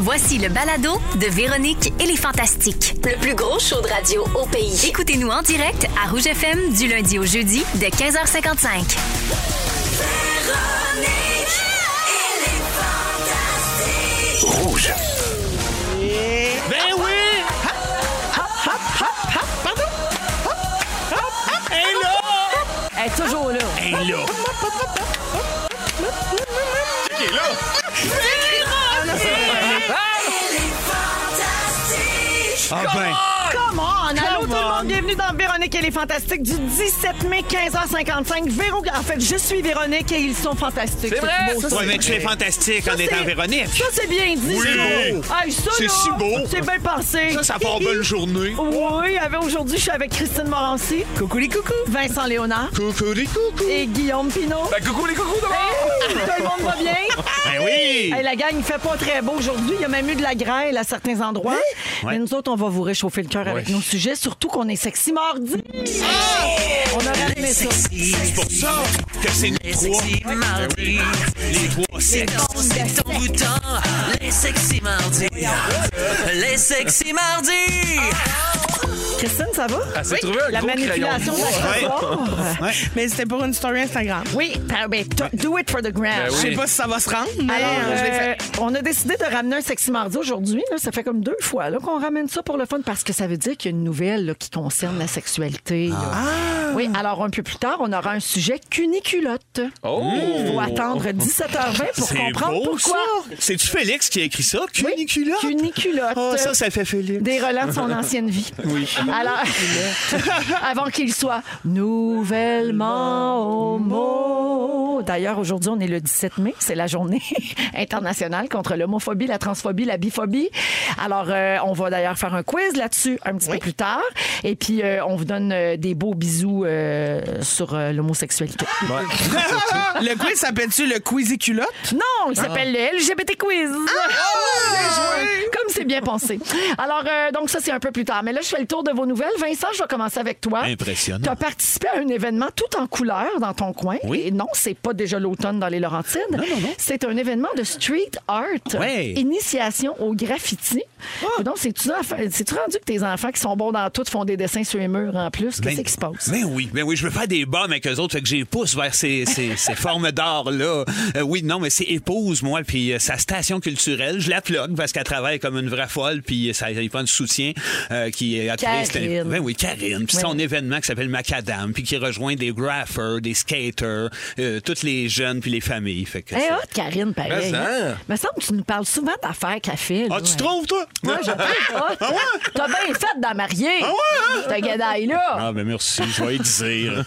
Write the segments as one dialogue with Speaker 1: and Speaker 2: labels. Speaker 1: Voici le balado de Véronique et les Fantastiques.
Speaker 2: Le plus gros show de radio au pays.
Speaker 1: Écoutez-nous en direct à Rouge FM du lundi au jeudi de 15h55.
Speaker 3: Ben oui! Hop, hop, hop, hop, hop, pardon! Hop, hop, hop, elle est là!
Speaker 4: Elle est toujours là.
Speaker 3: Elle est là! Qui est là? Ah ben!
Speaker 4: Come on! Allô tout le monde, bienvenue dans Ah, Véronique et les Fantastiques du 17 mai 15h55. Véro, en fait, je suis Véronique et ils sont fantastiques. C'est beau, ça.
Speaker 3: Ouais, mais tu es fantastique en
Speaker 4: c'est-
Speaker 3: étant Véronique!
Speaker 4: Ça, c'est bien dit.
Speaker 3: Oui.
Speaker 4: c'est beau. Hey, ça,
Speaker 3: C'est
Speaker 4: là,
Speaker 3: si beau.
Speaker 4: C'est bien passé.
Speaker 3: Ça, ça part bonne journée!
Speaker 4: Oui, avec- aujourd'hui, je suis avec Christine Morancy. Coucou les coucou. Vincent Léonard.
Speaker 3: Coucou, coucou!
Speaker 4: Et Guillaume Pinot.
Speaker 5: Ben, coucou les coucous d'abord!
Speaker 4: Hey, tout le monde va bien?
Speaker 3: Ben oui!
Speaker 4: Hey, la gang, il fait pas très beau aujourd'hui. Il y a même eu de la grêle à certains endroits. Mais
Speaker 3: Ouais.
Speaker 4: nous autres, on va vous réchauffer le cœur avec nos sujets, surtout qu'on est sexy mardi.
Speaker 3: Ah!
Speaker 4: On aurait aimé ça.
Speaker 3: C'est pour ça que c'est nous trois! Les trois, c'est
Speaker 6: C'est ton bouton, les sexy mardis. Les sexy mardis.
Speaker 4: Christine, ça va?
Speaker 5: Elle s'est trouvée un
Speaker 4: La
Speaker 5: gros
Speaker 4: manipulation
Speaker 5: crayon.
Speaker 4: de
Speaker 3: Ouais.
Speaker 4: la crossoir.
Speaker 7: Mais c'était pour une story Instagram.
Speaker 4: Oui, ah, ben, to- do it for the gram.
Speaker 5: Ben
Speaker 7: Je
Speaker 5: oui.
Speaker 7: sais pas si ça va se rendre, mais
Speaker 4: Alors,
Speaker 7: euh, je l'ai
Speaker 4: euh,
Speaker 7: fait.
Speaker 4: on a décidé de ramener un sexy mardi aujourd'hui. là. Ça fait comme deux fois là, qu'on ramène ça pour le fun parce que ça veut dire qu'il y a une nouvelle là, qui concerne la sexualité. là.
Speaker 3: Ah.
Speaker 4: Oui, alors un peu plus tard, on aura un sujet cuniculotte.
Speaker 5: Oh!
Speaker 4: Il faut attendre 17h20 pour comprendre
Speaker 3: beau,
Speaker 4: pourquoi.
Speaker 3: ça! C'est-tu Félix qui a écrit ça?
Speaker 4: Oui,
Speaker 3: Cunicula?
Speaker 4: Cuniculotte.
Speaker 3: Ah, ça, ça fait Félix!
Speaker 4: Des relents de son ancienne vie. Oui. Alors, avant qu'il soit nouvellement homo. D'ailleurs, aujourd'hui, on est le 17 mai. C'est la journée internationale contre l'homophobie, la transphobie, la biphobie. Alors, euh, on va d'ailleurs faire un quiz là-dessus un petit peu plus tard. Et puis, euh, on vous donne euh, des beaux bisous euh, sur euh, l'homosexualité.
Speaker 7: Le quiz s'appelle-tu le Quizzy culotte?
Speaker 4: Non,
Speaker 3: Ah.
Speaker 4: il s'appelle le LGBT Quiz. Bien joué. Comme c'est bien pensé. Alors, euh, donc ça, c'est un peu plus tard. Mais là, je fais le tour de vos nouvelles. Vincent, je vais commencer avec toi.
Speaker 3: Impressionnant.
Speaker 4: Tu as participé à un événement tout en couleur dans ton coin.
Speaker 3: Oui.
Speaker 4: Et non, c'est pas déjà l'automne dans les Laurentides. C'est un événement de street art.
Speaker 3: Ouais. Ah.
Speaker 4: Initiation au graffiti. Et Donc, c'est-tu c'est-tu rendu que tes enfants qui sont bons dans tout font des dessins sur les murs en plus? Qu'est-ce
Speaker 3: Ben-
Speaker 4: qui se passe?
Speaker 3: Ben oui, ben oui, je veux faire des bombes avec eux autres, fait que j'ai pousse vers ces, ces- ces formes d'art-là. Euh, oui, non, mais c'est épouse, moi, puis euh, sa station culturelle, je la plug parce qu'elle travaille comme une vraie folle, puis ça y prend du soutien euh, qui est attiré-
Speaker 4: Karine.
Speaker 3: Ben oui, Karine. Puis
Speaker 4: Ouais.
Speaker 3: son événement qui s'appelle Macadam, puis qui rejoint des graffeurs, des skaters, euh, toutes les jeunes, puis les familles. Fait que
Speaker 4: Eh,
Speaker 3: ça-
Speaker 4: hot, Karine, pareil.
Speaker 5: Mais
Speaker 4: hein?
Speaker 5: hein.
Speaker 4: Me semble que tu nous parles souvent d'affaires qu'elle fait. là,
Speaker 3: ah, tu
Speaker 4: hein.
Speaker 3: trouves, toi?
Speaker 4: Moi, je pense hot. T'as bien fait d'en marier. Ah
Speaker 3: ouais,
Speaker 4: T'as gadaille, là.
Speaker 3: Ah, ben merci, je vais y dire.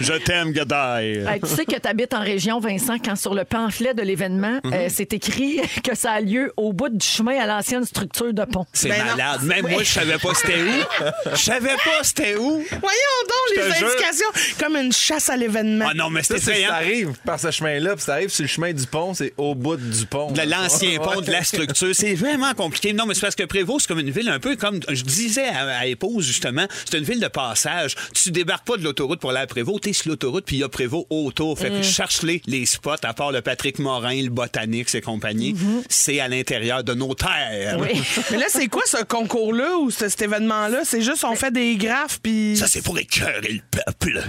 Speaker 3: je t'aime, Godaille.
Speaker 4: Hey, Euh, tu sais que tu habites en région, Vincent, quand sur le pamphlet de l'événement, euh, c'est écrit que ça a lieu au bout du chemin à l'ancienne structure de pont.
Speaker 3: C'est
Speaker 7: Ben non.
Speaker 3: malade. Même moi, je savais pas c'était où. Je savais pas c'était où.
Speaker 7: Voyons donc les
Speaker 3: te jure.
Speaker 7: indications, comme une chasse à l'événement.
Speaker 3: Ah non, mais
Speaker 5: Ça,
Speaker 3: c'était
Speaker 5: c'est
Speaker 3: effrayant.
Speaker 5: ça arrive par ce chemin-là, puis ça arrive sur le chemin du pont, c'est au bout du pont.
Speaker 3: de l'ancien pont, de la structure. C'est vraiment compliqué. Non, mais c'est parce que Prévost, c'est comme une ville un peu comme, je disais à, à Épouse, justement, c'est une ville de passage. Tu débarques pas de l'autoroute pour aller à Prévost, t'es sur l'autoroute, puis il y a Prévost autour. Fait que cherche-les, les spots, à part le Patrick Morin, le Botanix et compagnie. C'est à l'intérieur de nos terres.
Speaker 4: Oui.
Speaker 7: Mais là, c'est quoi ce concours-là ou ce- cet événement-là? C'est juste on fait des graphes puis.
Speaker 3: Ça, c'est pour écœurer le peuple.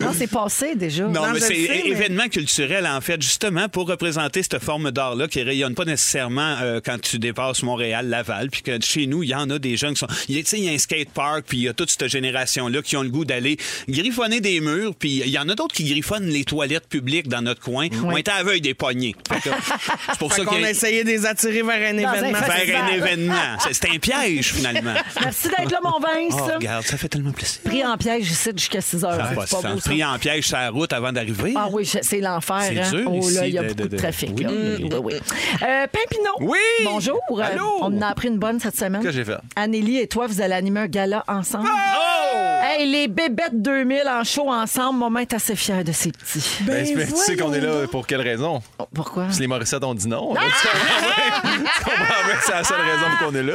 Speaker 4: Non, c'est passé déjà.
Speaker 3: Non,
Speaker 7: Non,
Speaker 3: mais
Speaker 7: je
Speaker 3: c'est
Speaker 7: le sais,
Speaker 3: é-
Speaker 7: mais-
Speaker 3: événement culturel, en fait, justement, pour représenter cette forme d'art-là qui rayonne pas nécessairement euh, quand tu dépasses Montréal, Laval, puis que chez nous, il y en a des gens qui sont... il y a- Tu sais, il y a un skatepark, puis il y a toute cette génération-là qui ont le goût d'aller griffonner des murs, puis il y en a d'autres qui griffonnent les toilettes publiques dans notre coin. On était aveugle des poignées. Fait que C'est pour
Speaker 7: Fait
Speaker 3: ça Ben,
Speaker 7: qu'on
Speaker 3: qu'il y
Speaker 7: a
Speaker 3: a...
Speaker 7: essayé de les attirer vers un
Speaker 4: Dans un
Speaker 7: événement.
Speaker 4: festival.
Speaker 3: Faire un événement. C'est- C'est un piège, finalement.
Speaker 4: Merci d'être là, mon Vince.
Speaker 3: Oh, regarde, ça fait tellement plaisir. Ah,
Speaker 4: Pris en piège ici jusqu'à 6 heures.
Speaker 3: Ça a pas de
Speaker 4: Ah, C'est pas beau,
Speaker 3: sens.
Speaker 4: ça.
Speaker 3: Pris en piège sur la route avant d'arriver.
Speaker 4: Ah oui, je- c'est l'enfer.
Speaker 3: C'est
Speaker 4: hein.
Speaker 3: dur
Speaker 4: oh
Speaker 3: ici
Speaker 4: là, il y a
Speaker 3: de-
Speaker 4: beaucoup de,
Speaker 3: de- de-
Speaker 4: trafic.
Speaker 3: oui.
Speaker 4: là. Oui, oui, oui. Euh, Pimpinot.
Speaker 5: Oui.
Speaker 4: Bonjour. Euh,
Speaker 5: Allô.
Speaker 4: On en a appris une bonne cette semaine.
Speaker 5: Que j'ai fait?
Speaker 4: Annélie et toi, vous allez animer un gala ensemble. Hey, les bébêtes 2000 en show ensemble. Maman est assez fière de ses petits.
Speaker 5: Ben, c'est- tu sais qu'on est là pour quelle raison?
Speaker 4: Oh, Pourquoi?
Speaker 5: Si les Morissette ont dit non. Tu comprends bien? Tu comprends bien que c'est la seule raison pour qu'on est là.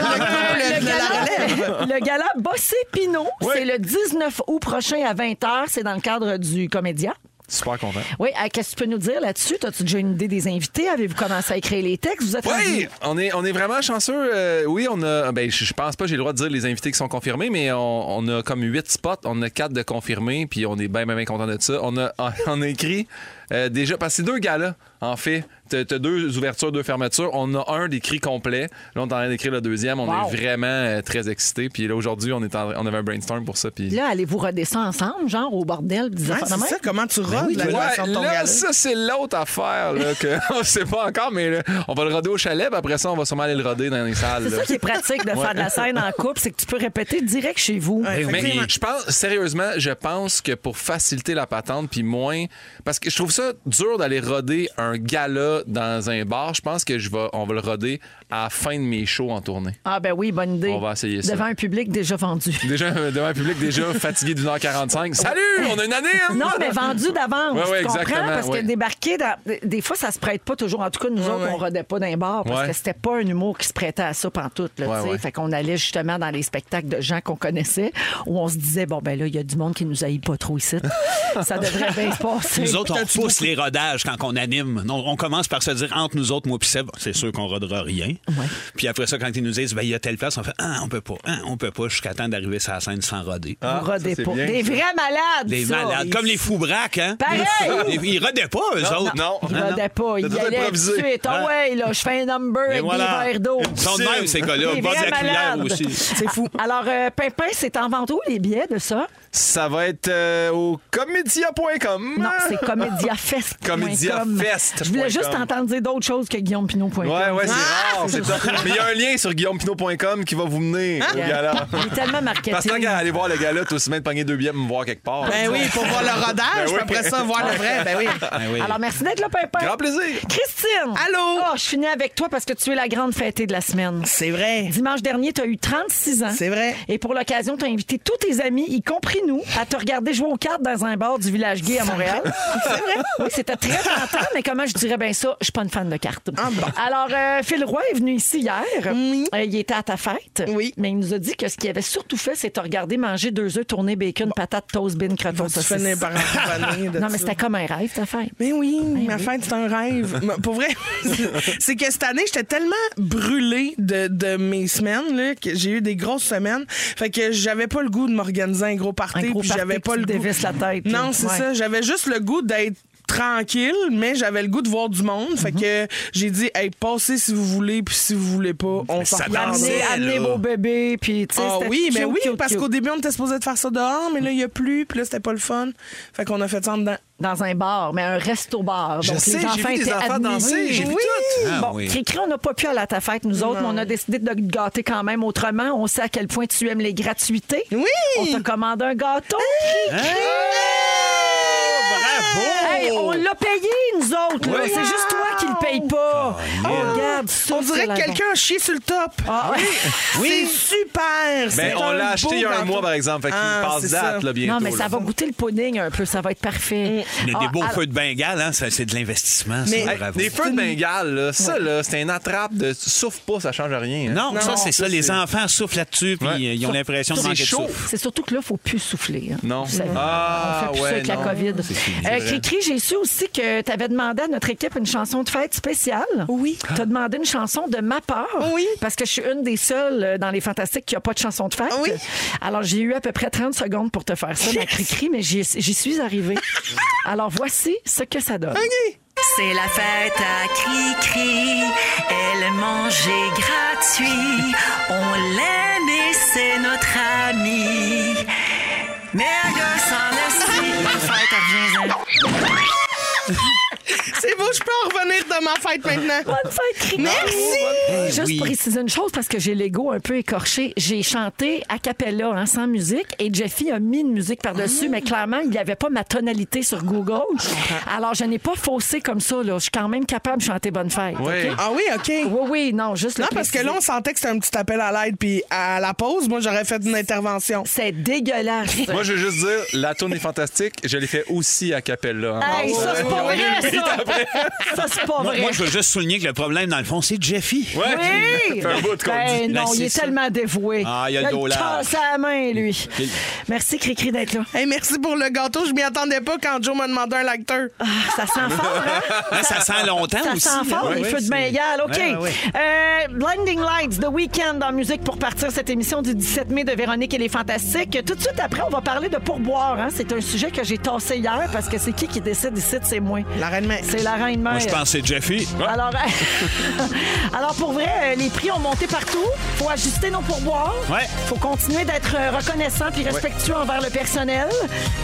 Speaker 4: Le,
Speaker 7: de la
Speaker 4: gala, le gala Bossé Pinot, c'est le 19 août prochain à 20h. C'est dans le cadre du Comédia.
Speaker 5: Super content.
Speaker 4: Oui, euh, qu'est-ce que tu peux nous dire là-dessus? As-tu déjà une idée des invités? Avez-vous commencé à écrire les textes? Vous êtes rendu-
Speaker 5: Oui, on est, on est vraiment chanceux. Euh, oui, on a. Ben, je, je pense pas, j'ai le droit de dire les invités qui sont confirmés, mais on, on a comme huit spots, on a quatre de confirmés, puis on est bien, bien, bien content de ça. On a, on a écrit euh, déjà, parce que c'est deux gars-là, en fait. T'as t'as deux ouvertures, deux fermetures. On a un d'écrit complet. Là, on est en train d'écrire le deuxième. On
Speaker 4: Wow.
Speaker 5: est vraiment euh, très excités. Puis là, aujourd'hui, on, est en- on avait un brainstorm pour ça. Puis
Speaker 4: Là, allez-vous redescendre ensemble, genre au bordel, pis des
Speaker 7: Ouais,
Speaker 4: affaires de
Speaker 7: c'est
Speaker 4: même?
Speaker 7: ça, comment tu
Speaker 3: Ben
Speaker 7: rodes la
Speaker 5: Ouais,
Speaker 7: relation de ton
Speaker 5: là,
Speaker 7: gars-là?
Speaker 5: ça, c'est l'autre affaire là, que on sait pas encore, mais là, on va le roder au chalet, puis après ça, on va sûrement aller le roder dans les salles.
Speaker 4: C'est
Speaker 5: là.
Speaker 4: ça qui est pratique de faire de la scène en couple, c'est que tu peux répéter direct chez vous.
Speaker 7: Ouais.
Speaker 5: Ben, Mais
Speaker 7: Effectivement.
Speaker 5: je pense, sérieusement, je pense que pour faciliter la patente, puis moins. Parce que je trouve ça dur d'aller roder un gala dans un bar. Je pense que je vais, on va le roder à la fin de mes shows en tournée.
Speaker 4: Ah ben oui, bonne idée.
Speaker 5: On va essayer ça.
Speaker 4: Devant un public déjà vendu.
Speaker 5: Déjà, euh, devant un public déjà fatigué d'une heure 45. Salut, on a une année! hein?
Speaker 4: Non, mais vendu d'avance.
Speaker 5: Ouais, ouais,
Speaker 4: tu comprends?
Speaker 5: exactement,
Speaker 4: Parce que
Speaker 5: ouais.
Speaker 4: débarquer, dans- des fois, ça se prête pas toujours. En tout cas, nous autres, on rodait pas d'un bar parce
Speaker 5: Ouais.
Speaker 4: que c'était pas un humour qui se prêtait à ça pantoute. Là,
Speaker 5: Ouais,
Speaker 4: tu sais.
Speaker 5: ouais.
Speaker 4: Fait qu'on allait justement dans les spectacles de gens qu'on connaissait où on se disait, bon, ben là, il y a du monde qui nous haït pas trop ici. ça devrait bien se passer.
Speaker 3: Nous autres, on repousse les rodages quand on anime. Non, on commence par se dire entre nous autres, moi puis Seb, c'est sûr qu'on rodera rien. Puis après ça, quand ils nous disent, ben, il y a telle place, on fait, ah, on peut pas, ah, on peut pas, jusqu'à temps d'arriver sur la scène sans roder.
Speaker 5: Ah,
Speaker 4: Vous
Speaker 5: ça,
Speaker 4: rodez
Speaker 5: c'est
Speaker 4: pas.
Speaker 5: bien,
Speaker 4: Des
Speaker 5: ça.
Speaker 4: vrais malades.
Speaker 3: Des
Speaker 4: ça.
Speaker 3: malades,
Speaker 4: Ils-
Speaker 3: comme les fous braques, hein?
Speaker 4: Pareil!
Speaker 3: Ils- Ils rodaient pas, eux autres.
Speaker 5: non.
Speaker 4: Ils rodaient pas. Ils
Speaker 5: tout
Speaker 4: allaient tout
Speaker 5: improvisé.
Speaker 4: de suite. Ah
Speaker 3: Hein?
Speaker 4: ouais, là, je fais un number
Speaker 3: Et
Speaker 4: avec
Speaker 3: voilà.
Speaker 4: des verres d'eau.
Speaker 3: Ils sont de même, ces gars-là.
Speaker 4: Des
Speaker 3: Bas de
Speaker 4: vrais
Speaker 3: la cuillère
Speaker 4: malades.
Speaker 3: aussi.
Speaker 7: C'est fou.
Speaker 4: Alors, euh, Pimpin, c'est en vente où les billets de ça?
Speaker 5: Ça va être euh, au comedia.com.
Speaker 4: Non, c'est comediafest.com.
Speaker 5: Comediafest.com.
Speaker 4: Je voulais juste t'entendre dire d'autres choses que guillaumepinot.com.
Speaker 5: Ouais, ouais, c'est
Speaker 4: Ah,
Speaker 5: rare, c'est ça. Mais il y a un lien sur guillaumepinot.com qui va vous mener au gala.
Speaker 4: Ah! Il est tellement marketing.
Speaker 5: Parce que tant qu'à aller voir le gala, t'as aussi bien de pogner deux billets pour me voir quelque part.
Speaker 7: Ben oui, pour voir le
Speaker 3: Ben
Speaker 7: rodage, puis après ça, voir le vrai. Ben oui.
Speaker 3: Ah oui.
Speaker 4: Alors, merci d'être là, Pimpin.
Speaker 5: Grand plaisir.
Speaker 4: Christine!
Speaker 7: Allô?
Speaker 4: Oh, je finis avec toi parce que tu es la grande fêtée de la semaine.
Speaker 7: C'est vrai.
Speaker 4: Dimanche dernier, tu as eu 36 ans.
Speaker 7: C'est vrai.
Speaker 4: Et pour l'occasion, tu as invité tous tes amis, y compris nous, à te regarder jouer aux cartes dans un bar du village gay à Montréal. C'est vrai. Oui, c'était très tentant, mais comment je dirais bien ça? Je suis pas une fan de cartes.
Speaker 7: Ah,
Speaker 4: Alors, euh, Phil Roy est venu ici hier. Euh, il était à ta fête.
Speaker 7: Oui.
Speaker 4: Mais il nous a dit que ce qu'il avait surtout fait, c'est te regarder manger deux œufs, tourner bacon, patate, toast, bin,
Speaker 7: Faut
Speaker 4: croton,
Speaker 7: que tu
Speaker 4: saucisse.
Speaker 7: finisses par en revenir de
Speaker 4: Non, mais
Speaker 7: ça.
Speaker 4: c'était comme un rêve, ta fête.
Speaker 7: Mais oui,
Speaker 4: Ben
Speaker 7: ma fête, c'est un rêve. Mais Pour vrai, c'est que cette année, j'étais tellement brûlée de, de mes semaines, là, que j'ai eu des grosses semaines. Fait que j'avais pas le goût de m'organiser un gros party.
Speaker 4: Un gros
Speaker 7: puis
Speaker 4: party
Speaker 7: j'avais
Speaker 4: que
Speaker 7: pas
Speaker 4: tu
Speaker 7: le
Speaker 4: te
Speaker 7: goût.
Speaker 4: dévisses la tête, là.
Speaker 7: Non, c'est
Speaker 4: Ouais.
Speaker 7: ça. J'avais juste le goût d'être tranquille, mais j'avais le goût de voir du monde.
Speaker 4: Mhm.
Speaker 7: Fait que j'ai dit, hey, passez si vous voulez, puis si vous voulez pas, on s'en
Speaker 3: ça
Speaker 7: reparle.
Speaker 3: dansait,
Speaker 4: Amener,
Speaker 3: là.
Speaker 4: amener vos bébés, puis tu sais,
Speaker 7: Ah
Speaker 4: c'était
Speaker 7: oui, mais
Speaker 4: cute,
Speaker 7: oui,
Speaker 4: cute,
Speaker 7: parce
Speaker 4: cute.
Speaker 7: qu'au début, on était supposé de faire ça dehors, mais là, il y a plus, puis là, c'était pas le fun. Fait qu'on a fait ça en dedans.
Speaker 4: dans un bar, mais un resto-bar.
Speaker 5: Je
Speaker 4: Donc,
Speaker 5: sais,
Speaker 4: les
Speaker 5: j'ai
Speaker 4: enfants
Speaker 5: vu des
Speaker 4: étaient
Speaker 5: enfants
Speaker 4: admis.
Speaker 5: danser, j'ai vu
Speaker 4: oui.
Speaker 5: tout.
Speaker 3: Ah,
Speaker 4: bon,
Speaker 3: oui.
Speaker 4: Cricri, on n'a pas pu aller à ta fête, nous autres, mais on a décidé de te gâter quand même autrement. On sait à quel point tu aimes les gratuités.
Speaker 7: Oui!
Speaker 4: On t'a commandé un gâteau.
Speaker 3: Bravo!
Speaker 4: Hey, on l'a payé, nous autres. là.
Speaker 5: Oh! Oui.
Speaker 4: C'est juste toi qui le paye pas. Oh, regarde, ça,
Speaker 7: On
Speaker 4: c'est
Speaker 7: dirait
Speaker 4: la
Speaker 7: que quelqu'un a chié sur le top.
Speaker 4: Ah, ouais.
Speaker 7: Oui. C'est super.
Speaker 5: Ben,
Speaker 7: c'est
Speaker 5: on
Speaker 7: un
Speaker 5: l'a
Speaker 7: beau
Speaker 5: acheté il y a un
Speaker 7: gâteau.
Speaker 5: mois, ben. par exemple. Fait qu'il
Speaker 7: Ah,
Speaker 5: passe
Speaker 7: c'est
Speaker 5: date,
Speaker 7: ça.
Speaker 5: là, bientôt.
Speaker 4: Non, mais ça
Speaker 5: là. Mm.
Speaker 4: va goûter le pudding un peu. Ça va être parfait.
Speaker 3: Il y a
Speaker 4: Ah,
Speaker 3: des beaux
Speaker 4: alors-
Speaker 3: feux de Bengale, hein? ça, c'est de l'investissement, ça,
Speaker 7: Mais-
Speaker 5: Hey,
Speaker 3: bravo.
Speaker 5: les feux de Bengale, là, ça, là, c'est une attrape de souffle pas, ça change rien. hein.
Speaker 3: Non, ça, c'est ça. Les
Speaker 5: c'est-
Speaker 3: enfants soufflent là-dessus, puis
Speaker 5: Ouais.
Speaker 3: euh, ils ont l'impression de
Speaker 5: C'est
Speaker 3: manquer de
Speaker 5: chaud.
Speaker 3: souffle.
Speaker 4: C'est surtout que là, il ne faut plus souffler. hein.
Speaker 5: Non.
Speaker 4: Vous savez, on
Speaker 5: Ah,
Speaker 4: fait plus ça
Speaker 5: ouais,
Speaker 4: avec la
Speaker 5: non.
Speaker 4: COVID.
Speaker 5: C'est fini.
Speaker 4: Euh, Cricri, j'ai su aussi que tu avais demandé à notre équipe une chanson de fête spéciale.
Speaker 7: Oui.
Speaker 4: Tu as demandé une chanson de ma part.
Speaker 7: Oui.
Speaker 4: Parce que je suis une des seules euh, dans les Fantastiques qui n'a pas de chanson de fête.
Speaker 7: Oui.
Speaker 4: Alors, j'ai eu à peu près 30 secondes pour te faire ça, ma Cricri, mais j'y j'y suis arrivée. Alors, voici ce que ça donne.
Speaker 7: OK.
Speaker 6: C'est la fête à Cri-Cri, elle mangeait gratuit, on l'aime et c'est notre ami. Mais elle s'en laisse, la fête à Jésus.
Speaker 7: C'est beau, je peux en revenir de ma fête maintenant.
Speaker 4: Bonne fête, Cricri.
Speaker 7: Merci.
Speaker 4: Juste
Speaker 3: Eh oui.
Speaker 4: préciser une chose, parce que j'ai l'ego un peu écorché. J'ai chanté a cappella, hein, sans musique, et Jeffy a mis une musique par-dessus,
Speaker 3: Ah.
Speaker 4: mais clairement, il n'y avait pas ma tonalité sur Google.
Speaker 3: Ah.
Speaker 4: Alors, je n'ai pas faussé comme ça. Là. Je suis quand même capable de chanter Bonne Fête.
Speaker 5: Ouais.
Speaker 4: OK?
Speaker 7: Ah oui, OK.
Speaker 4: Oui, oui, non, juste le
Speaker 7: Non, parce que
Speaker 4: préciser.
Speaker 7: là, on sentait que c'était un petit appel à l'aide, puis à la pause, moi, j'aurais fait une intervention.
Speaker 4: C'est dégueulasse.
Speaker 5: Moi, je veux juste dire, la
Speaker 3: Ah
Speaker 5: tourne est fantastique. Je l'ai fait aussi à Capella.
Speaker 4: Hey, ça, c'est pas vrai, ça! Ça, c'est pas pas
Speaker 3: moi,
Speaker 4: vrai.
Speaker 3: moi, je veux juste souligner que le problème, dans le fond, c'est Jeffy.
Speaker 5: Ouais.
Speaker 4: Oui!
Speaker 5: Fait un bout qu'on
Speaker 4: Ben
Speaker 3: dit.
Speaker 4: non,
Speaker 3: Ben,
Speaker 4: il
Speaker 3: c'est
Speaker 4: est
Speaker 3: ça.
Speaker 4: tellement dévoué.
Speaker 3: Ah, il a le dos large.
Speaker 4: casse à la main, lui.
Speaker 3: Il-
Speaker 4: Merci, Cricri, d'être là.
Speaker 7: Hey, merci pour le gâteau. Je m'y attendais pas quand Joe m'a demandé un lacteur.
Speaker 4: Ah, ça sent fort, hein?
Speaker 3: Hein, ça sent longtemps
Speaker 4: Ça
Speaker 3: aussi.
Speaker 4: sent fort,
Speaker 3: hein?
Speaker 4: les
Speaker 3: Ouais,
Speaker 4: feux de
Speaker 3: c'est-
Speaker 4: Bengale. OK.
Speaker 3: Ouais, ouais, ouais.
Speaker 4: Euh, Blinding Lights, The Weekend en musique pour partir cette émission du 17 mai de Véronique et les Fantastiques. Tout de suite après, on va parler de pourboire. hein. C'est un sujet que j'ai tassé hier parce que c'est qui qui décide ici? C'est moi.
Speaker 7: La reine mère.
Speaker 4: C'est la reine mère.
Speaker 3: Moi, je pense que c'est Jeffy.
Speaker 4: Alors, alors pour vrai, euh, les prix ont monté partout. Faut ajuster nos pourboires.
Speaker 3: Ouais.
Speaker 4: Faut continuer d'être euh, reconnaissant puis respectueux envers le personnel.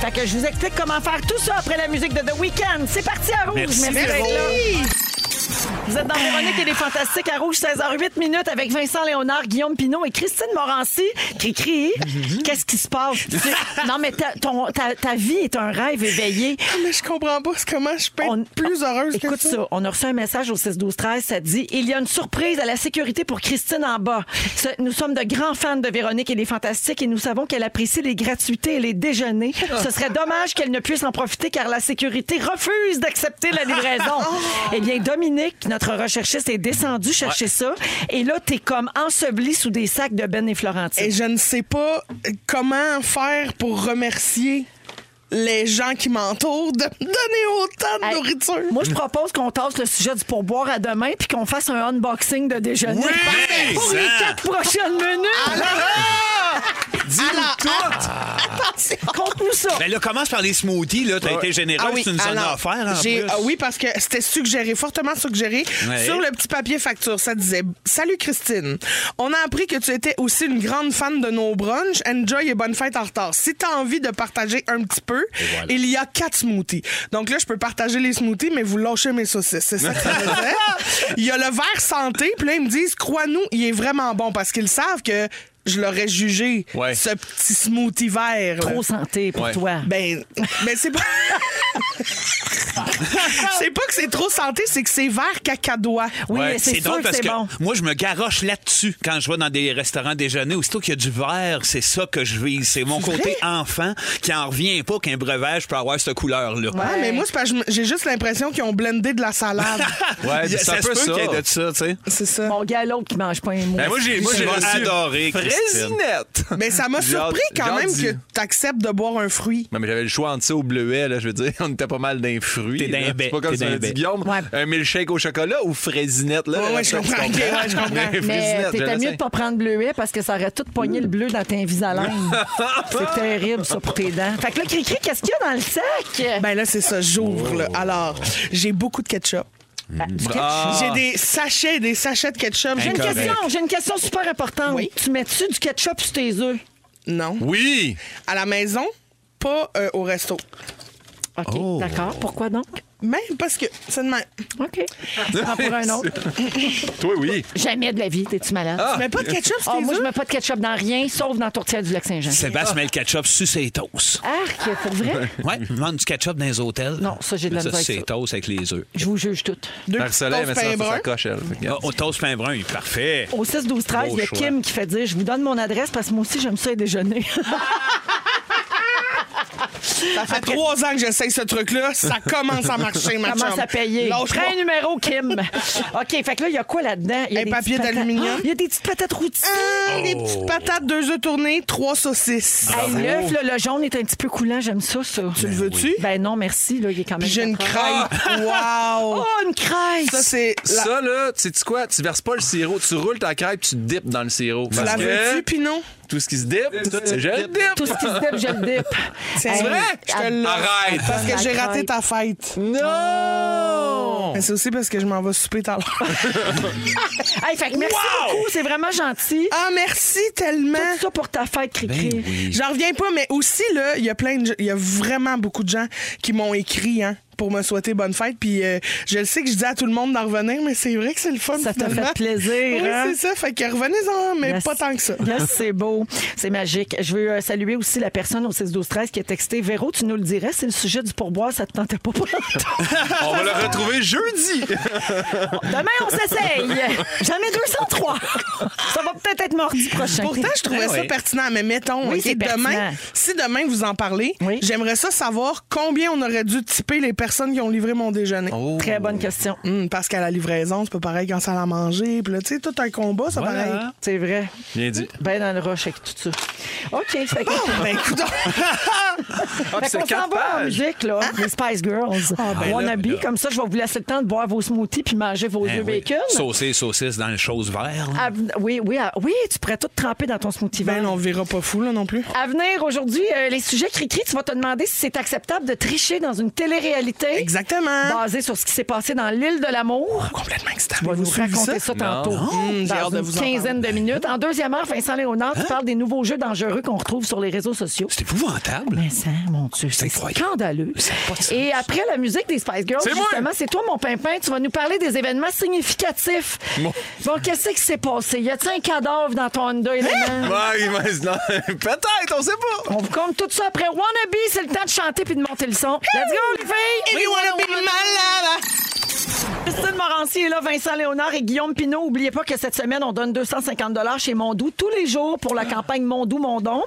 Speaker 4: Fait que je vous explique comment faire tout ça après la musique de The Weeknd. C'est parti à rouge.
Speaker 3: Merci,
Speaker 4: d'être là. Vous êtes dans Véronique et les Fantastiques à Rouge, 16h08 minutes avec Vincent Léonard, Guillaume Pinot et Christine Morancy. Cri-cri,
Speaker 3: Mm-hmm.
Speaker 4: qu'est-ce qui se passe? Tu- non, mais ta, ton- ta- ta vie est un rêve éveillé.
Speaker 7: Ah, Mais je comprends pas comment je peux être
Speaker 4: On-
Speaker 7: plus heureuse que
Speaker 4: Écoute ça. on a reçu un message au 6-12-13, ça dit « Il y a une surprise à la sécurité pour Christine en bas. Ce- Nous sommes de grands fans de Véronique et les Fantastiques et nous savons qu'elle apprécie les gratuités et les déjeuners. Ce serait dommage qu'elle ne puisse en profiter car la sécurité refuse d'accepter la livraison. » Eh bien, Dominique, notre recherchiste, est descendu chercher ça et là, t'es comme enseveli sous des sacs de Ben et Florentine.
Speaker 7: Et je ne sais pas comment faire pour remercier les gens qui m'entourent de me donner autant de
Speaker 4: Hey,
Speaker 7: Ah, nourriture.
Speaker 4: Moi, je propose qu'on tasse le sujet du pourboire à demain puis qu'on fasse un unboxing de déjeuner.
Speaker 3: Oui,
Speaker 4: pour les
Speaker 3: ça.
Speaker 4: quatre prochaines minutes.
Speaker 7: Ah, Alors, ah, attention.
Speaker 4: Compte-nous ça.
Speaker 3: Ben là, commence par les smoothies. là. T'as été généreux,
Speaker 7: Ah oui,
Speaker 3: tu nous en as
Speaker 7: alors,
Speaker 3: offert en
Speaker 7: j'ai-
Speaker 3: plus.
Speaker 7: ah oui, parce que c'était suggéré, fortement suggéré.
Speaker 3: Ouais.
Speaker 7: Sur le petit papier facture, ça disait Salut Christine, on a appris que tu étais aussi une grande fan de nos brunchs. Enjoy et bonne fête en retard. Si tu as envie de partager un petit peu, il y a quatre smoothies. Donc là, je peux partager les smoothies, mais vous lâchez mes saucisses. C'est ça que ça veut dire. Il y a le verre santé, puis là, ils me disent Crois-nous, il est vraiment bon parce qu'ils savent que je l'aurais jugé,
Speaker 5: Ouais.
Speaker 7: ce petit smoothie vert. là.
Speaker 4: Trop santé pour
Speaker 5: Ouais.
Speaker 4: toi.
Speaker 7: Ben, ben c'est pas. c'est pas que c'est trop santé, c'est que c'est vert cacadois.
Speaker 4: oui,
Speaker 3: Ouais,
Speaker 4: mais c'est sûr
Speaker 3: drôle
Speaker 4: que
Speaker 3: parce
Speaker 4: c'est
Speaker 3: que
Speaker 4: bon.
Speaker 3: moi, je me garoche là-dessus quand je vais dans des restaurants déjeuner. Aussitôt qu'il y a du verre, c'est ça que je vise. C'est mon côté enfant qui en revient pas qu'un breuvage peut avoir cette couleur-là.
Speaker 7: Ah, mais moi, c'est parce que je me- j'ai juste l'impression qu'ils ont blendé de la salade.
Speaker 5: Ouais,
Speaker 3: Il y a-
Speaker 5: c'est un
Speaker 3: Ah! se
Speaker 5: peu
Speaker 3: peut
Speaker 5: ça.
Speaker 3: qu'il y ait de ça, tu sais.
Speaker 7: c'est ça.
Speaker 4: Mon gars, l'autre qui mange pas un mot.
Speaker 5: Ben, moi, j'ai, moi,
Speaker 3: Tu
Speaker 5: j'ai
Speaker 3: vas
Speaker 5: reçu
Speaker 3: adorer, Christine.
Speaker 5: Frésinette.
Speaker 7: Mais ça m'a
Speaker 5: J'ai
Speaker 7: surpris
Speaker 5: hâte- j'ai
Speaker 7: quand
Speaker 5: hâte
Speaker 7: même
Speaker 5: d'y-
Speaker 7: que t'acceptes de boire un fruit.
Speaker 5: Non, mais j'avais le choix entre ça au bleuet, là, je veux dire. On était pas mal d'un fruit.
Speaker 3: T'es d'un
Speaker 5: C'est
Speaker 3: bec,
Speaker 5: pas comme
Speaker 3: t'es
Speaker 5: tu
Speaker 3: d'un
Speaker 5: m'avais dit,
Speaker 3: bec.
Speaker 5: Guillaume.
Speaker 4: Ouais.
Speaker 5: Un milkshake au chocolat ou fraisinette, là.
Speaker 7: Ouais,
Speaker 5: là,
Speaker 7: ouais, je
Speaker 5: là, tu
Speaker 7: comprends. Ok, ouais, je comprends.
Speaker 5: Mais
Speaker 4: Mais euh,
Speaker 5: fraisinette,
Speaker 4: t'étais
Speaker 5: je
Speaker 4: mieux
Speaker 5: l'essaie.
Speaker 4: de pas prendre bleuet parce que ça aurait tout pogné le bleu dans tes visalines. c'est terrible, ça, pour tes dents. Fait que là, Cricri, qu'est-ce qu'il y a dans le sac?
Speaker 7: Ben là, c'est ça, j'ouvre. là. Alors, j'ai beaucoup de ketchup.
Speaker 4: Ah, du ketchup.
Speaker 7: J'ai des sachets, des sachets de ketchup.
Speaker 4: J'ai une
Speaker 5: Incorrect.
Speaker 4: Ben, question, j'ai une question super importante.
Speaker 7: Oui.
Speaker 4: Tu mets-tu du ketchup sur tes œufs?
Speaker 7: Non.
Speaker 5: Oui!
Speaker 7: À la maison, pas euh, au resto.
Speaker 4: OK,
Speaker 5: Oh.
Speaker 4: d'accord. Pourquoi donc?
Speaker 7: Mais parce que, c'est de même.
Speaker 4: OK. Tu prends pour un autre.
Speaker 5: Toi, oui.
Speaker 4: Jamais de la vie, t'es-tu malade?
Speaker 7: Tu mets pas de ketchup,
Speaker 4: Ah,
Speaker 7: c'est
Speaker 4: moi, je mets pas de ketchup dans rien, sauf dans la tourtière du Lac-Saint-Jean.
Speaker 3: Sébastien met le ketchup sur ses toasts.
Speaker 4: Arc, pour vrai?
Speaker 3: Ouais, il vende du ketchup dans les hôtels.
Speaker 4: Non, ça, j'ai de la
Speaker 3: Ça,
Speaker 4: misère
Speaker 3: c'est
Speaker 4: avec ça.
Speaker 3: toast avec les œufs.
Speaker 4: Je vous juge toutes.
Speaker 7: Deux petits
Speaker 5: Marcelin,
Speaker 7: toasts
Speaker 5: mais ça,
Speaker 7: pain
Speaker 5: ça,
Speaker 7: brun.
Speaker 5: ça coche, elle. Fait que,
Speaker 7: Oh,
Speaker 3: Ah,
Speaker 5: regarde.
Speaker 3: Au toast pain brun, il est parfait.
Speaker 4: Au 6 12 13 il y a
Speaker 5: Gros
Speaker 4: Kim qui fait dire je vous donne mon adresse parce que moi aussi j'aime ça et déjeuner.
Speaker 7: Ça fait trois ans que j'essaye ce truc-là. Ça commence à marcher, ma chum.
Speaker 4: Commence à payer.
Speaker 7: Lâche
Speaker 4: Prends un
Speaker 7: pas.
Speaker 4: numéro Kim. OK, fait que là il y a quoi là-dedans Il y a
Speaker 7: Un
Speaker 4: des
Speaker 7: papier
Speaker 4: petites patates-
Speaker 7: d'aluminium.
Speaker 4: Ah, Il y a des petites patates rôties.
Speaker 7: Ah, Des petites patates, deux œufs tournés, trois saucisses.
Speaker 4: Hey, L'œuf là, le jaune est un petit peu coulant, j'aime ça ça. Tu le
Speaker 7: veux-tu?
Speaker 4: Ben non, merci là, il est quand même
Speaker 7: Puis j'ai une
Speaker 4: quatre heures.
Speaker 7: crêpe. Wow!
Speaker 4: Ah. Oh, une crêpe.
Speaker 7: Ça, c'est... La...
Speaker 5: Ça, là, tu sais quoi? Tu verses pas le sirop. Tu roules ta crêpe, tu dips dans le sirop.
Speaker 7: Tu
Speaker 5: Parce
Speaker 7: la
Speaker 5: que
Speaker 7: veux-tu, Pinot?
Speaker 5: Tout ce qui se dip, c'est je le
Speaker 4: Tout
Speaker 5: dip.
Speaker 4: ce qui se dip, je le dip.
Speaker 7: C'est
Speaker 4: Hey,
Speaker 7: vrai? Je te l'offre.
Speaker 5: Arrête.
Speaker 7: Parce que
Speaker 4: La
Speaker 7: j'ai raté
Speaker 4: crêpe.
Speaker 7: ta fête.
Speaker 5: Mm. Non!
Speaker 7: Mais c'est aussi parce que je m'en vais souper tout à l'heure.
Speaker 4: Hey, fait que merci beaucoup, c'est vraiment gentil.
Speaker 7: Ah, merci tellement!
Speaker 4: Tout ça pour ta fête, Cricri.
Speaker 5: Ben
Speaker 7: J'en reviens pas, mais aussi, là, il y a plein de... Il y a vraiment beaucoup de gens qui m'ont écrit, hein, pour me souhaiter bonne fête. Puis euh, je le sais que je dis à tout le monde d'en revenir, mais c'est vrai que c'est le fun,
Speaker 4: Ça t'a
Speaker 7: finalement.
Speaker 4: fait plaisir.
Speaker 7: Oui,
Speaker 4: hein?
Speaker 7: c'est ça. Fait que revenez-en, mais
Speaker 4: Yes.
Speaker 7: pas tant que ça.
Speaker 4: Yes, c'est beau. C'est magique. Je veux euh, saluer aussi la personne au 6 12 13 qui a texté Véro, tu nous le dirais, c'est le sujet du pourboire, ça te tentait pas.
Speaker 5: On va le retrouver jeudi!
Speaker 4: Demain, on s'essaye. Jamais 203. ça va peut-être être mardi prochain.
Speaker 7: Pourtant, je trouvais
Speaker 3: Ah
Speaker 7: ça
Speaker 3: oui.
Speaker 7: pertinent, mais mettons,
Speaker 4: Oui,
Speaker 7: ok,
Speaker 4: c'est pertinent.
Speaker 7: demain, si demain vous en parlez,
Speaker 4: Oui.
Speaker 7: j'aimerais ça savoir combien on aurait dû typer les personnes qui ont livré mon déjeuner.
Speaker 5: Oh.
Speaker 4: Très bonne question.
Speaker 7: Hum, parce qu'à la livraison, c'est pas pareil quand ça la manger. Puis là, tu sais, tout un combat, ça
Speaker 3: Voilà.
Speaker 7: pareil.
Speaker 4: C'est vrai.
Speaker 5: Bien dit.
Speaker 4: Ben dans le rush avec tout ça. OK, fait que...
Speaker 7: Ben, écoute,
Speaker 5: Ah, puis
Speaker 4: Fait
Speaker 5: c'est
Speaker 4: qu'on s'en
Speaker 5: quatre
Speaker 4: va en
Speaker 5: pages.
Speaker 4: musique, là,
Speaker 7: Ah.
Speaker 4: les Spice Girls.
Speaker 7: ben
Speaker 4: Wannabe, comme ça, je vais vous laisser le temps de boire vos smoothies puis manger vos œufs
Speaker 3: Ben oui.
Speaker 4: bacon. Ah.
Speaker 3: Saucé, saucisse dans les choses vertes.
Speaker 4: À- oui, oui, à- oui, tu pourrais tout tremper dans ton smoothie vert.
Speaker 7: ben, on verra pas fou, là, non plus.
Speaker 4: À venir aujourd'hui, euh, les sujets cri-cri, tu vas te demander si c'est acceptable de tricher dans une télé-réalité.
Speaker 7: Exactement.
Speaker 4: Basée sur ce qui s'est passé dans l'île de l'amour.
Speaker 7: Complètement excité.
Speaker 4: On va
Speaker 7: Avez-vous
Speaker 4: vous
Speaker 7: suivi
Speaker 4: raconter ça,
Speaker 5: Non.
Speaker 4: tantôt.
Speaker 7: Hum, j'ai
Speaker 4: dans
Speaker 7: hâte de
Speaker 4: une
Speaker 7: vous en Hein?
Speaker 4: quinzaine de minutes. En deuxième heure, Vincent Léonard, tu parles des nouveaux jeux dangereux qu'on retrouve sur les réseaux sociaux.
Speaker 3: C'est épouvantable.
Speaker 4: Mais ça, mon Dieu, c'est
Speaker 3: incroyable.
Speaker 4: scandaleux. Et après la musique des Spice Girls,
Speaker 5: C'est moi.
Speaker 4: justement, c'est toi, mon pimpin, tu vas nous parler des événements significatifs. Bon, qu'est-ce qui s'est passé? Y a-t-il un cadavre dans ton Honda Element?
Speaker 5: Ouais, mais non, Peut-être, on sait pas.
Speaker 4: On vous compte tout ça après Wannabe, c'est le temps de chanter puis de monter le son. Let's go, les filles! Christine Morancy est là, Vincent Léonard et Guillaume Pinot. N'oubliez pas que cette semaine, on donne 250 chez Mondou tous les jours pour la campagne Mondou-Mondon.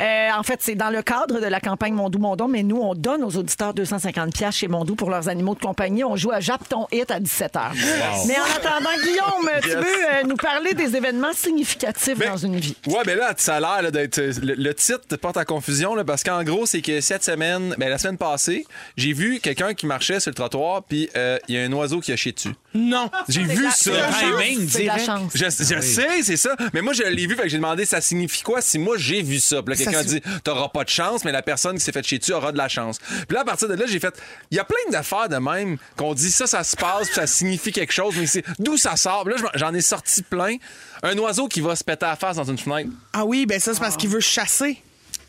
Speaker 4: Euh, en fait, c'est dans le cadre de la campagne Mondou-Mondon, mais nous, on donne aux auditeurs 250 chez Mondou pour leurs animaux de compagnie. On joue à Japton Hit à 17h. Mais en attendant, Guillaume, tu
Speaker 5: Yes.
Speaker 4: veux euh, nous parler des événements significatifs dans une vie?
Speaker 5: Ouais, mais là, ça a l'air là, d'être. euh, Le, le titre porte à confusion, là, parce qu'en gros, c'est que cette semaine, ben, la semaine passée, j'ai vu quelqu'un qui marchait sur le trottoir, puis euh, il y a un oiseau qui a chié dessus.
Speaker 7: Non.
Speaker 5: J'ai vu
Speaker 4: C'est
Speaker 5: ça.
Speaker 4: de la
Speaker 3: Ah,
Speaker 4: chance,
Speaker 3: timing
Speaker 4: c'est de la
Speaker 3: direct.
Speaker 4: chance.
Speaker 5: Je, je sais, c'est ça. Mais moi, je l'ai vu, fait que j'ai demandé ça signifie quoi si moi j'ai vu ça. Puis là, quelqu'un a dit T'auras pas de chance, mais la personne qui s'est fait chier dessus aura de la chance. Puis là, à partir de là, j'ai fait Il y a plein d'affaires de même qu'on dit ça, ça se passe, puis ça signifie quelque chose, mais c'est d'où ça sort. Puis là, je m'en- j'en ai sorti plein. Un oiseau qui va se péter la face dans une fenêtre.
Speaker 7: Ah oui, ben ça, c'est parce qu'il veut chasser.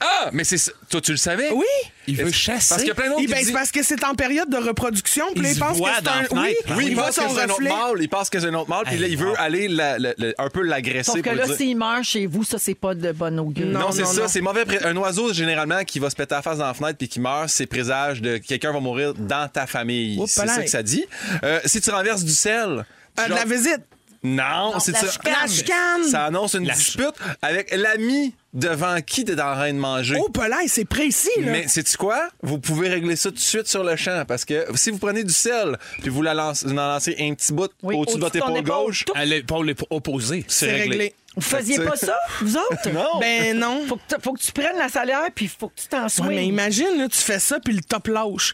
Speaker 5: Ah Mais c'est ça. Toi, tu le savais
Speaker 7: Oui.
Speaker 3: Il veut chasser.
Speaker 5: Parce qu'il y a plein d'autres
Speaker 7: Eh
Speaker 5: qui
Speaker 7: ben, c'est
Speaker 5: disent-
Speaker 7: parce que c'est en période de reproduction. Puis
Speaker 3: Il
Speaker 7: là,
Speaker 3: se
Speaker 7: il pense que
Speaker 3: voit
Speaker 7: c'est
Speaker 3: dans la
Speaker 7: un. Oui,
Speaker 3: fenêtre. Ah
Speaker 5: Oui,
Speaker 7: il
Speaker 5: il
Speaker 7: voit
Speaker 5: pense que
Speaker 7: son
Speaker 5: c'est un autre
Speaker 7: reflet.
Speaker 5: mâle. Il pense que c'est un autre mâle, puis
Speaker 3: Hey,
Speaker 5: là, il
Speaker 3: wow.
Speaker 5: veut aller la- la- la- un peu l'agresser.
Speaker 4: Sauf que
Speaker 5: pour
Speaker 4: là,
Speaker 5: dire-
Speaker 4: s'il meurt chez vous, ça, c'est pas de bonne augure.
Speaker 5: Non, c'est
Speaker 7: non,
Speaker 5: ça,
Speaker 7: non.
Speaker 5: c'est mauvais. pré- Un oiseau, généralement, qui va se péter la face dans la fenêtre puis qui meurt, c'est présage de quelqu'un va mourir dans ta famille.
Speaker 7: Oups,
Speaker 5: c'est
Speaker 7: là.
Speaker 5: ça que ça dit. Euh, si tu renverses du sel. tu
Speaker 7: Euh, de la
Speaker 5: genre-
Speaker 7: visite.
Speaker 5: Non, c'est
Speaker 4: de la
Speaker 5: ça.
Speaker 4: chicane.
Speaker 7: La chicane.
Speaker 5: Ça annonce une dispute avec l'ami devant qui t'es en train de manger.
Speaker 7: Oh, Pelin, c'est précis, là.
Speaker 5: Mais sais-tu quoi? Vous pouvez régler ça tout de suite sur le champ parce que si vous prenez du sel puis vous la lancez, vous en lancez un petit bout
Speaker 4: Oui,
Speaker 5: au-dessus de votre
Speaker 4: au-dessus de ton
Speaker 5: épaule
Speaker 4: épaule,
Speaker 5: gauche,
Speaker 4: tout.
Speaker 3: À l'épaule opposée.
Speaker 5: c'est
Speaker 7: réglé.
Speaker 5: réglé.
Speaker 4: Vous faisiez pas ça, vous autres?
Speaker 5: Non.
Speaker 7: Ben non.
Speaker 4: Faut que, t- faut que tu prennes la salaire, puis faut que tu t'en
Speaker 7: Ouais, mais
Speaker 4: soignes.
Speaker 7: imagine, là, tu fais ça, puis le top lâche.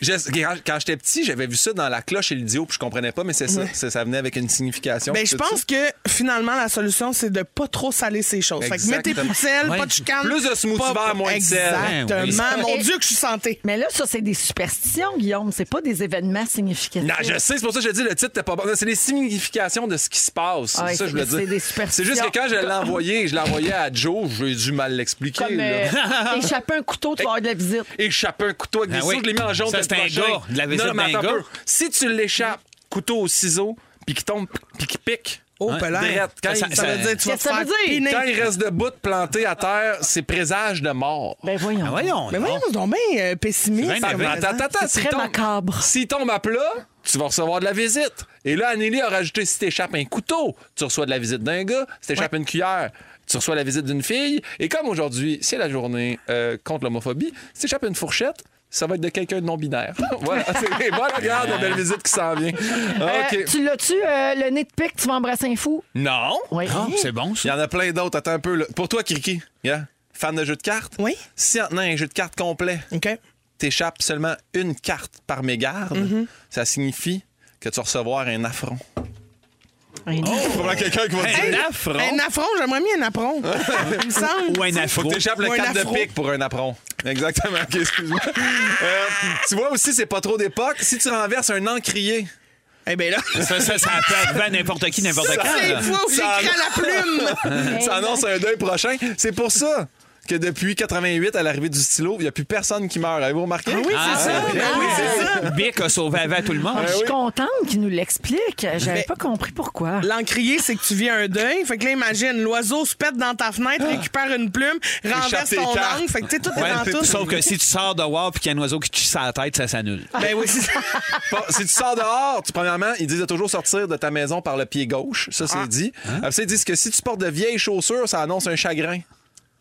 Speaker 5: Je- quand- quand j'étais petit, j'avais vu ça dans la cloche et l'idiot, puis je comprenais pas, mais c'est ça, c'est- ça venait avec une signification.
Speaker 7: Ben, je
Speaker 5: tout ça.
Speaker 7: pense que finalement, la solution, c'est de pas trop saler ces choses. Fait que
Speaker 5: Exactement.
Speaker 7: mettez plus de sel,
Speaker 3: Ouais.
Speaker 7: pas de chicane.
Speaker 5: Plus de smoothie
Speaker 7: pas-
Speaker 5: vert, moins de sel.
Speaker 7: Exactement.
Speaker 3: Ouais,
Speaker 7: Mon
Speaker 4: Et-
Speaker 7: Dieu, que je suis santé.
Speaker 4: Mais là, ça, c'est des superstitions, Guillaume. C'est pas des événements significatifs.
Speaker 5: Non, je sais, c'est pour ça que je dis le titre, t'es pas bon. C'est les significations de ce qui se passe.
Speaker 4: Ouais,
Speaker 5: c'est ça, que je voulais
Speaker 4: Ah, c'est-
Speaker 5: dire.
Speaker 4: c'est des superstitions.
Speaker 5: C'est juste que quand je l'ai envoyé, je l'ai envoyé à Joe, j'ai dû mal l'expliquer.
Speaker 4: Comme
Speaker 5: là.
Speaker 4: euh, échapper un couteau, tu vas avoir de la visite.
Speaker 5: Échapper un couteau avec des
Speaker 3: Ah
Speaker 5: ciseaux,
Speaker 3: oui.
Speaker 5: je l'ai mis en jaune.
Speaker 3: Ça, c'est
Speaker 5: le
Speaker 3: un
Speaker 5: prochain.
Speaker 3: gars, de la visite
Speaker 5: non, non, mais
Speaker 3: d'un
Speaker 5: attends un
Speaker 3: gars.
Speaker 5: peu. Si tu l'échappes, couteau au ciseau, puis qu'il tombe, puis qu'il pique.
Speaker 7: Oh,
Speaker 3: Ouais.
Speaker 7: Pelin.
Speaker 5: Drette. Quand
Speaker 3: Ça-
Speaker 5: il-
Speaker 7: Ça
Speaker 3: ça-
Speaker 7: veut dire, tu vas te
Speaker 4: Qu'est-ce que ça
Speaker 7: faire
Speaker 4: veut dire?
Speaker 7: piner.
Speaker 5: Quand il reste debout planté à terre, c'est présage de mort.
Speaker 4: Ben voyons.
Speaker 3: Ah, voyons.
Speaker 7: Mais
Speaker 3: donc.
Speaker 7: voyons, donc bien euh, pessimiste.
Speaker 3: C'est bien
Speaker 7: comme
Speaker 3: évident.
Speaker 5: Attends,
Speaker 7: raison.
Speaker 5: attends, attends.
Speaker 4: C'est
Speaker 5: s'il
Speaker 4: très
Speaker 5: tombe-
Speaker 4: macabre.
Speaker 5: S'il tombe à plat, tu vas recevoir de la visite. Et là, Anneli a rajouté si t'échappes un couteau, tu reçois de la visite d'un gars. Si t'échappes une cuillère, tu reçois la visite d'une fille. Et comme aujourd'hui, c'est la journée euh, contre l'homophobie, si t'échappes une fourchette, ça va être de quelqu'un de non-binaire. voilà, c'est- voilà, regarde la belle visite qui s'en vient.
Speaker 4: Euh,
Speaker 5: Ah, OK.
Speaker 4: Tu l'as-tu, euh, le nez de pique, tu vas embrasser un fou?
Speaker 5: Non.
Speaker 4: Oui.
Speaker 3: Ah, c'est bon,
Speaker 5: Il y
Speaker 3: ça.
Speaker 5: en a plein d'autres. Attends un peu. là. Pour toi, Kiki, yeah, fan de jeux de cartes,
Speaker 7: Oui.
Speaker 5: si en tenant un jeu de cartes complet,
Speaker 7: OK.
Speaker 5: t'échappes seulement une carte par mégarde,
Speaker 7: Mhm.
Speaker 5: ça signifie que tu vas recevoir un affront.
Speaker 4: Un nez.
Speaker 5: Probablement quelqu'un qui va
Speaker 3: Un affront.
Speaker 7: Un affront, j'aimerais bien un affront. Il me semble.
Speaker 3: Ou un
Speaker 5: Faut
Speaker 3: afro.
Speaker 5: que t'échappes
Speaker 7: Ou
Speaker 5: le
Speaker 7: un
Speaker 5: cap de
Speaker 7: afro.
Speaker 5: pique pour un apron. Exactement. Ok, excuse-moi. Euh, tu vois aussi, c'est pas trop d'époque. Si tu renverses un encrier,
Speaker 7: Eh bien là,
Speaker 3: Ça, ça, ça peut arriver à n'importe qui, n'importe
Speaker 5: Ça,
Speaker 3: quand.
Speaker 7: c'est
Speaker 3: là.
Speaker 7: une fois où j'écris
Speaker 5: Ça-
Speaker 7: à la plume.
Speaker 5: ça annonce un deuil prochain. C'est pour ça que depuis 88, à l'arrivée du stylo, il n'y a plus personne qui meurt. Avez-vous remarqué?
Speaker 7: Ah oui, c'est
Speaker 3: Ah,
Speaker 7: ça.
Speaker 3: ouais.
Speaker 7: Ben oui, c'est ça.
Speaker 3: Bic a sauvé avant tout le monde.
Speaker 4: Ah,
Speaker 5: Ben
Speaker 4: Je suis contente qu'il nous l'explique. J'avais pas compris pourquoi.
Speaker 7: L'encrier, c'est que tu vis un deuil. Fait que là, imagine, l'oiseau se pète dans ta fenêtre, récupère une plume, renverse
Speaker 5: tes
Speaker 7: ton
Speaker 5: cartes.
Speaker 7: angle. Fait que tu sais, tout
Speaker 3: Ouais,
Speaker 7: est dans tout.
Speaker 3: sauf que si tu sors dehors et qu'il y a un oiseau qui te chie sa tête, ça s'annule.
Speaker 5: Ah,
Speaker 7: Ben oui, c'est ça.
Speaker 5: Pas- si tu sors dehors, tu, premièrement, ils disent de toujours sortir de ta maison par le pied gauche. Ça,
Speaker 7: Ah.
Speaker 5: c'est dit.
Speaker 7: Hein?
Speaker 5: Après ça, ils disent que si tu portes de vieilles chaussures, ça annonce un chagrin.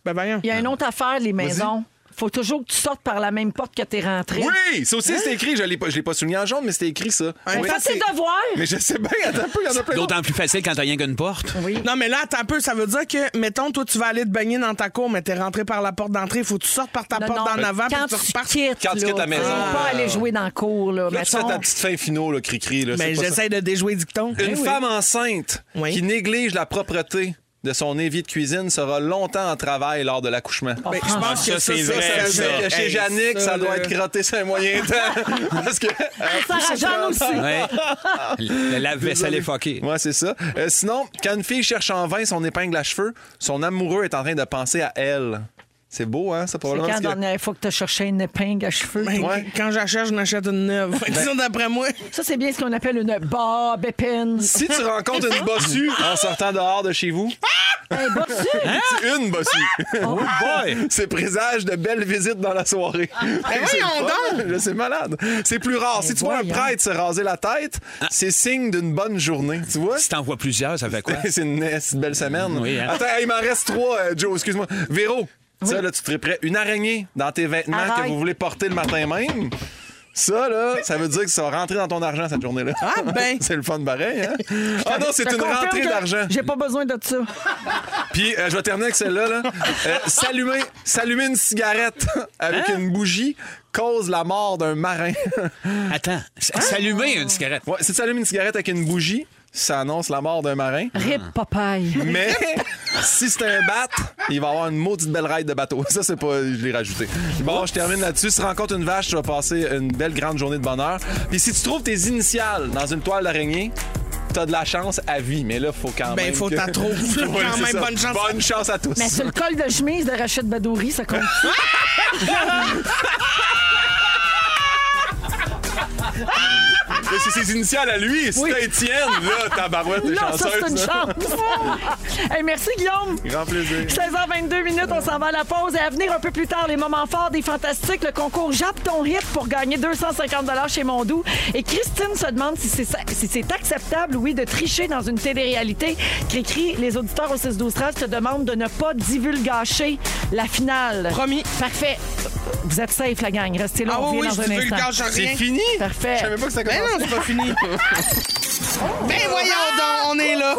Speaker 7: Ben voyons.
Speaker 4: Il y a une autre affaire, les maisons. faut toujours que tu sortes par la même porte que t'es rentré.
Speaker 5: Oui! Ça aussi,
Speaker 7: Hein?
Speaker 5: c'était écrit. Je l'ai pas, je l'ai pas souligné en jaune, mais c'était écrit ça.
Speaker 7: Ouais,
Speaker 5: Oui.
Speaker 4: Fais
Speaker 7: c'est-
Speaker 4: tes devoirs.
Speaker 5: Mais je sais bien, attends un peu, il y en a plein d'autres.
Speaker 3: D'autant plus facile quand t'as rien qu'une porte.
Speaker 7: Non, mais là, attends un peu. Ça veut dire que, mettons, toi, tu vas aller te baigner dans ta cour, mais t'es rentré par la porte d'entrée. Faut que tu sortes par ta
Speaker 4: Non,
Speaker 7: porte
Speaker 4: non.
Speaker 7: d'en avant
Speaker 4: quand
Speaker 7: puis que tu
Speaker 4: tu
Speaker 7: repars.
Speaker 4: quittes,
Speaker 5: Quand tu
Speaker 4: là,
Speaker 5: quittes la maison,
Speaker 4: veux pas
Speaker 5: euh,
Speaker 4: aller jouer dans le cours. Là,
Speaker 5: Là, tu fais
Speaker 4: mettons.
Speaker 5: ta petite fin finaux, là, cri-cri. Là,
Speaker 7: Mais
Speaker 5: c'est pas ça.
Speaker 7: Ben, j'essaie de déjouer dicton.
Speaker 5: Une femme enceinte
Speaker 7: Oui.
Speaker 5: qui néglige la propreté de son évier de cuisine sera longtemps en travail lors de l'accouchement.
Speaker 7: Ben, je pense
Speaker 3: ça,
Speaker 7: que ça,
Speaker 3: c'est
Speaker 7: ça,
Speaker 3: vrai, ça.
Speaker 7: ça, c'est-
Speaker 5: Que chez
Speaker 7: Hey,
Speaker 5: Yannick, ça, doit
Speaker 7: là.
Speaker 5: être crotté sur un moyen temps. Parce que.
Speaker 4: Ça, Sarah Jeanne aussi.
Speaker 3: Ouais. La la vaisselle est fuckée.
Speaker 5: Ouais, c'est ça. Euh, sinon, quand une fille cherche en vain son épingle à cheveux, son amoureux est en train de penser à elle. C'est beau, hein? C'est
Speaker 4: C'est
Speaker 5: probablement
Speaker 4: quand
Speaker 5: ce
Speaker 4: la
Speaker 5: que-
Speaker 4: dernière fois que tu as cherché une épingle à cheveux?
Speaker 7: Ben,
Speaker 5: Ouais. Ben.
Speaker 7: Quand j'achète, je n'achète une neuve. Fait que sinon, d'après moi.
Speaker 4: Ça, c'est bien ce qu'on appelle une bob épine.
Speaker 5: Si tu rencontres une bossue en sortant dehors de chez vous,
Speaker 4: Un bob dessus.
Speaker 5: c'est une bossue.
Speaker 3: Oh boy!
Speaker 5: C'est présage de belles visites dans la soirée.
Speaker 4: Ah.
Speaker 5: Fait
Speaker 4: Ben
Speaker 5: que c'est
Speaker 7: voyons
Speaker 5: le fun. Je suis malade. C'est plus rare. Si tu vois un
Speaker 4: voyons.
Speaker 5: prêtre se raser la tête, c'est signe d'une bonne journée. Tu vois?
Speaker 3: Si t'en vois plusieurs, ça fait quoi?
Speaker 5: C'est une, c'est une belle semaine.
Speaker 3: Oui, hein.
Speaker 5: Attends, il m'en reste trois, euh, Joe, excuse-moi. Véro, ça, là, tu te prêt. Une araignée dans tes vêtements
Speaker 4: Arrête.
Speaker 5: que vous voulez porter le matin même. Ça, là, ça veut dire que ça va rentrer dans ton argent cette journée-là.
Speaker 7: Ah, ben.
Speaker 5: c'est le fun pareil, hein? Ah non, c'est
Speaker 4: Je te
Speaker 5: une
Speaker 4: confirme
Speaker 5: rentrée
Speaker 4: que
Speaker 5: d'argent.
Speaker 4: J'ai pas besoin de ça.
Speaker 5: Puis euh, je vais terminer avec celle-là. là. Euh, s'allumer, s'allumer une cigarette avec
Speaker 4: Hein?
Speaker 5: une bougie cause la mort d'un marin.
Speaker 3: Attends, s- s'allumer une cigarette.
Speaker 5: ouais, si tu allumes une cigarette avec une bougie, ça annonce la mort d'un marin.
Speaker 4: Rip Popeye.
Speaker 5: Mais si c'est un bat, il va avoir une maudite belle ride de bateau. Ça, c'est pas. Je l'ai rajouté. Bon, je termine là-dessus. Si tu rencontres une vache, tu vas passer une belle grande journée de bonheur. Puis si tu trouves tes initiales dans une toile d'araignée, t'as de la chance à vie. Mais là, faut quand
Speaker 7: Ben,
Speaker 5: même.
Speaker 7: faut
Speaker 5: que-
Speaker 7: t'en trouver.
Speaker 5: Ouais,
Speaker 7: Quand
Speaker 5: c'est
Speaker 7: même,
Speaker 5: ça.
Speaker 7: bonne chance.
Speaker 5: Bonne chance à tous.
Speaker 4: Mais sur le col de chemise de Rachid Badouri, ça compte.
Speaker 5: Mais c'est ses initiales à lui. Si
Speaker 4: Oui.
Speaker 5: t'as Étienne, là, ta barouette de
Speaker 4: Là, ça,
Speaker 5: chanceuse.
Speaker 4: c'est une
Speaker 5: ça.
Speaker 4: chance. Hey, merci, Guillaume.
Speaker 5: Grand plaisir.
Speaker 4: 16h22 minutes, on s'en va à la pause. Et à venir un peu plus tard, les moments forts des Fantastiques, le concours Jappe ton hit pour gagner 250 chez Mondou. Et Christine se demande si c'est, ça- si c'est acceptable, oui, de tricher dans une télé-réalité. Cricri, les auditeurs au 6-12-13 te demandent de ne pas divulgacher la finale.
Speaker 7: Promis.
Speaker 4: Parfait. Vous êtes safe, la gang. Restez là,
Speaker 7: Ah
Speaker 4: on
Speaker 7: oui,
Speaker 4: revient
Speaker 7: oui,
Speaker 4: dans
Speaker 7: je
Speaker 4: un
Speaker 7: veux le
Speaker 4: instant.
Speaker 7: cache rien.
Speaker 5: C'est fini?
Speaker 4: Parfait.
Speaker 5: Je savais pas que ça
Speaker 7: Ben
Speaker 5: commençait.
Speaker 7: non, c'est pas fini. ben voyons donc, on est là.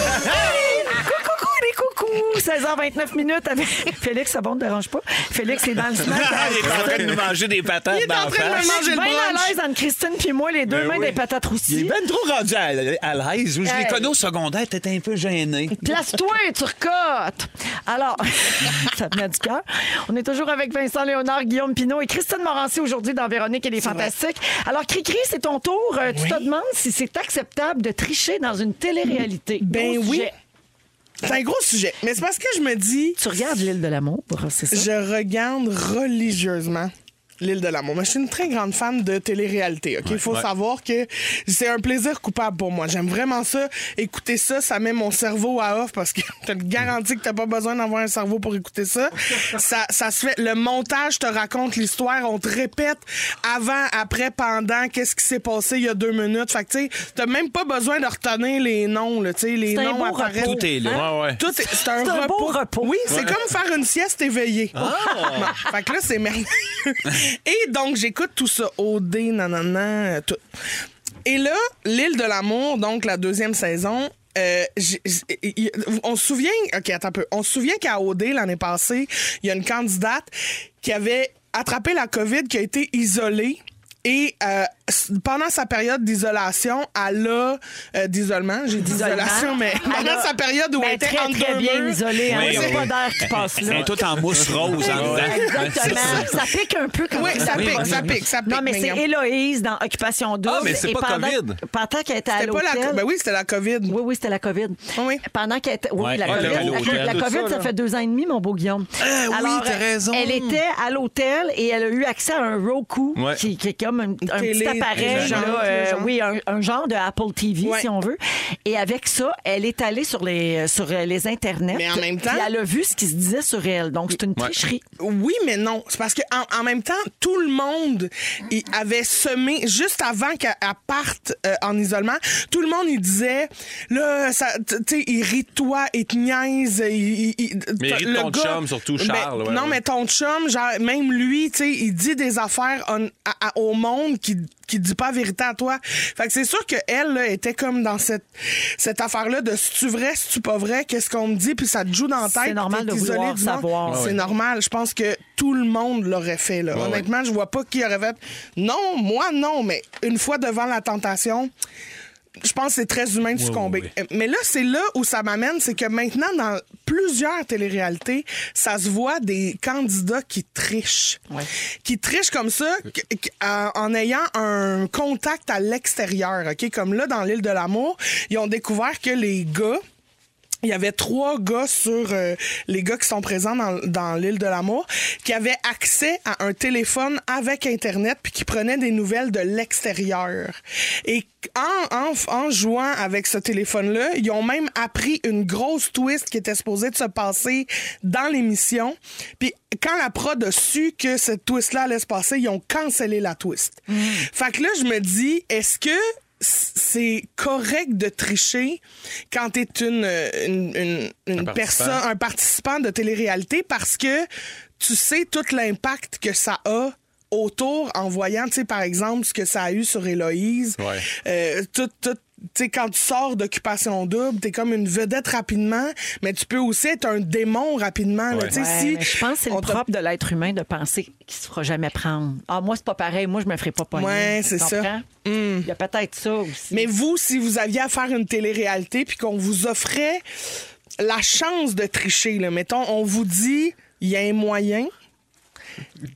Speaker 4: Coucou, coucou, les coucous. 16h29 minutes avec Félix, ça bon, te dérange pas? Félix est dans le
Speaker 7: Ah,
Speaker 4: snack.
Speaker 3: Ah, Il est en train de nous manger des patates
Speaker 7: Il est en
Speaker 3: d'en
Speaker 7: train de
Speaker 3: face.
Speaker 7: me manger
Speaker 4: J'ai
Speaker 7: le
Speaker 4: bien à
Speaker 7: brunch.
Speaker 4: l'aise, Anne-Christine puis moi,
Speaker 7: Ben
Speaker 4: les deux mains des patates
Speaker 3: Il est
Speaker 4: roussies.
Speaker 3: bien trop rendu à, à l'aise. Je
Speaker 4: Hey.
Speaker 3: les connais au secondaire, t'étais un peu gêné.
Speaker 4: Place-toi, Turcotte! Alors, ça venait du cœur. On est toujours avec Vincent Léonard, Guillaume Pinot et Christine Morancy aujourd'hui dans Véronique et les Fantastiques. Alors, Cricri, c'est ton tour. Euh, Tu te demandes si c'est acceptable de tricher dans une télé-réalité.
Speaker 7: Ben
Speaker 4: Gros
Speaker 7: oui.
Speaker 4: sujet.
Speaker 7: C'est un gros sujet. Mais c'est parce que je me dis,
Speaker 4: Tu regardes l'île de l'amour, c'est ça?
Speaker 7: je regarde religieusement. L'île de l'amour. Mais je suis une très grande fan de télé-réalité. OK? Il faut savoir que c'est un plaisir coupable pour moi. J'aime vraiment ça. Écouter ça, ça met mon cerveau à off parce que je te garantis que t'as pas besoin d'avoir un cerveau pour écouter ça. ça. Ça se fait. Le montage te raconte l'histoire. On te répète avant, après, pendant, qu'est-ce qui s'est passé il y a deux minutes. Fait que, tu sais, t'as même pas besoin de retenir les noms, là. Tu sais, les
Speaker 4: C'est un
Speaker 7: noms
Speaker 4: beau
Speaker 7: apparaissent.
Speaker 4: repos.
Speaker 3: Tout est là.
Speaker 5: Ouais, ouais.
Speaker 7: Tout est- c'est un,
Speaker 4: C'est un beau repos.
Speaker 7: Oui, c'est comme faire une sieste éveillée. Bon, fait que là, c'est merveilleux. Et donc, j'écoute tout ça. OD, nanana, euh, tout. Et là, L'île de l'amour, donc la deuxième saison, euh, j'ai- j'ai- y- y- on se souvient, OK, attends un peu. On se souvient qu'à OD, l'année passée, il y a une candidate qui avait attrapé la COVID, qui a été isolée. Et euh, s- pendant sa période d'isolation, elle a... euh, d'isolement, j'ai dit
Speaker 4: Isolement.
Speaker 7: isolation, mais
Speaker 4: Elle
Speaker 7: pendant
Speaker 4: a-
Speaker 7: sa période où
Speaker 4: Ben,
Speaker 7: elle était
Speaker 4: très,
Speaker 7: entre
Speaker 4: très
Speaker 7: deux
Speaker 4: bien
Speaker 7: murs,
Speaker 4: isolée. hein.
Speaker 3: Oui,
Speaker 4: Il n'y a
Speaker 3: oui.
Speaker 4: pas d'air qui passe là.
Speaker 3: Elle est toute en mousse rose en dedans.
Speaker 4: Exactement. Ça pique un peu quand
Speaker 7: Oui,
Speaker 4: même.
Speaker 7: ça pique, ça pique, ça pique.
Speaker 4: Non, mais c'est
Speaker 7: Mignon.
Speaker 4: Héloïse dans Occupation 12.
Speaker 5: Ah, mais c'est
Speaker 4: et
Speaker 5: pas
Speaker 4: pendant,
Speaker 5: COVID.
Speaker 4: Pendant qu'elle était à
Speaker 7: C'était pas
Speaker 4: l'hôtel.
Speaker 7: la co- Ben oui, c'était la COVID.
Speaker 4: Oui, oui, c'était la COVID.
Speaker 7: Ah oui.
Speaker 4: Pendant qu'elle était. Oui,
Speaker 3: Ouais,
Speaker 4: la
Speaker 3: elle
Speaker 4: COVID.
Speaker 3: était à
Speaker 4: La-
Speaker 3: l'hôtel,
Speaker 4: La,
Speaker 5: tout
Speaker 4: COVID,
Speaker 5: ça,
Speaker 4: ça
Speaker 5: là.
Speaker 4: fait deux ans et demi, mon beau Guillaume.
Speaker 7: Ah,
Speaker 5: oui,
Speaker 4: Alors,
Speaker 5: t'as raison.
Speaker 4: Elle était à l'hôtel et elle a eu accès à un Roku
Speaker 5: Ouais.
Speaker 4: qui, qui est comme un, un
Speaker 7: télé,
Speaker 4: petit pareil.
Speaker 7: Genre,
Speaker 4: là, euh,
Speaker 7: genre.
Speaker 4: oui, un, un genre de Apple TV,
Speaker 7: Ouais.
Speaker 4: si on veut. Et avec ça, elle est allée sur les, sur les internets.
Speaker 7: Mais en même temps-
Speaker 4: puis elle a vu ce qui se disait sur elle. Donc, c'est une
Speaker 5: Ouais.
Speaker 4: tricherie.
Speaker 7: Oui, mais non. C'est parce que en, en même temps, tout le monde il avait semé juste avant qu'elle elle parte euh, en isolement. Tout le monde il disait là, ça, tu tu sais, il rit de toi, il te niaise, il, il- il-
Speaker 5: Mais il rit de
Speaker 7: le
Speaker 5: ton chum, surtout,
Speaker 7: Mais-
Speaker 5: Charles, ouais,
Speaker 7: non,
Speaker 5: ouais.
Speaker 7: mais ton chum, genre, même lui, tu sais, il dit des affaires on- à- à- au monde qui qui dit pas la vérité à toi. Fait que c'est sûr que elle là, était comme dans cette cette affaire là de si tu vrai, si tu pas vrai, qu'est-ce qu'on me dit puis ça te joue dans la
Speaker 4: C'est
Speaker 7: tête.
Speaker 4: normal
Speaker 7: t'es
Speaker 4: de
Speaker 7: isolé
Speaker 4: vouloir
Speaker 7: du monde.
Speaker 4: savoir.
Speaker 7: C'est
Speaker 5: Ouais, ouais.
Speaker 7: normal. Je pense que tout le monde l'aurait fait. Là.
Speaker 5: Ouais,
Speaker 7: Honnêtement, je vois pas qui aurait fait. Non, moi non, mais une fois devant la tentation. Je pense que c'est très humain de succomber. Mais là, c'est là où ça m'amène, c'est que maintenant, dans plusieurs téléréalités, ça se voit des candidats qui trichent. Qui trichent comme ça
Speaker 5: Euh.
Speaker 7: qu- qu- en- en ayant un contact à l'extérieur. ok Comme là, dans l'île de l'amour, ils ont découvert que les gars il y avait trois gars sur euh, les gars qui sont présents dans, dans l'île de l'amour qui avaient accès à un téléphone avec internet puis qui prenaient des nouvelles de l'extérieur et en, en, en jouant avec ce téléphone là ils ont même appris une grosse twist qui était supposée de se passer dans l'émission puis quand la prod a su que cette twist là allait se passer ils ont cancellé la twist fait que là je me dis est-ce que c'est correct de tricher quand t'es une, une, une- une
Speaker 5: Un participant.
Speaker 7: personne, un participant de télé-réalité parce que tu sais tout l'impact que ça a autour en voyant, tu sais, par exemple, ce que ça a eu sur Héloïse.
Speaker 5: Ouais.
Speaker 7: Euh, tout, tout, tu sais, quand tu sors d'occupation double, t'es comme une vedette rapidement, mais tu peux aussi être un démon rapidement. là.
Speaker 5: Ouais.
Speaker 7: Tu sais,
Speaker 4: Ouais,
Speaker 7: si
Speaker 4: mais je pense que c'est
Speaker 7: on
Speaker 4: le
Speaker 7: t'a-
Speaker 4: propre de l'être humain de penser qu'il se fera jamais prendre. Ah, moi, c'est pas pareil. Moi, je me ferai pas pogner.
Speaker 7: Ouais,
Speaker 4: Tu
Speaker 7: c'est ça. Hmm.
Speaker 4: comprends? Il y a peut-être ça aussi.
Speaker 7: Mais vous, si vous aviez à faire une télé-réalité puis qu'on vous offrait la chance de tricher, là, mettons, on vous dit, il y a un moyen,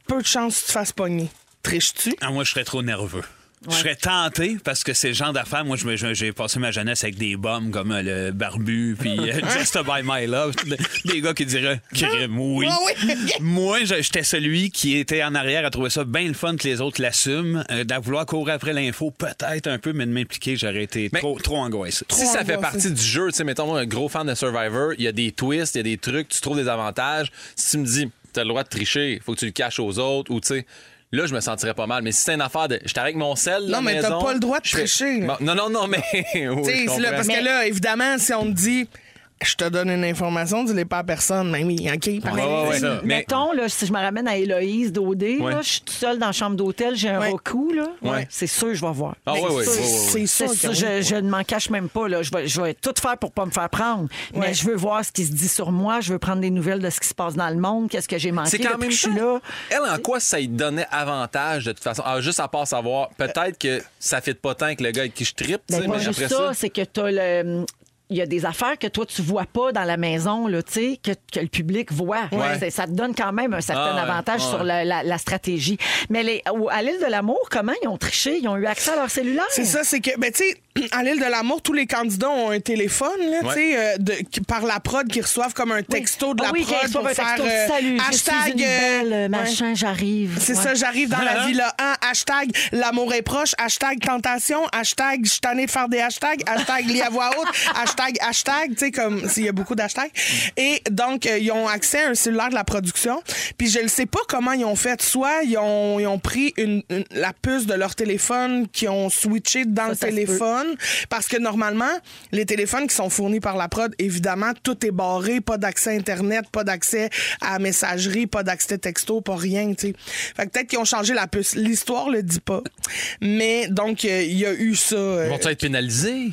Speaker 7: peu de chance que tu te fasses pogner. Triches-tu?
Speaker 3: Ah, moi, je serais trop nerveux. Je serais tenté parce que c'est le genre d'affaires. Moi, je me- je- j'ai passé ma jeunesse avec des bombes comme euh, le Barbu puis euh, Just by My Love. Des- Des gars qui diraient Crime, oui.
Speaker 7: Ah oui.
Speaker 3: Moi, je- j'étais celui qui était en arrière à trouver ça bien le fun que les autres l'assument. Euh, D'à vouloir courir après l'info, peut-être un peu, mais de m'impliquer, j'aurais été
Speaker 5: Mais-
Speaker 3: trop, trop angoissé.
Speaker 5: Si ça fait
Speaker 7: angoissé.
Speaker 5: partie du jeu, tu sais, mettons, moi, un gros fan de Survivor, il y a des twists, il y a des trucs, tu trouves des avantages. Si tu me dis, t'as le droit de tricher, faut que tu le caches aux autres, ou tu sais, là, je me sentirais pas mal. Mais si c'est une affaire de. J'étais avec mon sel.
Speaker 7: Non,
Speaker 5: la
Speaker 7: mais t'as
Speaker 5: maison,
Speaker 7: pas le droit de
Speaker 5: je fais-
Speaker 7: tricher, là.
Speaker 5: Bon, Non, non, non, mais. oui,
Speaker 7: Tu sais,
Speaker 5: je
Speaker 7: c'est là,
Speaker 5: comprends.
Speaker 7: parce que là, évidemment, si on te dit, je te donne une information, dis-les pas à personne, mais oui, OK, parfait.
Speaker 5: Ah Ouais, ouais, ouais. Mais-
Speaker 4: Mettons, là, si je me ramène à Héloïse Daudé,
Speaker 5: Ouais.
Speaker 4: là, je suis toute seule dans la chambre d'hôtel, j'ai un
Speaker 7: Ouais.
Speaker 4: recou, là.
Speaker 5: Ouais.
Speaker 4: C'est sûr, je vais voir.
Speaker 5: Ah, ouais, ouais, ouais,
Speaker 7: C'est-
Speaker 5: ouais, ouais.
Speaker 7: C'est
Speaker 4: C'est
Speaker 7: sûr
Speaker 4: ça,
Speaker 7: que oui.
Speaker 4: je, je ne m'en cache même pas. Là. Je, vais, je vais tout faire pour pas me faire prendre. Mais
Speaker 7: Ouais.
Speaker 4: je veux voir ce qui se dit sur moi. Je veux prendre des nouvelles de ce qui se passe dans le monde. Qu'est-ce que j'ai manqué
Speaker 5: C'est quand
Speaker 4: depuis
Speaker 5: même
Speaker 4: que je
Speaker 5: ça.
Speaker 4: suis là.
Speaker 5: Elle, en quoi ça lui donnait avantage de toute façon? Ah, juste à part savoir, peut-être que ça fit pas tant que le gars avec qui je tripe, tu sais,
Speaker 4: Ben, pas
Speaker 5: mais
Speaker 4: juste
Speaker 5: après
Speaker 4: ça,
Speaker 5: ça.
Speaker 4: c'est que t'as le. Il y a des affaires que toi, tu vois pas dans la maison, là, tu sais, que, que le public voit.
Speaker 5: Ouais.
Speaker 4: C'est- Ça te donne quand même un certain
Speaker 5: Ah ouais,
Speaker 4: avantage
Speaker 5: ouais.
Speaker 4: sur la, la- la stratégie. Mais les, au- à l'île de l'amour, comment ils ont triché? Ils ont eu accès à leur cellulaire?
Speaker 7: C'est ça, c'est que, ben, tu sais, à l'île de l'amour, tous les candidats ont un téléphone, là,
Speaker 5: Ouais.
Speaker 7: tu sais, euh, de- qui- par la prod, qui reçoivent comme un texto de
Speaker 4: Ah
Speaker 7: la
Speaker 4: oui, qu'ils
Speaker 7: prod
Speaker 4: reçoivent
Speaker 7: pour
Speaker 4: un
Speaker 7: faire
Speaker 4: texto,
Speaker 7: euh,
Speaker 4: Salut, je suis
Speaker 7: hashtag.
Speaker 4: une
Speaker 7: euh,
Speaker 4: belle,
Speaker 7: ouais.
Speaker 4: machin, j'arrive.
Speaker 7: C'est
Speaker 4: Ouais. Ah,
Speaker 7: ça, j'arrive dans la villa 1, hashtag l'amour est proche, hashtag tentation, hashtag je suis tannée de faire des hashtags, hashtag lis à voix haute, hashtag hashtag, tu sais, comme s'il y a beaucoup d'hashtags. Et donc, euh, ils ont accès à un cellulaire de la production. Puis je ne sais pas comment ils ont fait. Soit ils ont, ils ont pris une, une- la puce de leur téléphone, qui ont switché dans le
Speaker 4: ça se peut.
Speaker 7: téléphone. Parce que normalement, les téléphones qui sont fournis par la prod, évidemment, tout est barré, pas d'accès Internet, pas d'accès à la messagerie, pas d'accès texto, pas rien, tu sais. Fait que peut-être qu'ils ont changé la puce. L'histoire le dit pas. Mais donc, euh, il y a eu ça. euh,
Speaker 5: Vont-tu être pénalisés?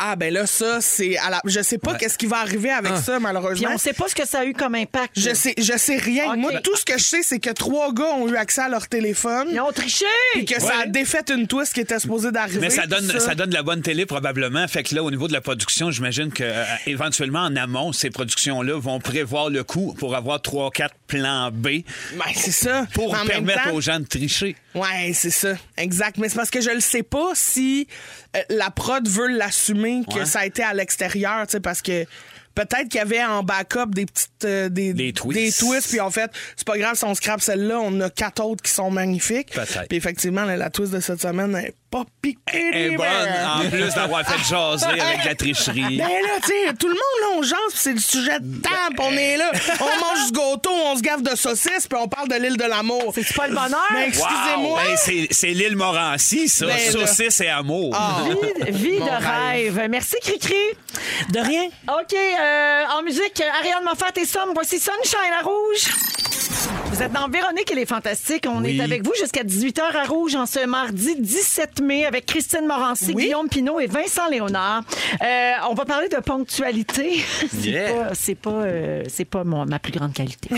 Speaker 7: ah, ben là, ça, c'est à la. Je sais pas qu'est-ce qui va arriver avec
Speaker 3: Ah.
Speaker 7: ça,
Speaker 4: Puis
Speaker 7: malheureusement.
Speaker 4: on sait pas ce que ça a eu comme impact.
Speaker 7: Je sais, je sais rien.
Speaker 4: Ok.
Speaker 7: Moi, tout ce que je sais, c'est que trois gars ont eu accès à leur téléphone.
Speaker 4: Ils ont triché!
Speaker 7: Puis que ça a défait une twist qui était supposée d'arriver.
Speaker 3: Mais ça donne,
Speaker 7: puis
Speaker 3: ça. donne de la bonne télé probablement. Fait que là, au niveau de la production, j'imagine que euh, éventuellement en amont, ces productions-là vont prévoir le coup pour avoir trois, quatre plans B
Speaker 7: Ben, c'est ça.
Speaker 3: pour
Speaker 7: Mais en même
Speaker 3: permettre
Speaker 7: temps-
Speaker 3: aux gens de tricher.
Speaker 7: Ouais, c'est ça. Exact. Mais c'est parce que je le sais pas si euh, la prod veut l'assumer que
Speaker 3: Ouais.
Speaker 7: ça a été à l'extérieur, tu sais, parce que peut-être qu'il y avait en backup des petites euh, des,
Speaker 3: Des twists.
Speaker 7: des twists puis en fait, c'est pas grave si on scrape celle-là, on a quatre autres qui sont magnifiques.
Speaker 3: Peut-être.
Speaker 7: Puis effectivement, la, la twist de cette semaine elle est pas piquée
Speaker 3: Elle est
Speaker 7: des
Speaker 3: bonne, hein.
Speaker 7: verres.
Speaker 3: en plus d'avoir fait jaser avec la tricherie.
Speaker 7: Ben là, tu sais, tout le monde, là, on jase, puis c'est le sujet de temps, puis on est là. On mange du gâteau, on se gave de saucisses, puis on parle de l'île de l'amour.
Speaker 4: C'est pas le bonheur?
Speaker 7: Mais
Speaker 3: Wow!
Speaker 7: excusez-moi.
Speaker 3: Ben, c'est- c'est l'île Morancy, ça.
Speaker 7: Ben, là. Ah.
Speaker 3: Saucisse et amour.
Speaker 4: Vie, vie de rêve. Merci, Cricri.
Speaker 7: de rien.
Speaker 4: OK, euh, en musique, euh, Ariane m'a fait et Somme. Voici Sunshine à Rouge. Vous êtes dans Véronique et les Fantastiques. On est avec vous jusqu'à 18h à Rouge en ce mardi 17 mai avec Christine Morancy,
Speaker 7: Oui.
Speaker 4: Guillaume Pinot et Vincent Léonard. Euh, on va parler de ponctualité. C'est
Speaker 5: Yeah.
Speaker 4: pas- c'est pas, euh, c'est pas mon- ma plus grande qualité.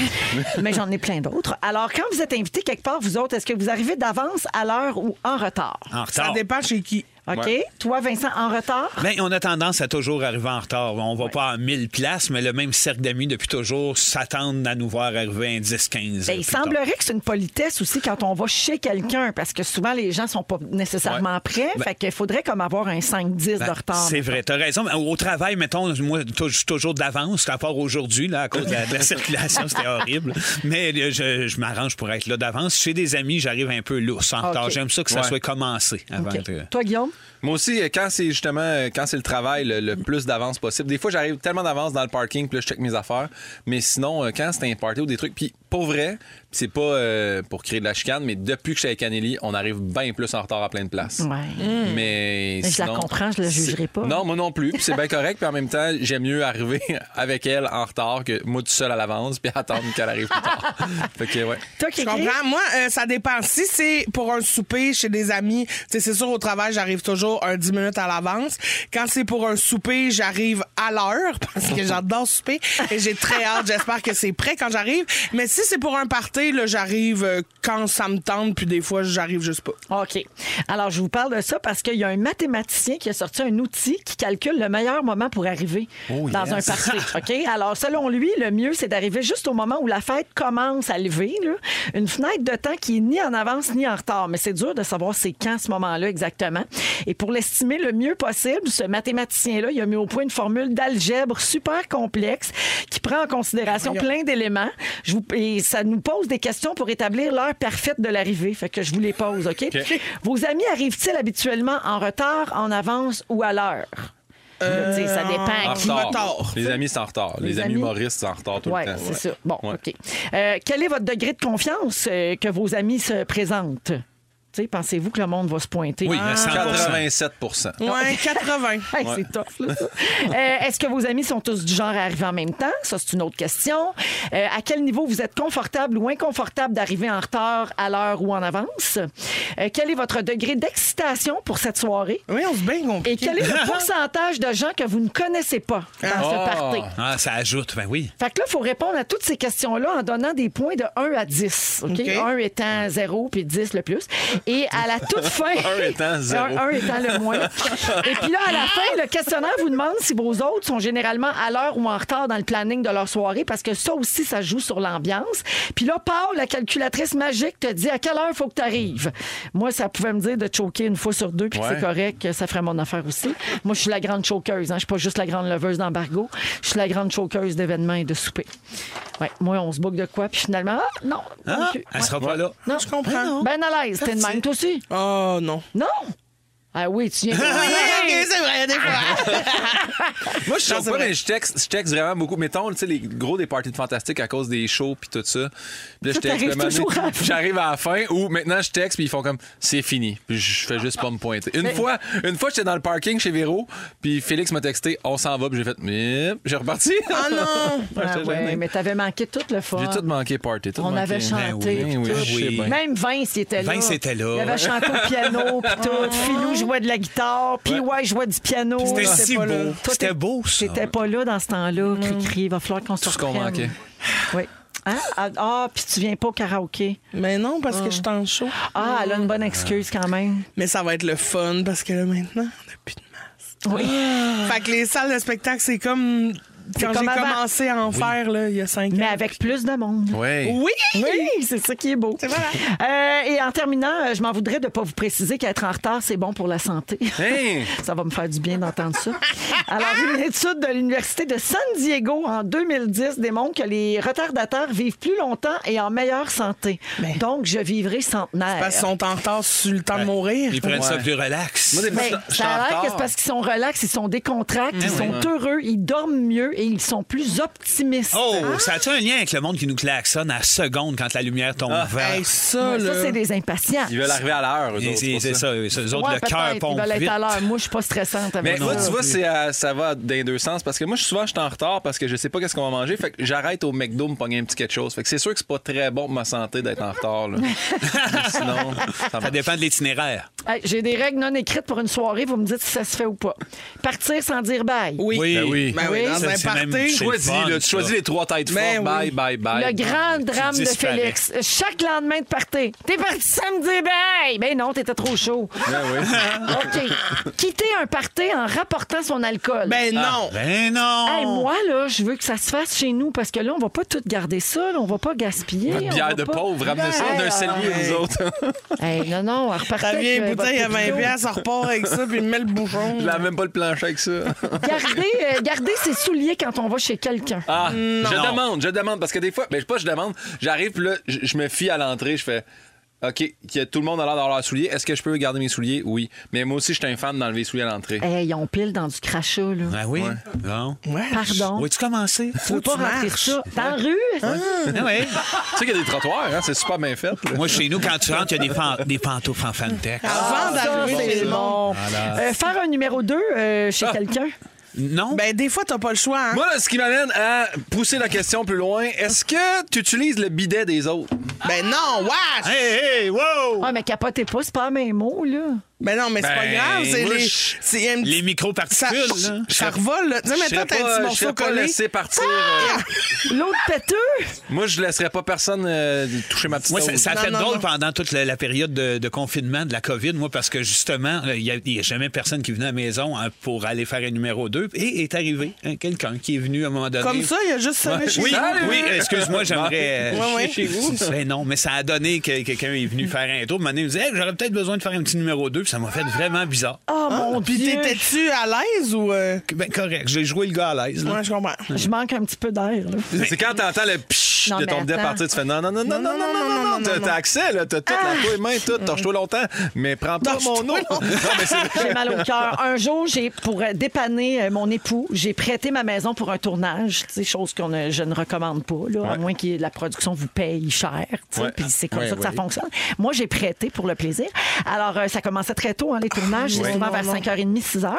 Speaker 4: Mais j'en ai plein d'autres. Alors, quand vous êtes invité quelque part, vous autres, est-ce que vous arrivez d'avance à l'heure ou en retard?
Speaker 3: En
Speaker 7: Ça
Speaker 3: retard.
Speaker 7: dépend chez qui.
Speaker 4: OK?
Speaker 5: Ouais.
Speaker 4: Toi, Vincent, en retard?
Speaker 3: Ben, on a tendance à toujours arriver en retard. On va pas à 1000 places, mais le même cercle d'amis depuis toujours s'attendent à nous voir arriver à 10, 15.
Speaker 4: Ben, il semblerait que c'est une politesse aussi quand on va chez quelqu'un, parce que souvent les gens sont pas nécessairement prêts.
Speaker 3: Ben-
Speaker 4: fait qu'il faudrait comme avoir un 5-10 de retard.
Speaker 3: C'est vrai, t'as raison. Mais Au travail, mettons, moi, tou- je suis toujours d'avance, à part aujourd'hui, là, à cause de la, de la circulation, c'était horrible. Mais euh, je, je m'arrange pour être là d'avance. Chez des amis, j'arrive un peu lousse en retard.
Speaker 4: Ok.
Speaker 3: J'aime ça que ça
Speaker 5: Ouais.
Speaker 3: soit commencé avant
Speaker 4: OK.
Speaker 3: de-
Speaker 4: Toi, Guillaume?
Speaker 5: Moi aussi, euh, quand c'est justement euh, quand c'est le travail, le, le plus d'avance possible. Des fois, j'arrive tellement d'avance dans le parking, puis là, je check mes affaires. Mais sinon, euh, quand c'est un party ou des trucs, puis pour vrai, puis c'est pas euh, pour créer de la chicane, mais depuis que je suis avec Anneli, on arrive bien plus en retard à plein de places.
Speaker 4: Ouais.
Speaker 5: Mais
Speaker 4: Mais je la
Speaker 5: sinon-
Speaker 4: comprends, je la jugerai
Speaker 5: c'est-
Speaker 4: pas.
Speaker 5: Non, moi non plus. Puis c'est bien correct. Puis en même temps, j'aime mieux arriver avec elle en retard que moi tout seul à l'avance, puis attendre qu'elle arrive plus tard. fait que, ouais.
Speaker 4: Toi,
Speaker 7: Je
Speaker 4: Kiki?
Speaker 7: comprends. Moi, euh, ça dépend. Si c'est pour un souper chez des amis, tu sais, c'est sûr, au travail, j'arrive toujours un 10 minutes à l'avance. Quand c'est pour un souper, j'arrive à l'heure parce que j'adore souper et j'ai très hâte. J'espère que c'est prêt quand j'arrive. Mais si c'est pour un party, là, j'arrive euh, quand ça me tente, puis des fois, j'arrive juste pas.
Speaker 4: OK. Alors, je vous parle de ça parce qu'il y a un mathématicien qui a sorti un outil qui calcule le meilleur moment pour arriver dans un party. OK? Alors, selon lui, le mieux, c'est d'arriver juste au moment où la fête commence à lever. là. Une fenêtre de temps qui est ni en avance ni en retard. Mais c'est dur de savoir c'est quand ce moment-là exactement. Et pour l'estimer le mieux possible, ce mathématicien-là, il a mis au point une formule d'algèbre super complexe qui prend en considération plein d'éléments. Je vous- Et ça nous pose des questions pour établir l'heure parfaite de l'arrivée. Fait que je vous les pose, OK? Vos amis arrivent-ils habituellement en retard, en avance ou à l'heure? Je veux dire, ça dépend
Speaker 5: Euh, En
Speaker 4: à qui.
Speaker 5: retard.
Speaker 7: retard.
Speaker 5: Les amis, c'est en retard. Les, amis
Speaker 4: amis-
Speaker 5: humoristes, c'est en retard tout
Speaker 4: Oui,
Speaker 5: le temps.
Speaker 4: c'est
Speaker 5: Ouais.
Speaker 4: ça. Bon,
Speaker 5: Ouais.
Speaker 4: OK. Euh, quel est votre degré de confiance euh, que vos amis se présentent? Tu sais, Pensez-vous que le monde va se pointer? Ah!
Speaker 3: Oui, mais 100
Speaker 5: 87
Speaker 7: Ouais, 80.
Speaker 4: Hey, C'est tough, là, ça. Euh, Est-ce que vos amis sont tous du genre à arriver en même temps? Ça, c'est une autre question. Euh, à quel niveau vous êtes confortable ou inconfortable d'arriver en retard, à l'heure ou en avance? Euh, quel est votre degré d'excitation pour cette soirée?
Speaker 7: Oui, on se bien compris.
Speaker 4: Et quel est le pourcentage de gens que vous ne connaissez pas dans ce
Speaker 5: Ah.
Speaker 4: party?
Speaker 3: Ah, ça ajoute, ben oui.
Speaker 4: Fait que là, il faut répondre à toutes ces questions-là en donnant des points de 1 à 10. OK?
Speaker 7: OK.
Speaker 4: 1 étant 0, puis 10 le plus. Et à la toute fin...
Speaker 5: 1 étant zéro.
Speaker 4: 1 étant le moins. Et puis là, à la fin, le questionnaire vous demande si vos autres sont généralement à l'heure ou en retard dans le planning de leur soirée, parce que ça aussi, ça joue sur l'ambiance. Puis là, Paul, la calculatrice magique, te dit à quelle heure faut que tu arrives. Moi, ça pouvait me dire de choquer une fois sur deux, puis que
Speaker 5: Ouais.
Speaker 4: c'est correct, que ça ferait mon affaire aussi. Moi, je suis la grande choqueuse. Hein. Je suis pas juste la grande leveuse d'embargo. Je suis la grande choqueuse d'événements et de souper. Ouais, moi, on se boucle de quoi, puis finalement, ah, non.
Speaker 3: Ah,
Speaker 4: ok.
Speaker 3: elle
Speaker 4: Ouais.
Speaker 3: sera pas là.
Speaker 4: Non.
Speaker 7: Je comprends.
Speaker 4: Ben à l'aise, t'es de même, toi aussi.
Speaker 7: Oh non.
Speaker 4: Non! Ah oui, tu viens de
Speaker 7: c'est vrai, des fois.
Speaker 5: Moi, je suis
Speaker 7: Non, c'est
Speaker 5: pas,
Speaker 7: vrai.
Speaker 5: mais je texte, je texte vraiment beaucoup. Mettons, tu sais, les gros des parties de fantastique à cause des shows puis tout ça. Puis là, je
Speaker 4: Ça,
Speaker 5: texte.
Speaker 4: t'arrives
Speaker 5: puis à un moment
Speaker 4: toujours
Speaker 5: donné,
Speaker 4: à la fin.
Speaker 5: J'arrive à la fin ou maintenant je texte puis ils font comme c'est fini. Puis je fais juste pas me pointer. Une fois, une fois, j'étais dans le parking chez Véro puis Félix m'a texté on s'en va puis j'ai fait Mip j'ai reparti.
Speaker 7: Ah non.
Speaker 4: Ah ouais, mais t'avais manqué tout le fun.
Speaker 5: J'ai tout manqué party. tout
Speaker 4: On
Speaker 5: manqué.
Speaker 4: avait chanté.
Speaker 5: Ben oui,
Speaker 4: tout.
Speaker 5: je sais bien.
Speaker 4: Même Vince, il était là.
Speaker 3: Vince était là.
Speaker 4: Il avait chanté au piano, puis tout. Philou jouait de la guitare, puis ouais, jouait du piano.
Speaker 3: C'était
Speaker 4: J'étais
Speaker 3: si
Speaker 4: pas
Speaker 3: beau.
Speaker 4: là. Toi,
Speaker 3: C'était
Speaker 4: t'es-
Speaker 3: beau, ça.
Speaker 4: T'étais pas là dans ce temps-là, cri-cri. Il va falloir qu'on se
Speaker 5: Tout ce qu'on
Speaker 4: reprenne.
Speaker 5: manquait.
Speaker 4: Oui. Hein? Ah, Ah, puis tu viens pas au karaoké.
Speaker 7: Mais non, parce que je t'en chaud.
Speaker 4: Ah, elle a une bonne excuse quand même.
Speaker 7: Mais ça va être le fun parce que là, maintenant, on n'a plus de masque.
Speaker 4: Oui.
Speaker 7: Fait que les salles de spectacle, c'est comme Quand j'ai
Speaker 4: comme avant.
Speaker 7: commencé à en faire, là, il y a cinq ans.
Speaker 4: Mais avec plus de monde.
Speaker 5: Ouais.
Speaker 7: Oui!
Speaker 4: Oui, c'est ça qui est beau.
Speaker 7: C'est vrai.
Speaker 4: Euh, et en terminant, euh, je m'en voudrais de ne pas vous préciser qu'être en retard, c'est bon pour la santé.
Speaker 5: Hein?
Speaker 4: Ça va me faire du bien d'entendre ça. Alors, une étude de l'Université de San Diego en 2010 démontre que les retardataires vivent plus longtemps et en meilleure santé.
Speaker 7: Ben.
Speaker 4: Donc, je vivrai centenaire.
Speaker 7: Parce qu'ils sont en retard sur le temps de mourir.
Speaker 3: Ils prennent ça
Speaker 5: Ouais.
Speaker 3: plus relax.
Speaker 5: Moi, des fois,
Speaker 4: Ben,
Speaker 5: je- je suis
Speaker 4: ça
Speaker 5: en
Speaker 4: a l'air que c'est
Speaker 5: retard.
Speaker 4: parce qu'ils sont relax, ils sont décontractés, ils sont heureux, ils dorment mieux et ils sont plus optimistes.
Speaker 3: Oh, ça a-tu un lien avec le monde qui nous klaxonne à seconde quand la lumière tombe vert?
Speaker 7: Hey, ça,
Speaker 4: Mais
Speaker 7: là.
Speaker 4: Ça, c'est des impatients.
Speaker 5: Ils veulent arriver à l'heure. Ah. eux
Speaker 3: Et
Speaker 5: autres,
Speaker 3: C'est
Speaker 5: pour
Speaker 3: c'est
Speaker 5: ça.
Speaker 3: ça, eux eux autres,
Speaker 4: Ouais,
Speaker 3: le cœur
Speaker 4: peut-être,
Speaker 3: pompe
Speaker 4: Ils veulent
Speaker 3: vite.
Speaker 4: être à l'heure. Moi, je suis pas stressante
Speaker 5: Mais
Speaker 4: avec
Speaker 5: moi,
Speaker 4: ça.
Speaker 5: tu vois, c'est, euh, ça va dans deux sens parce que moi, je suis souvent je suis en retard parce que je sais pas qu'est-ce qu'on va manger. Fait que j'arrête au McDo me pogner un petit quelque chose. Fait que c'est sûr que c'est pas très bon pour ma santé d'être en retard. là. Sinon, ça
Speaker 3: Ça
Speaker 5: va.
Speaker 3: dépend de l'itinéraire.
Speaker 4: Hey, J'ai des règles non écrites pour une soirée. Vous me dites si ça se fait ou pas. Partir sans dire bye.
Speaker 7: Oui.
Speaker 3: Oui.
Speaker 7: Ben
Speaker 3: Ben
Speaker 7: oui.
Speaker 3: oui.
Speaker 7: dans
Speaker 3: Ça,
Speaker 7: un
Speaker 3: c'est même
Speaker 7: party.
Speaker 5: Tu choisis,
Speaker 3: C'est le
Speaker 5: là,
Speaker 3: fun,
Speaker 5: tu choisis
Speaker 3: ça.
Speaker 5: les trois têtes
Speaker 7: Mais
Speaker 5: fortes.
Speaker 7: oui.
Speaker 5: Bye, bye,
Speaker 4: Ben
Speaker 5: bye.
Speaker 4: Le grand drame de
Speaker 3: disparais.
Speaker 4: Félix. Chaque lendemain de party. T'es parti samedi, bye! Ben non, t'étais trop chaud.
Speaker 5: Ben oui.
Speaker 4: OK. Quitter un party en rapportant son alcool.
Speaker 7: Ben non.
Speaker 3: Ben non!
Speaker 4: Hey, moi, là, je veux que ça se fasse chez nous parce que là, on va pas tout garder ça. là. on va pas gaspiller.
Speaker 5: Votre
Speaker 4: on va
Speaker 5: bière de
Speaker 4: pas-
Speaker 5: pauvre, ramenez ça
Speaker 4: Hey,
Speaker 5: d'un
Speaker 4: euh,
Speaker 5: cellier, nous autres.
Speaker 4: Hey, non, non, on repartait
Speaker 7: T'as
Speaker 4: avec,
Speaker 7: bien
Speaker 4: euh,
Speaker 7: une bouteille à
Speaker 4: votre
Speaker 7: 20
Speaker 4: Pepto.
Speaker 7: piastres, on repart avec ça, puis met le bouchon.
Speaker 5: Je lave même pas le plancher avec ça.
Speaker 4: Gardez, euh, gardez ses souliers quand on va chez quelqu'un.
Speaker 5: Ah, je
Speaker 3: Non.
Speaker 5: demande, je demande. Parce que des fois, ben, je sais pas, je demande, j'arrive, puis là, je, je me fie à l'entrée, je fais. OK, qu'il y a tout le monde a l'air d'avoir leurs souliers. Est-ce que je peux garder mes souliers? Oui. Mais moi aussi, je suis un fan d'enlever les souliers à l'entrée.
Speaker 4: Hey, on pile dans du crachat, là.
Speaker 3: Ben oui. Non.
Speaker 7: Ouais.
Speaker 4: Pardon.
Speaker 3: Veux-tu commencer?
Speaker 4: Tu veux pas
Speaker 7: tu
Speaker 4: rentrer
Speaker 7: marches.
Speaker 4: ça dans la rue?
Speaker 3: Ah ouais.
Speaker 5: tu sais qu'il y a des trottoirs, hein? c'est super bien fait. là.
Speaker 3: Moi, chez nous, quand tu rentres, il y a des, fan- des pantoufles en fantex.
Speaker 7: Avant
Speaker 4: Ah, Ça,
Speaker 7: d'arriver
Speaker 4: c'est
Speaker 7: chez nous.
Speaker 4: bon. Euh, faire un numéro 2 chez quelqu'un.
Speaker 3: Non?
Speaker 7: Ben, des fois, t'as pas le choix, hein.
Speaker 5: Moi, là, ce qui m'amène à pousser la question plus loin, est-ce que tu utilises le bidet des autres?
Speaker 7: Ben non,
Speaker 3: Hein?
Speaker 7: wesh!
Speaker 3: Hey, hey, wow!
Speaker 4: Ah, mais capotez pas, c'est pas un même mot, là.
Speaker 7: Ben non, mais c'est pas
Speaker 5: Ben,
Speaker 7: grave, c'est
Speaker 5: moi,
Speaker 7: les.
Speaker 5: je-
Speaker 7: C'est un
Speaker 3: Les
Speaker 7: petit- Ça,
Speaker 3: micro-particules, là.
Speaker 7: ça revole, là. Tu sais,
Speaker 5: Je
Speaker 7: mettons,
Speaker 5: serais
Speaker 7: t'as un
Speaker 5: pas-
Speaker 7: petit
Speaker 5: je serais
Speaker 7: morceau
Speaker 5: pas
Speaker 7: collé. Ah!
Speaker 5: laissé partir. euh,
Speaker 4: L'autre péteux?
Speaker 5: moi, je laisserais pas personne euh, toucher ma petite
Speaker 3: Moi, ça,
Speaker 5: hose.
Speaker 3: ça a
Speaker 7: Non,
Speaker 3: fait
Speaker 7: non,
Speaker 3: drôle
Speaker 7: non.
Speaker 3: pendant toute la, la période de, de confinement, de la COVID, moi, parce que justement, euh, il n'y a, jamais personne qui venait à la maison hein, pour aller faire un numéro 2. Et est arrivé hein, quelqu'un qui est venu à un moment donné.
Speaker 7: Comme ça, il y a juste ça, là, chez
Speaker 3: Oui,
Speaker 7: nous.
Speaker 5: Salut!
Speaker 3: oui, excuse-moi, j'aimerais.
Speaker 7: Ouais, ouais. Chez vous.
Speaker 3: Ben non, mais ça a donné que quelqu'un est venu faire un tour. Un moment donné, Il me dit Hey, j'aurais peut-être besoin de faire un petit numéro 2. Ça m'a fait vraiment bizarre.
Speaker 4: Oh mon
Speaker 7: Puis
Speaker 4: Dieu!
Speaker 7: t'étais-tu à l'aise ou. euh,
Speaker 3: Ben, correct, j'ai joué le gars à l'aise. là.
Speaker 7: Ouais, je comprends.
Speaker 4: Je manque un petit peu d'air, là.
Speaker 5: C'est quand t'entends le psh
Speaker 4: Non,
Speaker 5: de
Speaker 4: mais
Speaker 5: ton bidet
Speaker 4: attends.
Speaker 5: partir, tu fais non, non, non, non, non, non, non, non, non, t'as- t'as accès, là, t'as tout, la toi et main, tout, torche-toi longtemps, mais prends pas
Speaker 7: Torche-toi
Speaker 5: mon nom. Non, mais c'est
Speaker 4: J'ai mal au cœur. Un jour, j'ai pour euh, dépanner euh, mon époux, j'ai prêté ma maison pour un tournage, tu sais, chose que je ne recommande pas, là, à
Speaker 5: Ouais.
Speaker 4: moins que la production vous paye cher. tu sais,
Speaker 5: Ouais.
Speaker 4: Puis c'est comme
Speaker 5: Ouais,
Speaker 4: ça que ça
Speaker 5: ouais.
Speaker 4: fonctionne. Moi, j'ai prêté pour le plaisir. Alors, euh, ça commençait très tôt, hein, les tournages, c'est souvent vers 5h30, 6h.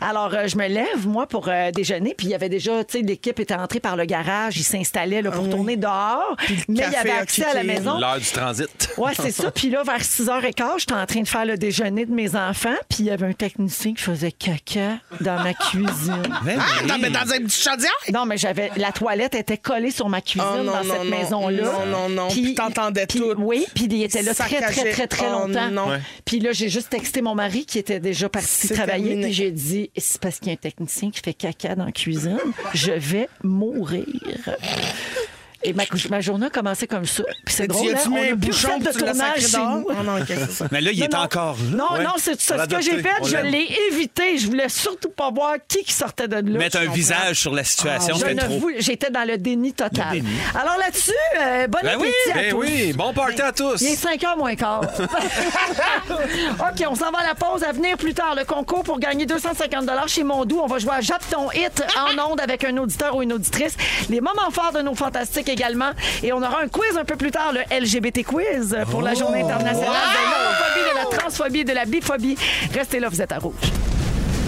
Speaker 4: Alors, euh, je me lève, moi, pour euh, déjeuner. Puis il y avait déjà, tu sais, l'équipe était entrée par le garage, ils s'installaient là, pour tourner dehors. Mais il y
Speaker 7: café
Speaker 4: avait
Speaker 7: à
Speaker 4: accès à la
Speaker 7: kicker.
Speaker 4: maison.
Speaker 5: L'heure du transit.
Speaker 4: Ouais, c'est ça. Puis là, vers 6h15, j'étais en train de faire le déjeuner de mes enfants. Puis il y avait un technicien qui faisait caca dans ma cuisine.
Speaker 3: Ben
Speaker 7: Ah,
Speaker 3: oui.
Speaker 7: attends, mais dans un petit chaudière?
Speaker 4: Non, mais j'avais la toilette était collée sur ma cuisine
Speaker 7: Oh non,
Speaker 4: dans
Speaker 7: non,
Speaker 4: cette
Speaker 7: non.
Speaker 4: maison-là.
Speaker 7: Non, non, non. Puis t'entendais
Speaker 4: puis-
Speaker 7: tout.
Speaker 4: Oui, puis il était là
Speaker 7: Ça
Speaker 4: très,
Speaker 7: cachait.
Speaker 4: très, très, très
Speaker 7: Oh
Speaker 4: longtemps.
Speaker 7: non. Ouais.
Speaker 4: Puis là, j'ai juste texté mon mari qui était déjà parti
Speaker 7: C'est
Speaker 4: travailler.
Speaker 7: terminé.
Speaker 4: Puis j'ai dit, c'est parce qu'il y a un technicien qui fait caca dans la cuisine. Je vais mourir. Et ma, cou- ma journée a commencé comme ça. Puis c'est
Speaker 7: Tu
Speaker 4: drôle,
Speaker 7: y as-tu
Speaker 4: hein?
Speaker 7: mis
Speaker 4: on
Speaker 7: un
Speaker 4: a plus
Speaker 7: bouchon
Speaker 4: fait
Speaker 7: pour
Speaker 4: de
Speaker 7: tu l'as
Speaker 4: tournage
Speaker 7: sacré
Speaker 4: chez
Speaker 7: dehors?
Speaker 4: nous.
Speaker 7: Ah non, ok, c'est ça.
Speaker 3: Mais là, il
Speaker 4: Non,
Speaker 3: est
Speaker 4: non.
Speaker 3: encore là.
Speaker 4: Non,
Speaker 5: Ouais.
Speaker 4: non, c'est c'est
Speaker 5: On l'a
Speaker 4: ce que j'ai
Speaker 5: adopté.
Speaker 4: fait.
Speaker 5: On
Speaker 4: Je
Speaker 5: l'aime.
Speaker 4: l'ai évité. Je voulais surtout pas voir qui qui sortait de là.
Speaker 3: Mettre
Speaker 4: Je
Speaker 3: un
Speaker 4: comprends.
Speaker 3: visage sur la situation,
Speaker 4: Ah, Je
Speaker 3: c'était
Speaker 4: ne
Speaker 3: trop.
Speaker 4: voulais- J'étais dans le déni total.
Speaker 3: Le déni.
Speaker 4: Alors là-dessus, euh, bon
Speaker 3: Ben oui,
Speaker 4: appétit à
Speaker 5: Ben
Speaker 4: tous.
Speaker 5: oui, bon party à tous.
Speaker 4: Il est 5 h moins quart. OK, on s'en va à la pause. À venir plus tard, le concours pour gagner 250 chez Mondou. On va jouer à Jappe ton hit en onde avec un auditeur ou une auditrice. Les moments forts de nos fantastiques également. Et on aura un quiz un peu plus tard, le LGBT quiz pour la Journée internationale de l'homophobie, de la transphobie, et de la biphobie. Restez là, vous êtes à rouge.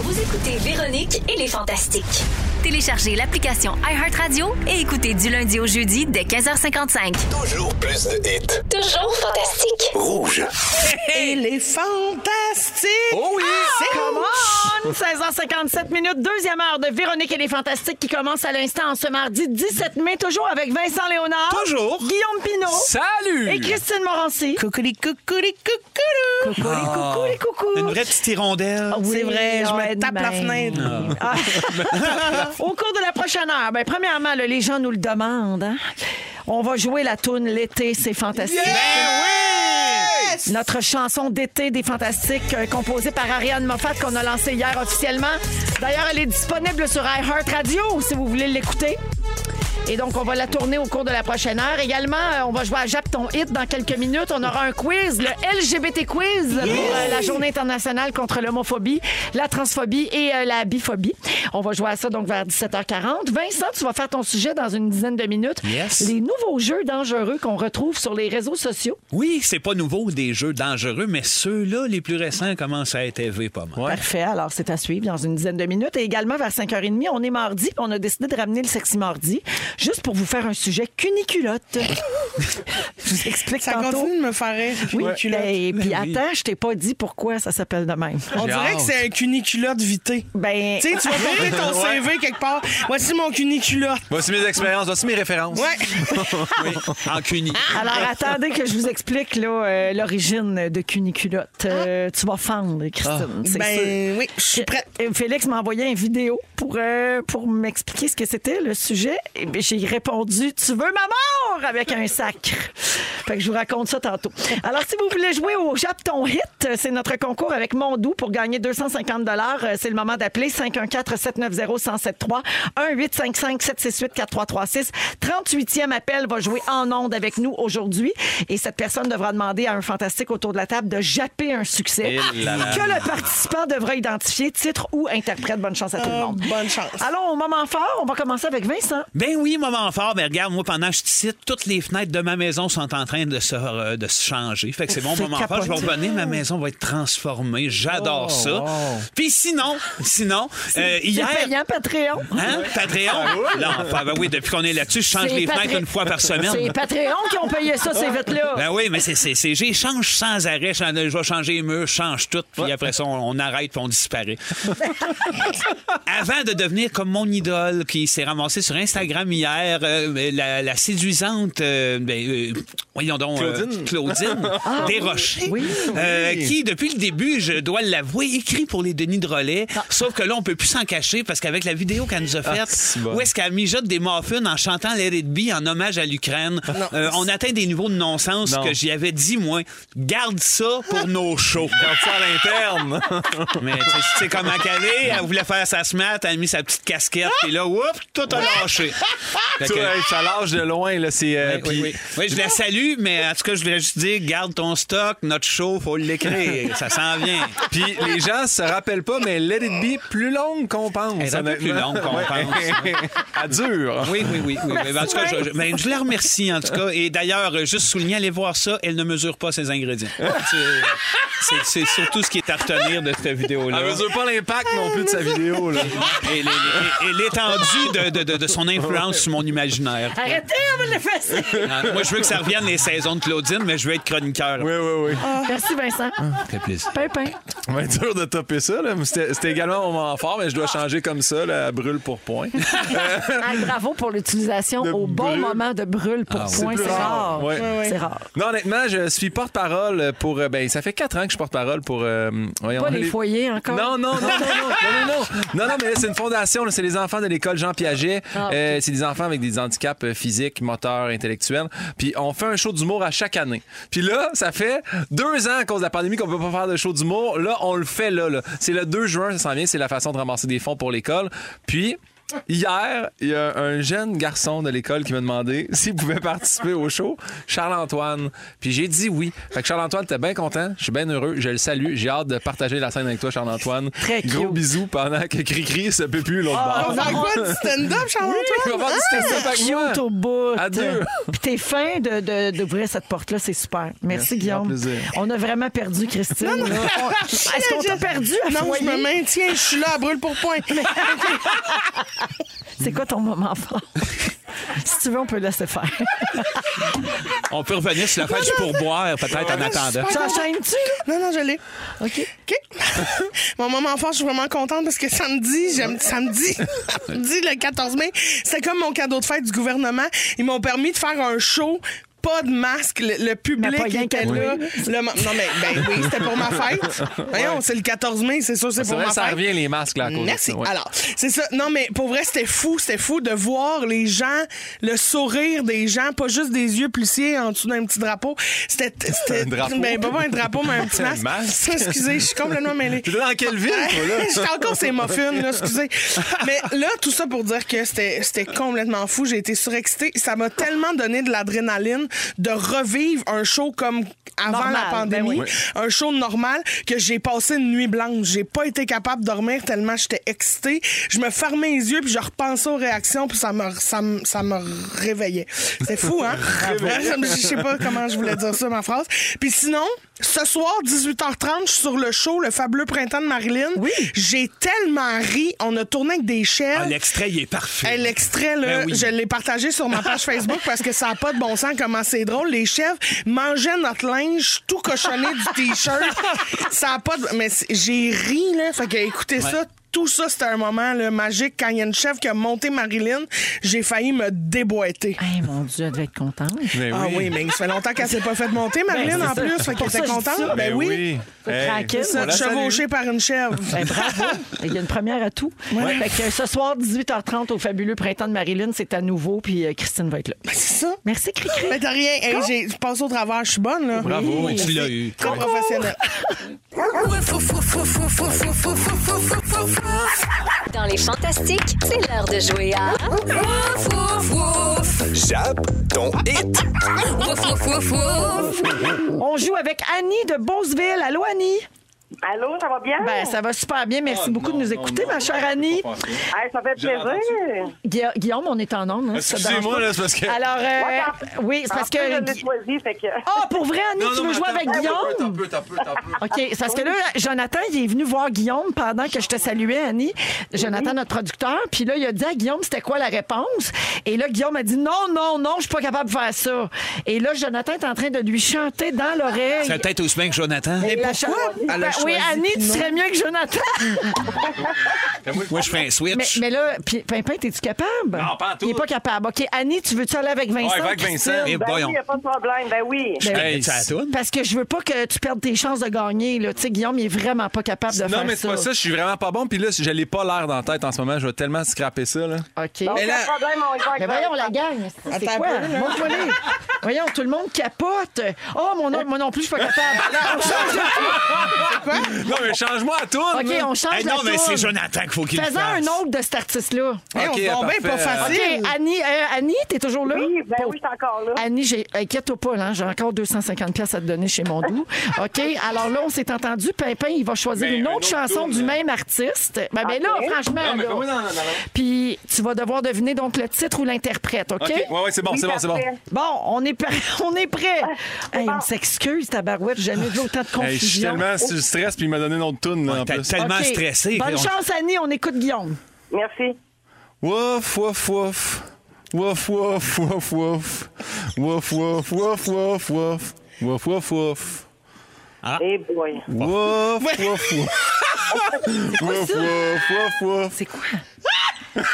Speaker 2: Vous écoutez Véronique et les Fantastiques.
Speaker 1: Téléchargez l'application iHeartRadio et écoutez du lundi au jeudi dès 15h55.
Speaker 8: Toujours plus de hits.
Speaker 2: Toujours fantastique.
Speaker 8: Rouge.
Speaker 7: Et les fantastiques!
Speaker 5: Oh oui!
Speaker 7: C'est
Speaker 4: Come on! 16h57 minutes, deuxième heure de Véronique et les Fantastiques qui commence à l'instant en ce mardi 17 mai, toujours avec Vincent Léonard.
Speaker 5: Toujours.
Speaker 4: Guillaume Pinot.
Speaker 5: Salut!
Speaker 4: Et Christine Morancy.
Speaker 7: Coucou, coucou, coucou!
Speaker 4: coucous, les coucous, les coucous.
Speaker 3: Une vraie petite hirondelle.
Speaker 4: Ah oui,
Speaker 7: C'est vrai, je me
Speaker 4: ouais,
Speaker 7: tape la
Speaker 4: ben.
Speaker 7: fenêtre.
Speaker 4: Ah. Au cours de la prochaine heure, ben, premièrement, là, les gens nous le demandent. hein. On va jouer la toune l'été, c'est fantastique. Ben
Speaker 7: Yes!
Speaker 4: Notre chanson d'été des Fantastiques, euh, composée par Ariane Moffat, qu'on a lancée hier officiellement. D'ailleurs, elle est disponible sur iHeartRadio, si vous voulez l'écouter. Et donc, on va la tourner au cours de la prochaine heure. Également, euh, on va jouer à Jacques ton hit dans quelques minutes. On aura un quiz, le LGBT quiz pour euh, la journée internationale contre l'homophobie, la transphobie et euh, la biphobie. On va jouer à ça donc vers 17h40. Vincent, tu vas faire ton sujet dans une dizaine de minutes.
Speaker 3: Yes.
Speaker 4: Les nouveaux jeux dangereux qu'on retrouve sur les réseaux sociaux.
Speaker 3: Oui, c'est pas nouveau des jeux dangereux, mais ceux-là, les plus récents, commencent à être élevés pas mal.
Speaker 4: Parfait. Alors, c'est à suivre dans une dizaine de minutes. Et également, vers 5h30, on est mardi. puis On a décidé de ramener le sexy mardi juste pour vous faire un sujet cuniculotte. Je vous explique
Speaker 7: Ça
Speaker 4: tantôt.
Speaker 7: continue de me faire rire.
Speaker 4: Oui,
Speaker 7: Cuniculotte.
Speaker 4: et Ben puis attends, je t'ai pas dit pourquoi ça s'appelle de même.
Speaker 7: On dirait que c'est un cuniculotte vité.
Speaker 4: Ben,
Speaker 7: Tu sais, tu vas porter ton CV quelque part. Voici mon cuniculotte.
Speaker 5: Voici mes expériences, voici mes références.
Speaker 7: Ouais.
Speaker 3: Oui, en cuni.
Speaker 4: alors attendez que je vous explique là, euh, l'origine de cuniculotte. Euh, tu vas fendre, Christine. c'est sûr.
Speaker 7: Ben oui, je suis prête.
Speaker 4: Euh, Félix m'a envoyé une vidéo pour, euh, pour m'expliquer ce que c'était, le sujet. Et ben, j'ai répondu Tu veux ma mort avec un sacre. Fait que je vous raconte ça tantôt. Alors, si vous voulez jouer au Japton Hit, euh, c'est notre concours avec Mondou pour gagner 250 Euh, C'est le moment d'appeler 514-790-1073, 1-855-768-4336. 38e appel va jouer en onde avec nous aujourd'hui. Et cette personne devra demander à un fantastique autour de la table de japper un succès
Speaker 3: Et là là.
Speaker 4: que le participant devra identifier titre ou interprète. Bonne chance à tout le monde.
Speaker 7: Euh, bonne chance.
Speaker 4: Allons au moment fort. On va commencer avec Vincent.
Speaker 3: Ben oui, moment fort, mais regarde, moi, pendant que je suis ici, toutes les fenêtres de ma maison sont en train de se, euh, de se changer. Fait que c'est bon
Speaker 4: C'est
Speaker 3: moment fort. Je vais
Speaker 4: capoté. Oh,
Speaker 3: revenir, ma maison va être transformée. J'adore ça. Puis sinon, sinon, euh, hier.
Speaker 4: C'est payant Patreon.
Speaker 3: Hein? Patreon? Non, enfin, ben oui, depuis qu'on est là-dessus, je change
Speaker 4: C'est
Speaker 3: les fenêtres
Speaker 4: Patreon.
Speaker 3: une fois par
Speaker 4: C'est
Speaker 3: semaine.
Speaker 4: Patreon qui ont payé ça, ces vêtements-là.
Speaker 3: Ben oui, mais c'est, c'est, c'est- j'échange sans arrêt. Je je vais changer les murs, je change tout, puis après ça, on, on arrête puis on disparaît. Avant de devenir comme mon idole qui s'est ramassée sur Instagram hier, euh, la, la séduisante, euh, ben, euh, voyons donc, euh,
Speaker 5: Claudine. Ah,
Speaker 3: Claudine Desrochers, euh, qui, depuis le début, je dois l'avouer, écrit pour les Denis de Relais,
Speaker 5: Ah.
Speaker 3: sauf que là, on peut plus s'en cacher parce qu'avec la vidéo qu'elle nous a faite,
Speaker 5: c'est bon.
Speaker 3: où est-ce qu'elle mijote des muffins en chantant Let It Be en hommage à l'Ukraine, euh, on atteint des niveaux de non-sens
Speaker 5: Non.
Speaker 3: que j'y avais dit, moi. Garde ça pour nos shows.
Speaker 5: Garde ça à l'interne.
Speaker 3: Mais tu sais- tu sais comment qu'elle est, elle voulait faire sa smat, elle a mis sa petite casquette, puis là, oups, tout a lâché. Fait que-
Speaker 5: Toi, hein. hey, ça lâche de loin, là, c'est. euh,
Speaker 3: Oui, oui,
Speaker 5: puis-
Speaker 3: oui. Oui, je la salue, mais en tout cas, je voulais juste dire, garde ton stock, notre show, faut l'écrire, ça s'en vient.
Speaker 5: Puis les gens se rappellent pas, mais Let It Be, plus longue qu'on pense.
Speaker 3: Elle est un peu plus
Speaker 5: honnêtement.
Speaker 3: longue qu'on
Speaker 5: Ouais.
Speaker 3: pense. hein.
Speaker 5: Elle dure.
Speaker 3: Oui, oui, oui. oui. Mais en tout cas, je, je- ben, je la remercie, en tout cas. Et d'ailleurs, euh, juste souligner, allez voir ça, elle ne mesure pas ses ingrédients. C'est- c'est- C'est surtout ce qui est à retenir de cette vidéo-là.
Speaker 5: Elle mesure pas l'impact non plus de sa vidéo. Là.
Speaker 3: Et l'- et- et l'étendue de, de- de- de son influence sur mon imaginaire.
Speaker 4: Arrêtez, on va l'effacer.
Speaker 3: Ah, Moi, je veux que ça revienne les saisons de Claudine, mais je veux être chroniqueur.
Speaker 5: Oui, oui, oui.
Speaker 4: Merci, Vincent.
Speaker 7: Ah.
Speaker 3: Très plaisir.
Speaker 4: Pimpin.
Speaker 5: Ça va être dur de topper ça. là. C'était c'était également un moment fort, mais je
Speaker 3: Ah.
Speaker 5: dois changer comme ça. Là, à brûle pour point.
Speaker 4: Ah, bravo pour l'utilisation
Speaker 5: De
Speaker 4: au bon
Speaker 5: brûle.
Speaker 4: moment de brûle pour point.
Speaker 5: plus
Speaker 4: C'est
Speaker 5: rare.
Speaker 4: rare.
Speaker 5: Ouais. Ouais,
Speaker 4: C'est rare.
Speaker 5: Non, honnêtement, je suis porte-parole pour. euh, Ben, ça fait quatre ans que je suis porte-parole pour. euh, voyons,
Speaker 4: Pas les foyers encore?
Speaker 5: Non, non, non, non, non, non, non, non, non, non, mais là, c'est une fondation. là, C'est les enfants de l'école Jean Piaget.
Speaker 4: Ah,
Speaker 5: Euh, c'est des enfants avec des handicaps euh, physiques, moteurs, intellectuels. Puis on fait un show d'humour à chaque année. Puis là, ça fait deux ans à cause de la pandémie qu'on peut pas faire de show d'humour. Là, on le fait là. là. C'est le 2 juin, ça s'en vient. C'est la façon de ramasser des fonds pour l'école. Puis. Hier, il y a un jeune garçon de l'école qui m'a demandé s'il pouvait participer au show, Charles-Antoine. Puis j'ai dit oui. Fait que Charles-Antoine était bien content, je suis bien heureux, je le salue, j'ai hâte de partager la scène avec toi, Charles-Antoine.
Speaker 4: Très cute.
Speaker 5: Gros bisous pendant que Cricri se peut plus l'autre
Speaker 7: On
Speaker 5: bord.
Speaker 7: va faire quoi du stand-up,
Speaker 5: Tu vas
Speaker 7: Charles-Antoine?
Speaker 5: faire du stand-up avec moi.
Speaker 4: Cute au bout.
Speaker 5: À deux.
Speaker 4: Puis t'es fin de- de- d'ouvrir cette porte-là, c'est super. Merci, Guillaume.
Speaker 5: grand plaisir.
Speaker 4: On a vraiment perdu Christine. là. On- Est-ce qu'on t'a perdu à
Speaker 7: Non, je
Speaker 4: foyer?
Speaker 7: me maintiens, je suis là à brûle pour point.
Speaker 4: C'est quoi ton moment fort? si tu veux, on peut laisser faire.
Speaker 3: On peut revenir sur la fête du pourboire, peut-être,
Speaker 7: Ah,
Speaker 3: en attendant.
Speaker 4: T'enchaînes-tu? là?
Speaker 7: Non, non, je l'ai.
Speaker 4: OK.
Speaker 7: OK. Mon moment fort, je suis vraiment contente parce que samedi, j'aime samedi, samedi le 14 mai, c'était comme mon cadeau de fête du gouvernement. Ils m'ont permis de faire un show pas de masque. Le, le public
Speaker 4: Mais pas rien
Speaker 7: était
Speaker 4: qu'à
Speaker 7: là. Le ma- non, mais ben oui, c'était pour ma fête. Voyons, c'est le 14 mai, c'est sûr, c'est
Speaker 5: Ah, C'est
Speaker 7: pour
Speaker 5: vrai,
Speaker 7: ma
Speaker 5: ça
Speaker 7: fête.
Speaker 5: revient les masques là à cause de
Speaker 7: Merci.
Speaker 5: ça, ouais.
Speaker 7: Alors, c'est ça. Non, mais pour vrai, c'était fou. C'était fou de voir les gens, le sourire des gens, pas juste des yeux plissés en dessous d'un petit drapeau. C'était. c'était-
Speaker 5: Un drapeau.
Speaker 7: Ben, pas un drapeau, mais un petit
Speaker 5: Un
Speaker 7: masque.
Speaker 5: masque.
Speaker 7: Excusez, je suis complètement mêlée.
Speaker 5: T'étais dans quelle ville, toi, là?
Speaker 7: Je suis encore ces muffins, là, excusez. Mais là, tout ça pour dire que c'était c'était complètement fou. J'ai été surexcitée. Ça m'a tellement donné de l'adrénaline de revivre un show comme avant
Speaker 4: Normal,
Speaker 7: la
Speaker 4: ben
Speaker 7: pandémie
Speaker 4: oui.
Speaker 7: un show normal que j'ai passé une nuit blanche. J'ai pas été capable de dormir tellement j'étais excitée. Je me fermais les yeux puis je repensais aux réactions puis ça me ça me, ça me réveillait. C'est fou hein. je sais pas comment je voulais dire ça ma phrase. Puis sinon, ce soir 18h30, je suis sur le show le fabuleux printemps de Marilyn.
Speaker 4: Oui.
Speaker 7: J'ai tellement ri, on a tourné avec des chairs.
Speaker 3: Ah, L'extrait, il est parfait.
Speaker 7: Hey, L'extrait, là,
Speaker 3: Ben oui.
Speaker 7: je l'ai partagé sur ma page Facebook parce que ça n'a pas de bon sens comment c'est drôle. Les chefs mangeaient notre linge tout cochonné du T-shirt. Ça n'a pas de... Mais c'est- j'ai ri, là. Fait que, écoutez ça. Tout ça, c'était un moment là, magique. Quand il y a une chef qui a monté Marilyn, j'ai failli me déboîter.
Speaker 4: Hey, mon Dieu, elle devait être contente.
Speaker 5: Mais
Speaker 7: Ah oui,
Speaker 5: Ben oui.
Speaker 7: mais ça fait longtemps qu'elle s'est pas fait monter, Marilyn, en plus. Fait qu'elle
Speaker 4: pour ça
Speaker 7: était
Speaker 4: que je dis
Speaker 7: contente.
Speaker 4: ça.
Speaker 7: Ben oui.
Speaker 4: Faut craquer.
Speaker 7: C'est ça,
Speaker 5: On la salue.
Speaker 7: chevauchée par une chèvre.
Speaker 4: Ben, bravo! Il y a une première à tout. Fait que ce soir, 18h30, au fabuleux printemps de Marilyn, c'est à nouveau, puis euh, Christine va être là.
Speaker 7: C'est ça.
Speaker 4: Merci, Cricri.
Speaker 7: Mais Ben, t'as rien. Hey, j'ai passé au travers, je suis bonne, là.
Speaker 5: Bravo.
Speaker 3: Ah, Tu l'as eu.
Speaker 7: Très professionnelle.
Speaker 2: Dans les fantastiques, c'est l'heure de jouer à Wouf wouf wouf.
Speaker 8: Jap, ton hit.
Speaker 2: Wouf wouf wouf wouf.
Speaker 4: On joue avec Annie de Beauceville. Allô, Annie?
Speaker 9: Allô, ça va bien?
Speaker 4: Ben, ça va super bien.
Speaker 5: Ah,
Speaker 4: Merci beaucoup de nous écouter, ma chère Annie.
Speaker 9: Hey, ça fait plaisir.
Speaker 4: Gui- Guillaume, on est en onde. hein, ça te dérange
Speaker 5: Excusez-moi,
Speaker 4: pas?
Speaker 5: là, c'est parce que.
Speaker 4: Alors, euh,
Speaker 9: Ouais, en-
Speaker 4: oui, c'est parce
Speaker 9: en plus, Je l'ai
Speaker 4: que...
Speaker 9: choisi, fait que...
Speaker 4: Ah, pour vrai, Annie, tu veux
Speaker 5: mais
Speaker 4: jouer
Speaker 5: attends,
Speaker 4: avec
Speaker 5: attends,
Speaker 4: Guillaume?
Speaker 5: attends, attends, attends, attends, attends.
Speaker 4: OK, c'est parce que là, Jonathan, il est venu voir Guillaume pendant que je te saluais, Annie. Jonathan, notre producteur. Puis là, il a dit à Guillaume, c'était quoi la réponse? Et là, Guillaume a dit, non, non, non, je suis pas capable de faire ça. Et là, Jonathan est en train de lui chanter dans l'oreille.
Speaker 3: C'est peut-être aussi bien que Jonathan.
Speaker 4: Et la chan-
Speaker 7: Elle a
Speaker 4: Ben oui,
Speaker 7: choisi
Speaker 4: Annie, tu
Speaker 7: non.
Speaker 4: serais mieux que Jonathan.
Speaker 3: Moi, je fais un switch.
Speaker 4: mais, mais là, puis, Pimpin, es-tu capable?
Speaker 5: Non, pas en tout.
Speaker 4: Il est pas capable. OK, Annie, tu veux-tu aller avec Vincent?
Speaker 5: Ouais, va avec
Speaker 4: Christine?
Speaker 5: Vincent.
Speaker 3: Eh,
Speaker 9: Ben oui,
Speaker 3: voyons.
Speaker 9: y a pas de problème, ben oui.
Speaker 4: Ben oui.
Speaker 5: Hey,
Speaker 3: ça tourne.
Speaker 4: Parce que je veux pas que tu perdes tes chances de gagner. Là. Tu sais, Guillaume, il est vraiment pas capable de faire
Speaker 5: Non, mais c'est pas ça, je suis vraiment pas bon. Puis là, je l'ai pas l'air dans la tête en ce moment. Je vais tellement scraper ça, là.
Speaker 4: OK.
Speaker 7: là-
Speaker 9: Bon, pas de problème, on y va avec
Speaker 4: Mais voyons, la gang, c'est
Speaker 7: Attends
Speaker 4: quoi?
Speaker 7: un peu, là.
Speaker 4: Montre-moi les. Voyons, tout le monde capote. Oh, mon nom, moi non plus, je suis pas capable. On change de tour.
Speaker 5: Non, mais change-moi à tout.
Speaker 4: OK, on change
Speaker 3: Hey,
Speaker 4: la
Speaker 3: non, mais
Speaker 4: tourne.
Speaker 3: c'est Jonathan qu'il faut qu'il le
Speaker 4: Faisons un
Speaker 3: fasse.
Speaker 4: autre de cet artiste-là.
Speaker 7: Hey, Eh, on
Speaker 5: Ok,
Speaker 7: se tombe bien,
Speaker 5: parfait.
Speaker 7: pas facile.
Speaker 4: OK, Annie, euh, Annie, t'es toujours là?
Speaker 9: Oui, ben
Speaker 4: Bon.
Speaker 9: oui, je suis encore là.
Speaker 4: Annie, j'ai- euh, inquiète-toi pas, là, j'ai encore 250 pièces à te donner chez mon doux. OK, alors là, on s'est entendu. Pimpin, il va choisir
Speaker 5: Ben,
Speaker 4: une
Speaker 5: un
Speaker 4: autre,
Speaker 5: autre
Speaker 4: chanson
Speaker 5: tour,
Speaker 4: du
Speaker 5: là.
Speaker 4: même artiste. Ben, ben là, franchement,
Speaker 5: Non, mais
Speaker 4: là.
Speaker 5: fais-moi dans- dans- dans-
Speaker 4: Puis tu vas devoir deviner donc le titre ou l'interprète,
Speaker 5: OK, ouais, ouais, c'est bon,
Speaker 9: Oui,
Speaker 5: c'est bon, c'est bon.
Speaker 9: parfait.
Speaker 4: Bon, on est, par- on est prêt. Hey, on s'excuse, tabarouette, j'ai jamais vu autant de confusion.
Speaker 5: Hey, je suis tellement sur le stress, puis il m'a donné une autre toune, là, en
Speaker 3: T'es
Speaker 5: plus.
Speaker 3: tellement
Speaker 4: OK.
Speaker 3: stressé.
Speaker 4: Bonne
Speaker 3: On-
Speaker 4: chance, Annie, on écoute Guillaume.
Speaker 9: Merci.
Speaker 5: Wouf, wouf, wouf. Wouf, wouf, wouf, wouf. Wouf, wouf, wouf, wouf, wouf. Wouf, wouf, wouf.
Speaker 4: Ah.
Speaker 9: Eh boy.
Speaker 5: Wouf, wouf, wouf. Wouf, wouf, wouf, wouf.
Speaker 4: C'est quoi?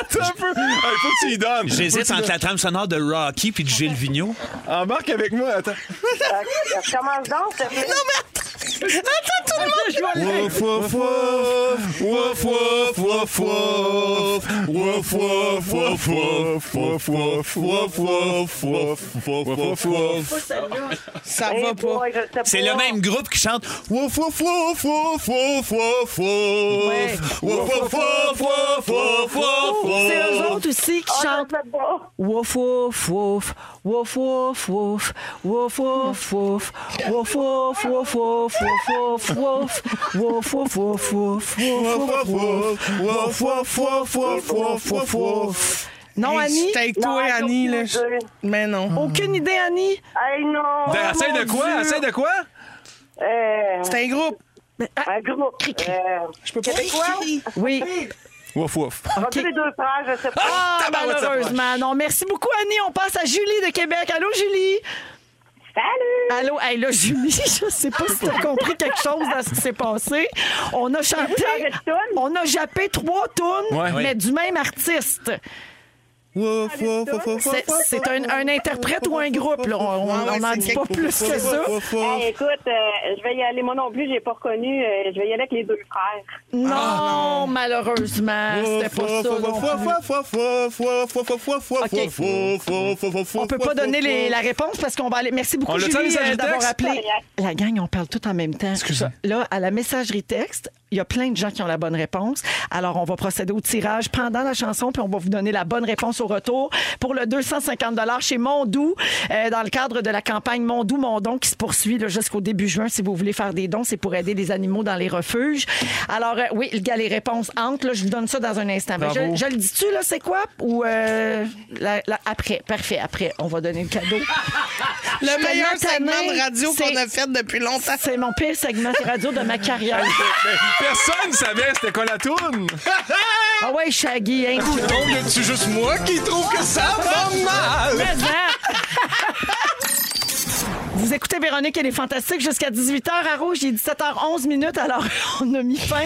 Speaker 5: Attends un peu. Hey, faut que tu y donnes.
Speaker 3: J'hésite entre la trame sonore de Rocky puis de Gilles Vigneault.
Speaker 5: Embarque avec moi, attends.
Speaker 9: Je commence donc, s'il te plaît.
Speaker 5: Wouf, wouf, wouf. Wouf, wouf, wouf, wouf. Wouf, wouf, wouf, wouf. Wouf, wouf, wouf, wouf. Wouf, wouf, wouf, wouf.
Speaker 7: Ça
Speaker 9: Eh
Speaker 7: va pas.
Speaker 9: boy, je sais
Speaker 3: C'est
Speaker 9: pas.
Speaker 3: le même groupe qui chante
Speaker 5: Wouf, wouf, wouf, wouf, wouf, wouf, wouf. Wouf, wouf, wouf, wouf, wouf, wouf, wouf.
Speaker 4: C'est eux autres aussi qui
Speaker 9: Ah, je
Speaker 4: chantent.
Speaker 9: sais pas.
Speaker 4: Wouf, wouf, wouf, wouf, wouf, wouf, wouf, wouf, wouf, wouf, wouf, wouf, wouf, wouf, wouf, wouf, wouf, wouf, wouf, wouf, wouf, wouf,
Speaker 5: Wouf, wouf, wouf, wouf, wouf, wouf, wouf.
Speaker 4: Non,
Speaker 7: Hey,
Speaker 4: Annie?
Speaker 7: j'étais avec
Speaker 9: Non,
Speaker 7: toi,
Speaker 9: elle doit
Speaker 7: Annie.
Speaker 9: nous
Speaker 7: Là.
Speaker 9: dire.
Speaker 7: Mais non.
Speaker 4: Aucune idée, Annie?
Speaker 9: Hey, non.
Speaker 5: Ben, essaye de quoi? Essaye de quoi?
Speaker 9: Euh,
Speaker 7: C'est un groupe.
Speaker 9: un groupe. Euh,
Speaker 7: Je peux pas.
Speaker 9: Québécois?
Speaker 4: Oui.
Speaker 5: Wouf, wouf.
Speaker 9: Rendu les deux frères, je sais pas.
Speaker 4: Ah,
Speaker 5: tabarouette, ça
Speaker 4: malheureusement. Non, merci beaucoup, Annie. On passe à Julie de Québec. Allô, Julie?
Speaker 9: Salut!
Speaker 4: Allô? Hey, là, Julie, je sais pas si t'as compris quelque chose dans ce qui s'est passé. On a chanté,
Speaker 9: Changer de toune?
Speaker 4: on a jappé trois tunes,
Speaker 5: Ouais.
Speaker 4: mais du même artiste.
Speaker 3: Wouf, wouf, wouf, wouf,
Speaker 4: C'est-
Speaker 3: wouf,
Speaker 4: C'est un, un interprète ou un groupe, là. On
Speaker 7: Ouais, ouais,
Speaker 4: n'en
Speaker 7: c'est
Speaker 4: dit
Speaker 7: quelque
Speaker 4: pas plus que
Speaker 3: wouf, wouf,
Speaker 4: ça.
Speaker 3: wouf, wouf.
Speaker 9: Hey, écoute, euh, je vais y aller. Moi non plus, j'ai pas reconnu. euh, je vais y aller avec les deux frères.
Speaker 4: Non, malheureusement, c'était pas ça. non plus. On peut pas donner les- la réponse parce qu'on va aller. Merci beaucoup,
Speaker 5: On le
Speaker 4: Julie,
Speaker 5: tient, les
Speaker 4: euh,
Speaker 5: messages
Speaker 4: d'avoir
Speaker 5: textes?
Speaker 4: appelé. La gang, on parle tout en même temps. Là, à la messagerie texte, il y a plein de gens qui ont la bonne réponse. Alors, on va procéder au tirage pendant la chanson, puis on va vous donner la bonne réponse au retour pour le 250 chez Mondou, euh, dans le cadre de la campagne Mondou Mondon qui se poursuit là, jusqu'au début juin. Si vous voulez faire des dons, c'est pour aider les animaux dans les refuges. Alors, euh, oui, le gars, les réponses entrent. là. je vous donne ça dans un instant. Mais
Speaker 5: Bravo.
Speaker 4: je, je le dis-tu, là, c'est quoi? Ou euh, la- la- après, parfait, après, on va donner le cadeau. Je suis
Speaker 7: Le meilleur
Speaker 4: tellement
Speaker 7: segment
Speaker 4: tannée,
Speaker 7: de radio
Speaker 4: c'est-
Speaker 7: qu'on a fait depuis longtemps.
Speaker 4: C'est mon pire segment de radio de ma carrière.
Speaker 5: Mais Personne savait c'était quoi la toune.
Speaker 4: Ah ouais, Shaggy, hein?
Speaker 5: Donc, y a-tu juste moi qui trouve que ça va mal?
Speaker 4: Vous écoutez Véronique, elle est fantastique jusqu'à 18h à Rouge. Il est 17h11 minutes, alors on a mis fin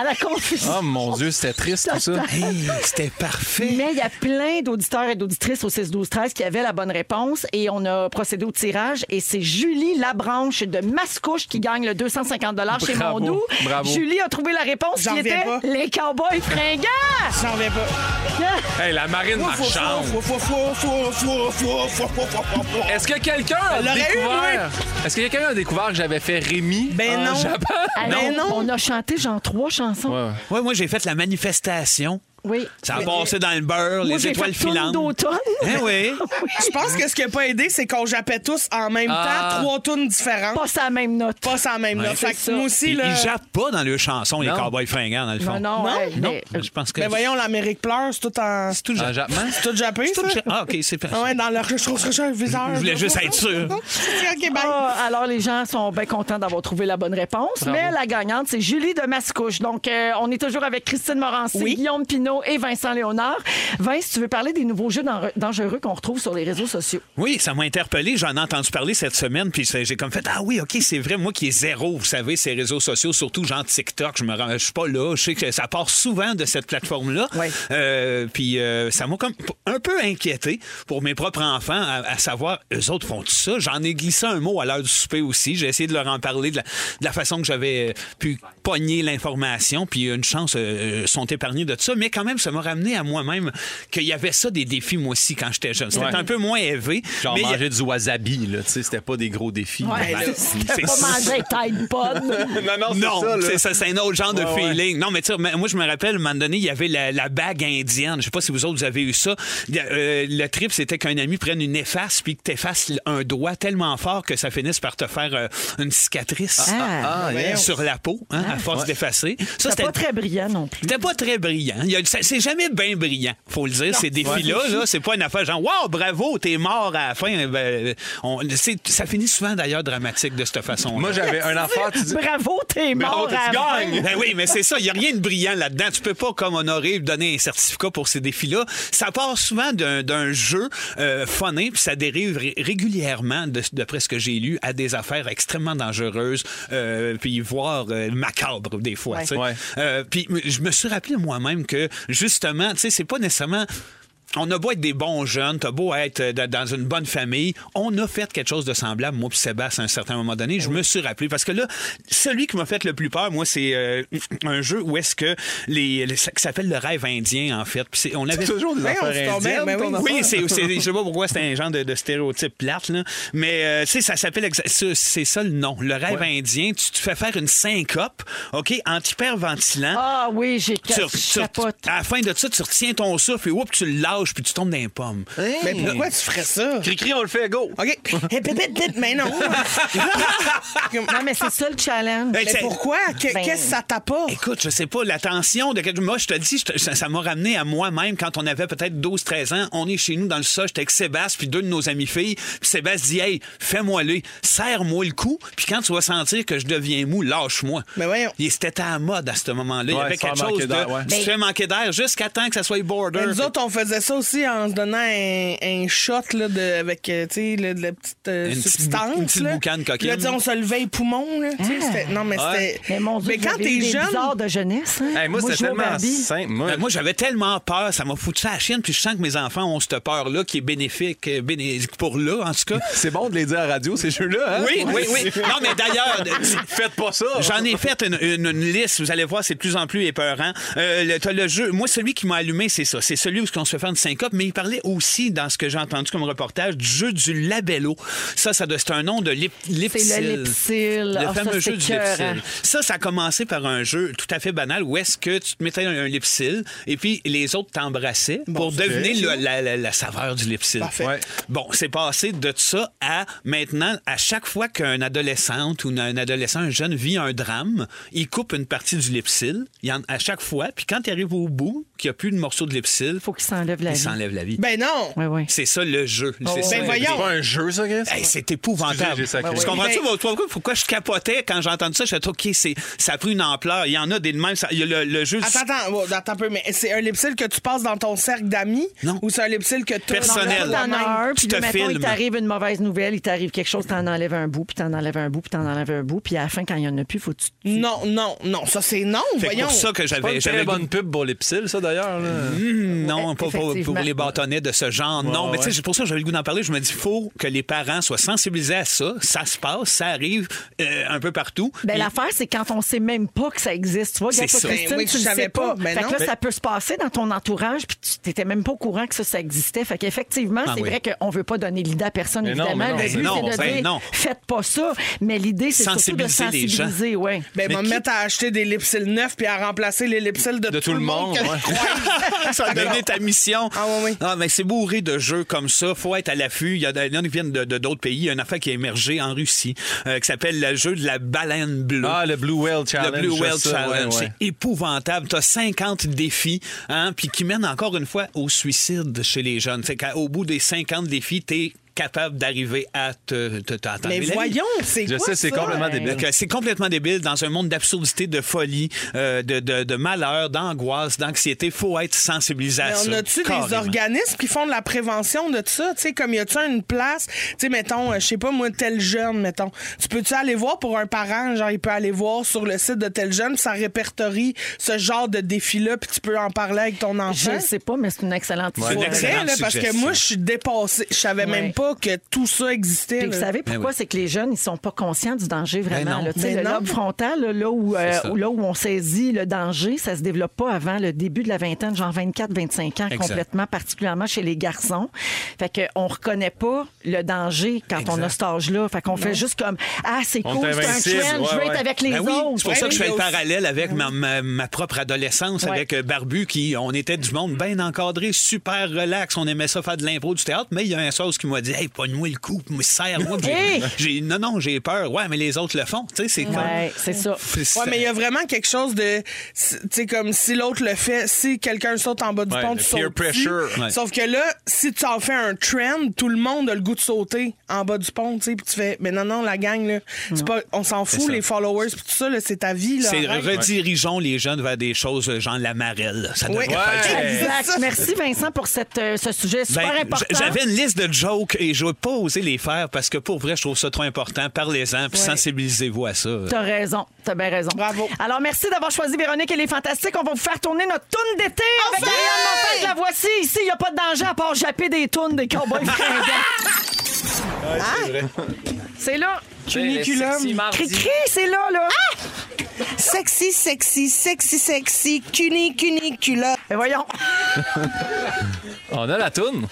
Speaker 4: à la confusion.
Speaker 5: Oh mon Dieu, c'était triste tout ça.
Speaker 3: Hey, C'était parfait.
Speaker 4: Mais il y a plein d'auditeurs et d'auditrices au 6-12-13 qui avaient la bonne réponse et on a procédé au tirage et c'est Julie Labranche de Mascouche qui gagne le 250 chez
Speaker 5: Bravo,
Speaker 4: Mondou.
Speaker 5: bravo.
Speaker 4: Julie a trouvé la réponse
Speaker 7: J'en
Speaker 4: qui
Speaker 7: reviens
Speaker 4: était
Speaker 7: pas.
Speaker 4: les cowboys fringants.
Speaker 7: J'en reviens pas.
Speaker 5: Hey, la marine marchande. Est-ce que quelqu'un a
Speaker 7: l'aurait eu,
Speaker 5: découvert? Est-ce que quelqu'un a découvert que j'avais fait Rémi Ah,
Speaker 7: Ben
Speaker 3: Ah,
Speaker 5: en
Speaker 7: non.
Speaker 5: Japon?
Speaker 4: Alors,
Speaker 7: non.
Speaker 4: Ah On a chanté genre trois chansons.
Speaker 5: Ouais.
Speaker 3: Ouais, moi, j'ai fait la manifestation.
Speaker 4: Oui.
Speaker 3: Ça a passé dans le beurre,
Speaker 4: Moi,
Speaker 3: les
Speaker 4: j'ai fait
Speaker 3: étoiles
Speaker 4: tourne
Speaker 3: filantes.
Speaker 4: d'automne.
Speaker 3: Hein, oui.
Speaker 7: Je pense que ce qui n'a pas aidé, c'est qu'on jappait tous en même
Speaker 5: Ah.
Speaker 7: temps trois tunes différentes.
Speaker 4: Pas sa même note.
Speaker 7: Pas sans même note. Fait que
Speaker 4: C'est ça.
Speaker 7: moi
Speaker 3: Ils,
Speaker 7: aussi,
Speaker 3: ils
Speaker 7: là.
Speaker 3: jappent pas dans leurs chansons, les
Speaker 5: Non.
Speaker 3: cowboys fringants, dans le fond.
Speaker 4: Non, non,
Speaker 7: Non,
Speaker 4: hey,
Speaker 3: Non,
Speaker 4: mais-
Speaker 3: je pense que.
Speaker 7: Mais ben voyons, l'Amérique pleure, c'est tout en. C'est
Speaker 3: tout
Speaker 5: En
Speaker 3: jappé.
Speaker 5: Japon?
Speaker 7: tout jappé, ça?
Speaker 3: Tout jappé. Ah, OK, c'est
Speaker 7: Ah
Speaker 3: parfait.
Speaker 7: ouais, dans leur je trouve ça, j'ai un viseur.
Speaker 3: Je voulais juste être sûr.
Speaker 7: OK, bye.
Speaker 4: Ah, alors, les gens sont bien contents d'avoir trouvé la bonne réponse. Mais la gagnante, c'est Julie de Mascouche. Donc, euh, on est toujours avec Christine Morancy,
Speaker 7: Oui.
Speaker 4: Guillaume Pinault et Vincent Léonard. Vince, tu veux parler des nouveaux jeux dan- dangereux qu'on retrouve sur les réseaux sociaux?
Speaker 3: Oui, ça m'a interpellé. J'en ai entendu parler cette semaine, puis c'est- j'ai comme fait Ah oui, OK, c'est vrai, moi qui est zéro, vous savez, ces réseaux sociaux, surtout genre TikTok, je me rends- je suis pas là. Je sais que ça part souvent de cette plateforme-là.
Speaker 4: Ouais.
Speaker 3: Euh, puis euh, ça m'a comme p- un peu inquiété pour mes propres enfants, à, à savoir, eux autres font tout ça. J'en ai glissé un mot à l'heure du souper aussi. J'ai essayé de leur en parler de la, de la façon que j'avais euh, pu pogner l'information, puis une chance, euh, euh, sont épargnés de ça. Mais quand même, ça m'a ramené à moi-même qu'il y avait ça des défis, moi aussi, quand j'étais jeune. C'était
Speaker 5: Ouais.
Speaker 3: un peu moins élevé.
Speaker 5: Genre
Speaker 3: mais il y a-
Speaker 5: manger du wasabi, là, tu sais, c'était pas des gros défis.
Speaker 4: Ouais,
Speaker 5: Ben,
Speaker 4: c'est-
Speaker 3: c'est-
Speaker 4: c'était pas manger Tide Pod.
Speaker 5: non,
Speaker 3: Non, c'est ça,
Speaker 5: ça.
Speaker 3: c'est un autre genre de
Speaker 5: Ouais, ouais.
Speaker 3: feeling. Non, mais tu sais, mais moi, je me rappelle, à un moment donné, il y avait la, la bague indienne. Je sais pas si vous autres, vous avez eu ça. Il y a, euh, le trip, c'était qu'un ami prenne une efface puis que t'effaces un doigt tellement fort que ça finisse par te faire euh, une cicatrice euh,
Speaker 4: Ah,
Speaker 5: Ah, yes.
Speaker 3: sur la peau, hein, à force d'effacer. Ça,
Speaker 4: c'était
Speaker 3: c'était
Speaker 4: pas très brillant non plus.
Speaker 3: c'était pas très brillant. Il y a- ça- C'est jamais bien brillant, faut le dire. Ces défis-là, là, c'est pas une affaire genre Wow, bravo, t'es mort à la fin. Ben, on- c'est- ça finit souvent d'ailleurs dramatique de cette façon-là.
Speaker 5: Moi, j'avais un enfant, tu dis.
Speaker 4: Bravo, t'es
Speaker 5: Mais
Speaker 4: mort.
Speaker 5: on te
Speaker 4: à la
Speaker 5: gagne.
Speaker 4: fin.
Speaker 3: Ben oui, mais c'est ça, il n'y a rien de brillant là-dedans. Tu peux pas, comme honorer, donner un certificat pour ces défis-là. Ça part souvent d'un d'un jeu euh, funné, puis ça dérive ré- régulièrement, de- d'après ce que j'ai lu, à des affaires extrêmement dangereuses, euh, puis voire euh, macabres des fois. tu sais.
Speaker 5: Ouais.
Speaker 3: Euh, puis m- je me suis rappelé moi-même que, justement, tu sais, c'est pas nécessairement... On a beau être des bons jeunes, t'as beau être euh, d- dans une bonne famille, on a fait quelque chose de semblable, moi puis Sébastien, à un certain moment donné. Je me suis rappelé. Parce que là, celui qui m'a fait le plus peur, moi, c'est euh, un jeu où est-ce que les. les- ça- qui s'appelle le rêve indien, en fait. Puis c'est- on avait.
Speaker 5: Toujours des
Speaker 7: Ben, on se
Speaker 5: affaires
Speaker 7: tombait,
Speaker 5: indiennes,
Speaker 7: ben oui.
Speaker 5: ton enfant.
Speaker 3: Oui, c'est, c'est- je sais pas pourquoi c'est un genre de, de stéréotype plate, là. mais euh, tu sais, ça s'appelle, exa- ça- c'est ça le nom, le rêve indien. Tu te fais faire une syncope, OK, en t'hyperventilant.
Speaker 4: Ah oui, j'ai
Speaker 3: Tu-
Speaker 4: quatre
Speaker 3: tu-
Speaker 4: chapotes.
Speaker 3: à la fin de ça, tu retiens ton souffle et oups, tu le lâches puis tu tombes dans les pommes.
Speaker 7: Mais pourquoi tu ferais ça?
Speaker 5: Cri-cri, on le fait, go!
Speaker 7: OK. Eh, pip, pip, pip, Mais non.
Speaker 4: Non, mais c'est ça le challenge.
Speaker 3: Hey,
Speaker 7: Mais
Speaker 3: c'est-
Speaker 7: pourquoi? Que-
Speaker 4: Ben-
Speaker 7: Qu'est-ce que ça t'apporte?
Speaker 3: Écoute, je sais pas, l'attention de quelque Moi, je te dis, je te- ça ça m'a ramené à moi-même quand on avait peut-être 12-13 ans. On est chez nous dans le sol, j'étais avec Sébastien, puis deux de nos amis filles. Puis Sébastien dit, hey, fais-moi le, serre-moi le cou, puis quand tu vas sentir que je deviens mou, lâche-moi.
Speaker 7: Mais Ben voyons.
Speaker 3: Et C'était à la mode à ce moment-là. Il y
Speaker 5: Ouais,
Speaker 3: avait
Speaker 5: faire
Speaker 3: quelque
Speaker 5: manquer
Speaker 3: chose de.
Speaker 5: d'air, ouais.
Speaker 3: Tu te fais manquer d'air jusqu'à temps que ça soit border.
Speaker 7: Ben, nous autres, on faisait ça aussi en se donnant un, un shot là, de, avec euh, tu sais, le- de la petite euh,
Speaker 3: Une petite
Speaker 7: substance.
Speaker 3: bou- une petite
Speaker 7: là.
Speaker 3: boucane coquine. Ah.
Speaker 7: Là, tu sais, on se levait les poumons. Là, tu sais, c'était- Non, mais
Speaker 3: Ouais.
Speaker 7: c'était.
Speaker 4: Mais mon Dieu,
Speaker 7: mais
Speaker 4: vous
Speaker 7: quand
Speaker 4: avez
Speaker 7: t'es
Speaker 4: eu des
Speaker 7: jeune.
Speaker 4: bizarres de jeunesse. hein?
Speaker 5: Hey, moi,
Speaker 4: je
Speaker 5: c'était
Speaker 4: jouais au
Speaker 5: tellement
Speaker 4: Barbie.
Speaker 5: simple. Moi,
Speaker 3: Ben, moi, j'avais tellement peur, ça m'a foutu ça à la chienne, puis je sens que mes enfants ont cette peur-là qui est bénéfique, euh, bénéfique pour là, en tout cas.
Speaker 5: c'est bon de les dire à la radio, ces jeux-là. Hein?
Speaker 3: Oui, oui, oui. Non, mais d'ailleurs,
Speaker 5: Faites pas ça.
Speaker 3: J'en ai fait une, une- une liste, vous allez voir, c'est de plus en plus épeurant. Euh, le, t'as le jeu, moi, celui qui m'a allumé, c'est ça. C'est celui où on se fait faire une syncope, mais il parlait aussi, dans ce que j'ai entendu comme reportage, du jeu du labello. Ça, ça doit- c'est un nom de lip- lipsil.
Speaker 4: C'est le lipsil.
Speaker 3: Le
Speaker 4: Ah, ça,
Speaker 3: fameux
Speaker 4: c'est
Speaker 3: jeu du
Speaker 4: écœurant.
Speaker 3: lipsil. Ça, ça a commencé par un jeu tout à fait banal où est-ce que tu te mettais un, un lipsil et puis les autres t'embrassaient pour deviner le- la, la- la saveur du lipsil.
Speaker 7: Parfait.
Speaker 5: Ouais.
Speaker 3: Bon, c'est passé de ça à maintenant, à chaque fois qu'un adolescente ou une- un adolescent, un jeune vit un drame, il coupe une partie du lipsil, il en- à chaque fois, puis quand il arrive au bout, qu'il n'y a plus de morceau de lipsil,
Speaker 4: Faut qu'il s'enlève la
Speaker 3: il
Speaker 4: vie.
Speaker 3: s'enlève la vie.
Speaker 7: Ben non!
Speaker 4: Oui, oui.
Speaker 3: C'est ça le jeu. C'est ça
Speaker 7: Ben
Speaker 3: le
Speaker 7: voyons.
Speaker 5: C'est pas un jeu, ça, Chris?
Speaker 3: Hey, c'est épouvantable.
Speaker 5: Excusez, j'ai sacré.
Speaker 3: Tu comprends-tu
Speaker 7: Ben-
Speaker 3: pourquoi, pourquoi je capotais quand j'entendais ça? Je me OK, c'est- ça a pris une ampleur. Il y en a des de même. ça- il y a le, le jeu.
Speaker 7: Attends, attends, ouais, attends un peu, mais c'est un lipsil que tu passes dans ton cercle d'amis?
Speaker 3: Non.
Speaker 7: Ou c'est un lipsil que tu
Speaker 3: Personnel.
Speaker 4: Toi, T'en as un, puis
Speaker 3: Tu
Speaker 4: là,
Speaker 3: te
Speaker 4: mettons, il
Speaker 3: filmes.
Speaker 4: t'arrive une mauvaise nouvelle, il t'arrive quelque chose, t'en enlèves un bout, puis t'en enlèves un bout, puis t'en enlèves un bout, puis à la fin, quand il y en a plus, faut que tu...
Speaker 7: Non, non, non, ça c'est non,
Speaker 3: Fait que
Speaker 7: voyons.
Speaker 3: pour ça que
Speaker 5: C'est pas
Speaker 3: j'avais.
Speaker 5: une très
Speaker 3: j'avais-
Speaker 5: bonne pub pour les psyls, ça, d'ailleurs. là.
Speaker 3: Non, pas pour,
Speaker 4: Effectivement.
Speaker 3: pour les bâtonnets de ce genre. non, mais tu sais, pour ça, j'avais le goût d'en parler. Je me dis, faut que les parents soient sensibilisés à ça. Ça se passe, ça arrive euh, un peu partout.
Speaker 4: Ben,
Speaker 3: Et-
Speaker 4: l'affaire, c'est quand on sait même pas que ça existe. Tu vois,
Speaker 3: C'est
Speaker 4: regarde, toi,
Speaker 3: ça.
Speaker 4: Christine,
Speaker 7: Ben oui,
Speaker 4: tu
Speaker 7: je
Speaker 4: le
Speaker 7: savais
Speaker 4: sais pas.
Speaker 7: pas, ben
Speaker 4: fait
Speaker 7: non.
Speaker 4: que là,
Speaker 7: Ben-
Speaker 4: ça peut se passer dans ton entourage, puis tu t'étais même pas au courant que ça, ça existait. Fait qu'effectivement,
Speaker 3: Ah
Speaker 4: c'est
Speaker 3: oui.
Speaker 4: vrai qu'on veut pas donner l'idée à personne,
Speaker 5: Mais non,
Speaker 4: évidemment.
Speaker 5: mais non,
Speaker 4: le
Speaker 5: mais
Speaker 4: but,
Speaker 3: non,
Speaker 4: c'est de
Speaker 3: ben
Speaker 4: dire,
Speaker 3: non.
Speaker 4: faites pas ça. Mais l'idée, c'est surtout de
Speaker 3: Sensibiliser les gens.
Speaker 4: sensibiliser, ouais.
Speaker 7: Ben,
Speaker 3: Mais
Speaker 7: va
Speaker 3: qui-
Speaker 7: me mettre à acheter des lipsils neufs puis à remplacer les lipsils de,
Speaker 5: De tout le monde,
Speaker 7: que je
Speaker 5: ouais. Ben,
Speaker 7: croise.
Speaker 3: ça a devenu ta mission.
Speaker 7: Ah oui, oui.
Speaker 3: Ah, mais c'est bourré de jeux comme ça. Faut être à l'affût. Il y en a il y en a qui viennent de de- d'autres pays. Il y a une affaire qui a émergé en Russie euh, qui s'appelle le jeu de la baleine bleue.
Speaker 5: Ah, le Blue Whale Challenge.
Speaker 3: Le Blue Whale
Speaker 5: ça,
Speaker 3: Challenge,
Speaker 5: ouais, ouais.
Speaker 3: c'est épouvantable. T'as 50 défis, hein, puis qui mènent encore une fois au suicide chez les jeunes. Fait qu'au bout des 50 défis, t'es capable d'arriver à te, te, te- la
Speaker 7: Mais
Speaker 3: vie.
Speaker 7: voyons, c'est
Speaker 5: Je
Speaker 7: quoi
Speaker 5: sais, c'est
Speaker 7: ça?
Speaker 5: complètement débile.
Speaker 3: Donc, euh, c'est complètement débile dans un monde d'absurdité, de folie, euh, de, de- de malheur, d'angoisse, d'anxiété. Faut être sensibilisé à
Speaker 7: Mais
Speaker 3: ça.
Speaker 7: on a-tu des
Speaker 3: carrément.
Speaker 7: organismes qui font de la prévention de ça? Tu sais, comme y a-tu une place? Tu sais, mettons, euh, je sais pas, moi, tel jeune, mettons. Tu peux-tu aller voir pour un parent? Genre, il peut aller voir sur le site de tel jeune, puis ça répertorie ce genre de défi-là, puis tu peux en parler avec ton
Speaker 4: Je
Speaker 7: enfant.
Speaker 4: le sais pas, mais c'est une excellente
Speaker 3: C'est une
Speaker 4: idée.
Speaker 7: Vrai,
Speaker 3: excellente
Speaker 7: là, parce que
Speaker 3: suggestion.
Speaker 7: moi, je suis dépassée. Je savais
Speaker 4: Ouais.
Speaker 7: même pas que tout ça existait.
Speaker 4: Puis vous
Speaker 7: là.
Speaker 4: savez pourquoi
Speaker 3: oui.
Speaker 4: c'est que les jeunes ils sont pas conscients du danger vraiment
Speaker 3: non.
Speaker 4: là. Tu sais,
Speaker 7: Ben
Speaker 4: le
Speaker 7: non.
Speaker 4: lobe frontal là, là où euh,
Speaker 3: C'est ça.
Speaker 4: où- là où on saisit le danger ça se développe pas avant le début de la vingtaine genre 24 25 ans
Speaker 3: Exact.
Speaker 4: complètement particulièrement chez les garçons fait que on reconnaît pas le danger quand on a cet âge là fait qu'on fait juste comme ah c'est
Speaker 5: On
Speaker 4: cool
Speaker 5: est
Speaker 4: c'est un
Speaker 5: invincible,
Speaker 4: trend je
Speaker 5: ouais,
Speaker 4: veux être
Speaker 5: ouais.
Speaker 4: avec les
Speaker 3: Ben oui,
Speaker 4: autres
Speaker 3: c'est pour ça que je
Speaker 7: Ouais,
Speaker 3: fais le
Speaker 7: mais aussi-
Speaker 3: parallèle avec ma, ma- ma propre adolescence,
Speaker 4: Ouais.
Speaker 3: avec euh, Barbu, qui on était du monde bien encadré, super relax, on aimait ça faire de l'impro, du théâtre, mais il y a un sauce qui m'a dit Hey, pogne-moi le coup, me serre-moi. Puis j'ai-
Speaker 4: Hey!
Speaker 3: j'ai non, non, j'ai peur. Ouais, mais les autres le font. Tu sais, c'est
Speaker 4: ouais c'est ça
Speaker 3: comme. c'est-
Speaker 7: Ouais, mais il y a vraiment quelque chose de. Tu sais, comme si l'autre le fait, si quelqu'un saute en bas du
Speaker 5: Ouais,
Speaker 7: pont,
Speaker 5: le
Speaker 7: tu
Speaker 5: peer
Speaker 7: sautes.
Speaker 5: pressure.
Speaker 7: dessus.
Speaker 3: Ouais.
Speaker 7: Sauf que là, si tu en fais un trend, tout le monde a le goût de sauter en bas du pont, tu sais, puis tu fais. Mais non, non, la gang, là, c'est pas, on s'en fout,
Speaker 3: ça.
Speaker 7: les followers, puis tout ça, là, c'est ta vie, là.
Speaker 3: c'est
Speaker 7: arrête.
Speaker 3: redirigeons les jeunes vers des choses euh, genre la marelle. Ça devrait
Speaker 7: Ouais.
Speaker 3: faire ça.
Speaker 5: Ouais.
Speaker 4: Exact. Merci Vincent pour cette, euh, ce sujet super
Speaker 3: Ben,
Speaker 4: important
Speaker 3: j- J'avais une liste de jokes et je n'ai pas osé les faire parce que pour vrai, je trouve ça trop important. Parlez-en puis sensibilisez-vous à ça.
Speaker 4: T'as raison, t'as bien raison.
Speaker 7: Bravo.
Speaker 4: Alors, merci d'avoir choisi Véronique, elle est fantastique. On va vous faire tourner notre toune d'été avec
Speaker 7: Enfin!
Speaker 4: Ariane Moffat. La voici ici, il n'y a pas de danger à part japper des tounes des cowboys fringants.
Speaker 7: Ah,
Speaker 4: C'est là.
Speaker 7: Cuniculum.
Speaker 4: Cri-cri, c'est là, là.
Speaker 7: Ah! Sexy, sexy, sexy, sexy, cuni, cuniculum.
Speaker 4: Mais voyons.
Speaker 5: On a la toune.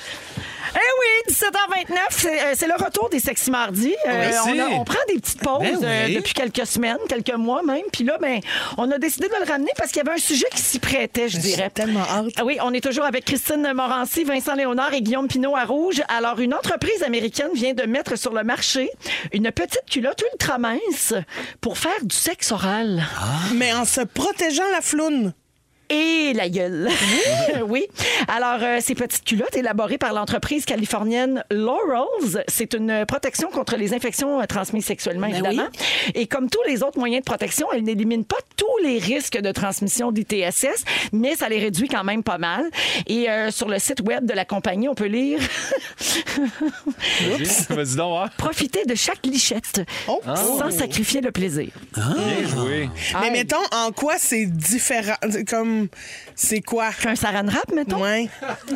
Speaker 4: Eh oui, 17h29, c'est euh, c'est le retour des Sexy Mardis. Euh,
Speaker 5: Merci.
Speaker 4: on, a- on prend des petites pauses
Speaker 3: Ben oui.
Speaker 4: euh, depuis quelques semaines, quelques mois même. Puis là, ben, on a décidé de le ramener parce qu'il y avait un sujet qui s'y prêtait, je dirais.
Speaker 7: tellement hâte.
Speaker 4: Ah Oui, on est toujours avec Christine Morancy, Vincent Léonard et Guillaume Pinot à Rouge. Alors, une entreprise américaine vient de mettre sur le marché une petite culotte ultra mince pour faire du sexe oral.
Speaker 7: Mais en se protégeant la floune.
Speaker 4: et la gueule. oui. Alors, euh, ces petites culottes élaborées par l'entreprise californienne Laurels, c'est une protection contre les infections euh, transmises
Speaker 5: Ben
Speaker 4: sexuellement, évidemment. Et comme tous les autres moyens de protection, elle n'élimine pas tous les risques de transmission d'ITSS, mais ça les réduit quand même pas mal. Et euh, sur le site web de la compagnie, on peut lire
Speaker 5: Oups. Vas-y donc, hein. voir.
Speaker 4: Profiter de chaque lichette
Speaker 7: Oh.
Speaker 4: sans sacrifier le plaisir.
Speaker 5: Bien joué.
Speaker 7: Mais
Speaker 4: Aïe.
Speaker 7: mettons, en quoi c'est différent? C'est Comme, c'est quoi?
Speaker 4: Qu'un saran wrap, mettons?
Speaker 7: Ouais.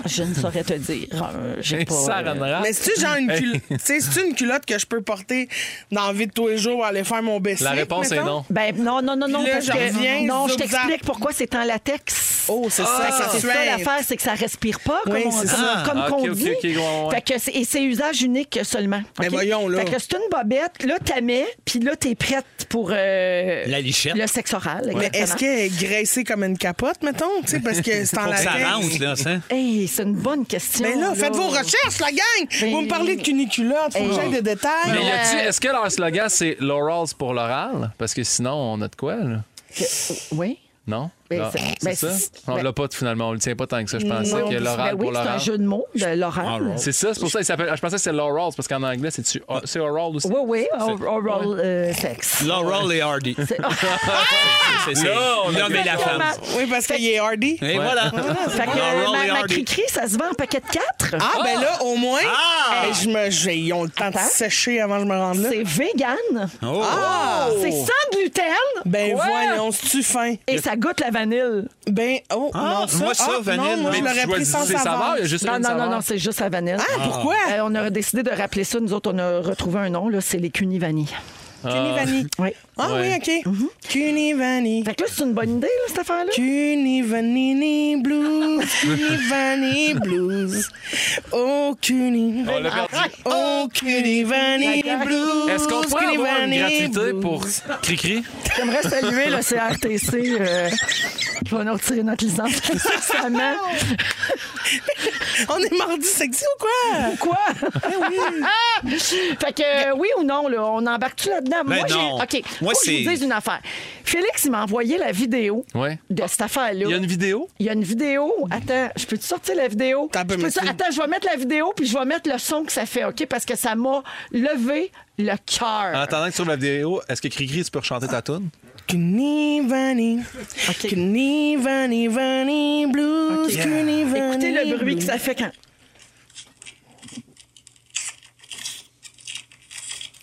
Speaker 4: Je ne saurais te dire. Euh, J'ai
Speaker 5: Un
Speaker 4: pas.
Speaker 5: saran
Speaker 3: Ah.
Speaker 4: euh,
Speaker 5: wrap.
Speaker 7: Mais c'est-tu genre une culotte? c'est-tu une culotte que je peux porter dans la vie de tous les jours pour aller faire mon best
Speaker 5: La réponse est non.
Speaker 4: Ben non, non, non, non,
Speaker 7: Puis là,
Speaker 4: parce
Speaker 7: j'en
Speaker 4: que
Speaker 7: reviens,
Speaker 4: non, je
Speaker 7: zoup-zap.
Speaker 4: t'explique pourquoi c'est en latex.
Speaker 7: Oh, c'est ça,
Speaker 4: Fait que
Speaker 7: ça
Speaker 4: c'est Ah, ça
Speaker 7: suave.
Speaker 4: l'affaire, c'est que ça respire pas, comme
Speaker 7: Oui,
Speaker 4: on,
Speaker 7: c'est
Speaker 4: comme-
Speaker 3: ça.
Speaker 4: comme
Speaker 5: Ah,
Speaker 4: qu'on
Speaker 5: ok, ok,
Speaker 4: dit.
Speaker 5: ok, ouais, ouais.
Speaker 4: Fait que c'est- et c'est usage unique seulement.
Speaker 7: Mais
Speaker 4: ok?
Speaker 7: Ben, voyons, là.
Speaker 4: Fait que c'est une bobette, là, t'as mets, puis là, t'es prête pour euh,
Speaker 3: La lichette.
Speaker 4: le sexe oral.
Speaker 7: Mais
Speaker 4: exactement.
Speaker 7: est-ce qu'elle est graissée comme une capote, mettons? Tu sais, parce que c'est en
Speaker 3: Faut que
Speaker 7: la
Speaker 3: ça rentre, là, ça.
Speaker 4: Hey, c'est une bonne question.
Speaker 7: Mais Ben là, faites vos recherches, la gang!
Speaker 4: Ben-
Speaker 7: Vous me parlez de cuniculotte, faut que j'aille des détails.
Speaker 5: Mais euh, y a-tu- est-ce que leur slogan, c'est Laurels pour l'oral? Parce que sinon, on a de quoi, là?
Speaker 4: Que- Oh, Oui.
Speaker 5: Non?
Speaker 4: Ben,
Speaker 5: Ah,
Speaker 4: c'est-
Speaker 5: c'est
Speaker 4: ben,
Speaker 5: ça?
Speaker 4: c'est-
Speaker 5: On
Speaker 4: ben-
Speaker 5: l'a pas, finalement. On le tient pas tant que ça. Je pensais
Speaker 4: Non,
Speaker 5: que
Speaker 4: ben
Speaker 5: l'oral
Speaker 4: oui,
Speaker 5: pour
Speaker 4: c'est un
Speaker 5: l'oral.
Speaker 4: jeu de mots,
Speaker 7: Ah,
Speaker 4: de l'oral.
Speaker 3: Oral.
Speaker 5: C'est ça, c'est pour ça qu'il s'appelle. Je pensais que c'est Laurels, parce qu'en anglais, c'est-tu- c'est oral aussi?
Speaker 4: Oui, oui, or- oral euh, sex.
Speaker 3: Laurel et Hardy. C'est c'est- c'est l'homme et la femme.
Speaker 7: Oui, parce qu'il est hardy.
Speaker 3: Et voilà.
Speaker 4: Ah, Fait que
Speaker 3: Laurel
Speaker 4: ma,
Speaker 3: et
Speaker 4: ma
Speaker 3: Hardy.
Speaker 4: cri-cri, ça se vend en paquet de quatre.
Speaker 7: Ah, ben là, au moins,
Speaker 3: Ah!
Speaker 7: ben, je me, j'ai- ils ont le temps
Speaker 4: Attends.
Speaker 7: de sécher avant que je me rende là.
Speaker 4: C'est vegan.
Speaker 3: Oh.
Speaker 4: C'est sans gluten.
Speaker 7: Ben
Speaker 4: Ouais.
Speaker 7: voyons, c'est-tu fin?
Speaker 4: Et ça goûte la vanille.
Speaker 7: Ben, oh,
Speaker 3: Ah,
Speaker 7: non, ça,
Speaker 3: moi, ça,
Speaker 7: ah,
Speaker 3: vanille,
Speaker 7: non, moi,
Speaker 3: mais
Speaker 7: je
Speaker 3: tu
Speaker 7: l'aurais pris sans
Speaker 5: C'est
Speaker 7: saveur.
Speaker 5: saveur, il y a juste
Speaker 4: Non,
Speaker 5: une
Speaker 4: non,
Speaker 5: saveur.
Speaker 4: non, non, c'est juste la vanille.
Speaker 7: Ah, pourquoi?
Speaker 4: Euh, on a décidé de rappeler ça. Nous autres, on a retrouvé un nom. là, C'est les cunivanilles.
Speaker 7: Cunivani.
Speaker 4: Oui.
Speaker 7: Ah
Speaker 5: Ouais.
Speaker 7: oui,
Speaker 4: Mhm.
Speaker 7: OK. Cunivani.
Speaker 4: Fait que là, c'est une bonne idée, là, cette affaire-là.
Speaker 7: Cunivanini blues, Cunivani blues. Oh, Cuni.
Speaker 5: On l'a perdu.
Speaker 7: Oh, Cunivani blues.
Speaker 5: Est-ce qu'on pourrait avoir une
Speaker 7: Cunivani
Speaker 5: gratuité
Speaker 7: blues.
Speaker 5: pour Cricri?
Speaker 4: J'aimerais saluer le CRTC euh, qui va nous retirer notre licence récemment.
Speaker 7: On est mardi sexy ou quoi?
Speaker 4: Quoi? fait que euh, oui ou non, là, on embarque-tu là-dedans?
Speaker 3: Ben
Speaker 4: Moi, j'ai-
Speaker 3: non.
Speaker 4: OK.
Speaker 3: Moi,
Speaker 4: Faut que je vous
Speaker 3: c'est-
Speaker 4: dise une affaire. Félix, il m'a envoyé la vidéo
Speaker 5: Ouais.
Speaker 4: de cette affaire-là.
Speaker 5: Il y a une vidéo?
Speaker 4: Il y a une vidéo. Attends, je peux-tu sortir la vidéo?
Speaker 7: T'as un peu,
Speaker 4: Je peux-
Speaker 7: monsieur.
Speaker 4: Attends, je vais mettre la vidéo puis je vais mettre le son que ça fait, OK? Parce que ça m'a levé le
Speaker 5: En
Speaker 4: cœur.
Speaker 5: attendant que tu trouves la vidéo, est-ce que Cricri, tu peux chanter ta toune?
Speaker 7: Cunivani.
Speaker 4: OK.
Speaker 7: Cunivani, vani blues.
Speaker 4: Ok.
Speaker 7: Cunivani.
Speaker 4: Écoutez le bruit que ça fait quand.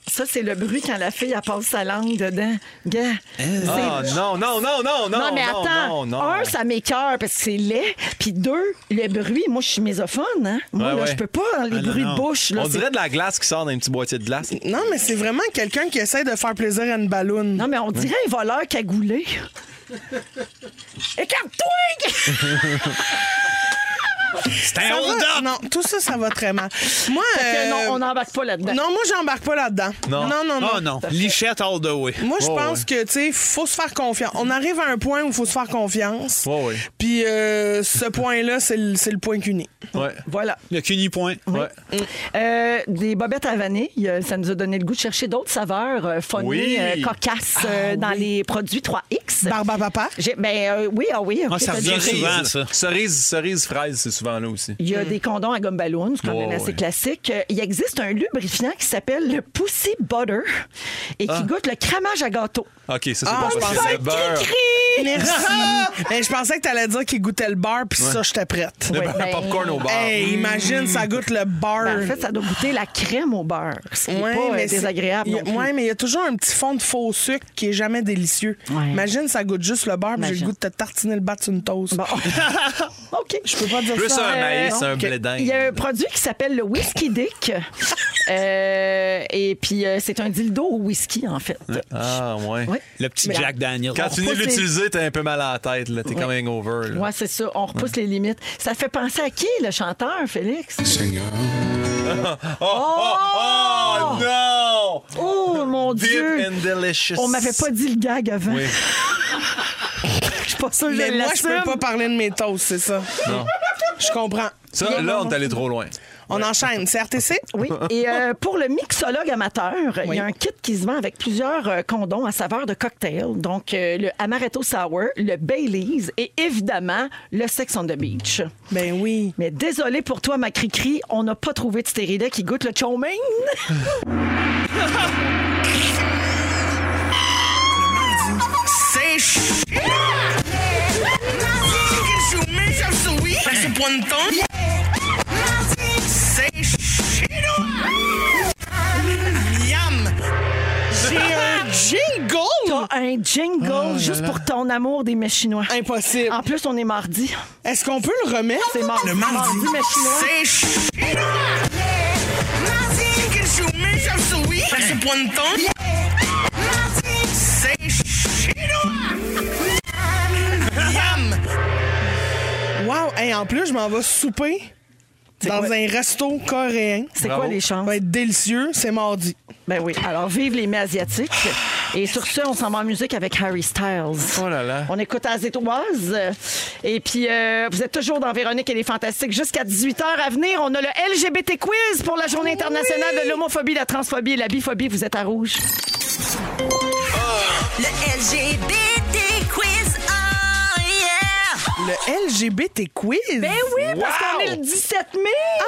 Speaker 4: Ça, c'est le bruit quand la fille elle passe sa langue dedans. Gars,
Speaker 5: Ah, non, non, non, non, non,
Speaker 4: Non, mais
Speaker 5: non,
Speaker 4: attends.
Speaker 5: non, non.
Speaker 4: Un, ça m'écœure parce que c'est laid. Puis deux, le bruit. Moi, je suis mésophone. Hein? Moi,
Speaker 5: Ouais,
Speaker 4: là,
Speaker 5: ouais.
Speaker 4: je peux pas. hein, Les
Speaker 3: Ah, non,
Speaker 4: bruits
Speaker 3: non.
Speaker 4: de bouche. Là,
Speaker 5: On
Speaker 4: c'est-
Speaker 5: dirait de la glace qui sort d'un petit boîtier de glace.
Speaker 7: Non, mais c'est vraiment quelqu'un qui essaie de faire plaisir à une balloune.
Speaker 4: Non, mais on dirait un voleur cagoulé. Écarte-toi!
Speaker 3: C'est
Speaker 5: Eh,
Speaker 3: un
Speaker 7: Ça va-
Speaker 3: hold-up.
Speaker 7: Non, tout ça, ça va très mal. Moi,
Speaker 4: Que
Speaker 7: euh,
Speaker 4: Non, on n'embarque pas là-dedans.
Speaker 7: non, moi, j'embarque pas là-dedans.
Speaker 5: Non. Ah,
Speaker 7: non, non. non.
Speaker 3: Oh non. Lichette all the way.
Speaker 7: Moi, je
Speaker 5: Ouais,
Speaker 7: pense que, tu sais, faut se faire confiance. On arrive à un point où il faut se faire confiance.
Speaker 5: Ouais, ouais.
Speaker 7: Puis euh, ce point-là, c'est le, c'est le point cuné.
Speaker 5: Ouais.
Speaker 4: Voilà.
Speaker 3: Le cuni point.
Speaker 5: Ouais.
Speaker 4: Euh, des bobettes à vanille, euh, ça nous a donné le goût de chercher d'autres saveurs euh, funny,
Speaker 5: Oui. Ah
Speaker 4: euh, cocasses euh, dans les produits 3X.
Speaker 7: Barba papa.
Speaker 4: J'ai- ben euh, oui, ah oui. ok,
Speaker 3: Ah, ça
Speaker 4: t'as
Speaker 3: revient
Speaker 4: dit-
Speaker 3: souvent. ça.
Speaker 5: Cerise, cerise, fraise, c'est souvent là aussi.
Speaker 4: Il y a des condons à gomme ballon, c'est quand
Speaker 5: Ouais,
Speaker 4: même assez
Speaker 5: Oh, ouais.
Speaker 4: classique. Euh, Il existe un lubrifiant qui s'appelle le Pussy Butter et qui goûte le cramage à gâteau.
Speaker 5: OK, ça, c'est
Speaker 7: Ah,
Speaker 5: pas
Speaker 7: je
Speaker 5: parce que
Speaker 7: pensais
Speaker 5: c'est Ah. le beurre.
Speaker 7: Merci. Eh, Ben, je pensais que t'allais dire qu'il goûtait le bar, puis ça, j'étais prête.
Speaker 5: Le
Speaker 4: Ouais,
Speaker 5: beurre
Speaker 4: ben,
Speaker 5: popcorn au beurre.
Speaker 7: Hey, imagine, ça goûte le bar.
Speaker 4: Ben, en fait, ça doit goûter la crème au beurre. C'est
Speaker 7: Ouais,
Speaker 4: pas euh,
Speaker 7: mais c'est-
Speaker 4: désagréable.
Speaker 7: il y
Speaker 4: non
Speaker 7: a-
Speaker 4: plus.
Speaker 7: ouais, mais il y a toujours un petit fond de faux sucre qui est jamais délicieux.
Speaker 4: Ouais.
Speaker 7: Imagine, ça goûte juste le beurre, puis j'ai le
Speaker 4: Imagine.
Speaker 7: goût de te tartiner le bat sur une toast.
Speaker 4: Bon. OK.
Speaker 7: Je peux pas dire
Speaker 5: Plus
Speaker 7: ça.
Speaker 5: un
Speaker 7: euh,
Speaker 5: maïs,
Speaker 7: non.
Speaker 5: un
Speaker 7: Ok.
Speaker 5: blé d'Inde.
Speaker 4: Il y a un produit qui s'appelle le Whisky Dick. Euh, et puis, euh, c'est un dildo au whisky, en fait.
Speaker 5: Ah, ouais.
Speaker 4: Ouais.
Speaker 3: Le petit
Speaker 4: Mais-
Speaker 3: Jack Daniel.
Speaker 5: Quand
Speaker 3: On
Speaker 5: tu finis de
Speaker 4: repousse les-
Speaker 5: l'utiliser, t'as un peu mal à la tête. là. T'es comme hangover. là.
Speaker 4: Ouais, c'est ça. On repousse les limites. Ça fait penser à qui, le chanteur, Félix?
Speaker 5: Oh, non!
Speaker 4: Oh, mon
Speaker 5: Deep
Speaker 4: Dieu!
Speaker 5: and delicious.
Speaker 4: On m'avait pas dit le gag avant.
Speaker 5: Oui.
Speaker 4: Je suis pas sûre que
Speaker 7: Mais
Speaker 4: je
Speaker 7: moi, je
Speaker 4: l'assume.
Speaker 7: peux pas parler de mes toasts, c'est ça.
Speaker 5: Non.
Speaker 7: Je comprends.
Speaker 5: Ça, là, on est allé trop loin.
Speaker 7: On enchaîne. C'est RTC?
Speaker 4: Oui. Et euh, pour le mixologue amateur, il
Speaker 7: Oui.
Speaker 4: y a un kit qui se vend avec plusieurs euh, condons à saveur de cocktail. Donc, euh, le Amaretto Sour, le Baileys et évidemment le Sex on the Beach.
Speaker 7: Ben oui.
Speaker 4: Mais désolé pour toi, ma cri-cri, on n'a pas trouvé de stérilet qui goûte le chow mein.
Speaker 7: C'est ch... C'est Miam! J'ai un jingle!
Speaker 4: T'as un jingle juste pour ton amour des Méchinois.
Speaker 7: Impossible.
Speaker 4: En plus, on est mardi.
Speaker 7: Est-ce qu'on peut le remettre?
Speaker 4: Ah. C'est mardi. Le mardi. Méchinois.
Speaker 7: Wow! Hey, en plus, je m'en vais souper dans
Speaker 4: quoi?
Speaker 7: un resto coréen.
Speaker 4: C'est quoi les
Speaker 7: Ça
Speaker 4: chances?
Speaker 7: va être délicieux. C'est mardi.
Speaker 4: Ben oui. Alors, vive les mets asiatiques. Et sur ce, on s'en va en musique avec Harry Styles.
Speaker 5: Oh là là.
Speaker 4: On écoute Azétoise. Et puis, euh, vous êtes toujours dans Véronique et les Fantastiques. Jusqu'à 18h à venir, on a le LGBT quiz pour la Journée internationale de l'homophobie, la transphobie et la biphobie. Vous êtes à rouge.
Speaker 6: Le LGBT quiz, oh yeah!
Speaker 7: Le LGBT quiz.
Speaker 4: Ben oui, parce qu'on est le 17 mai.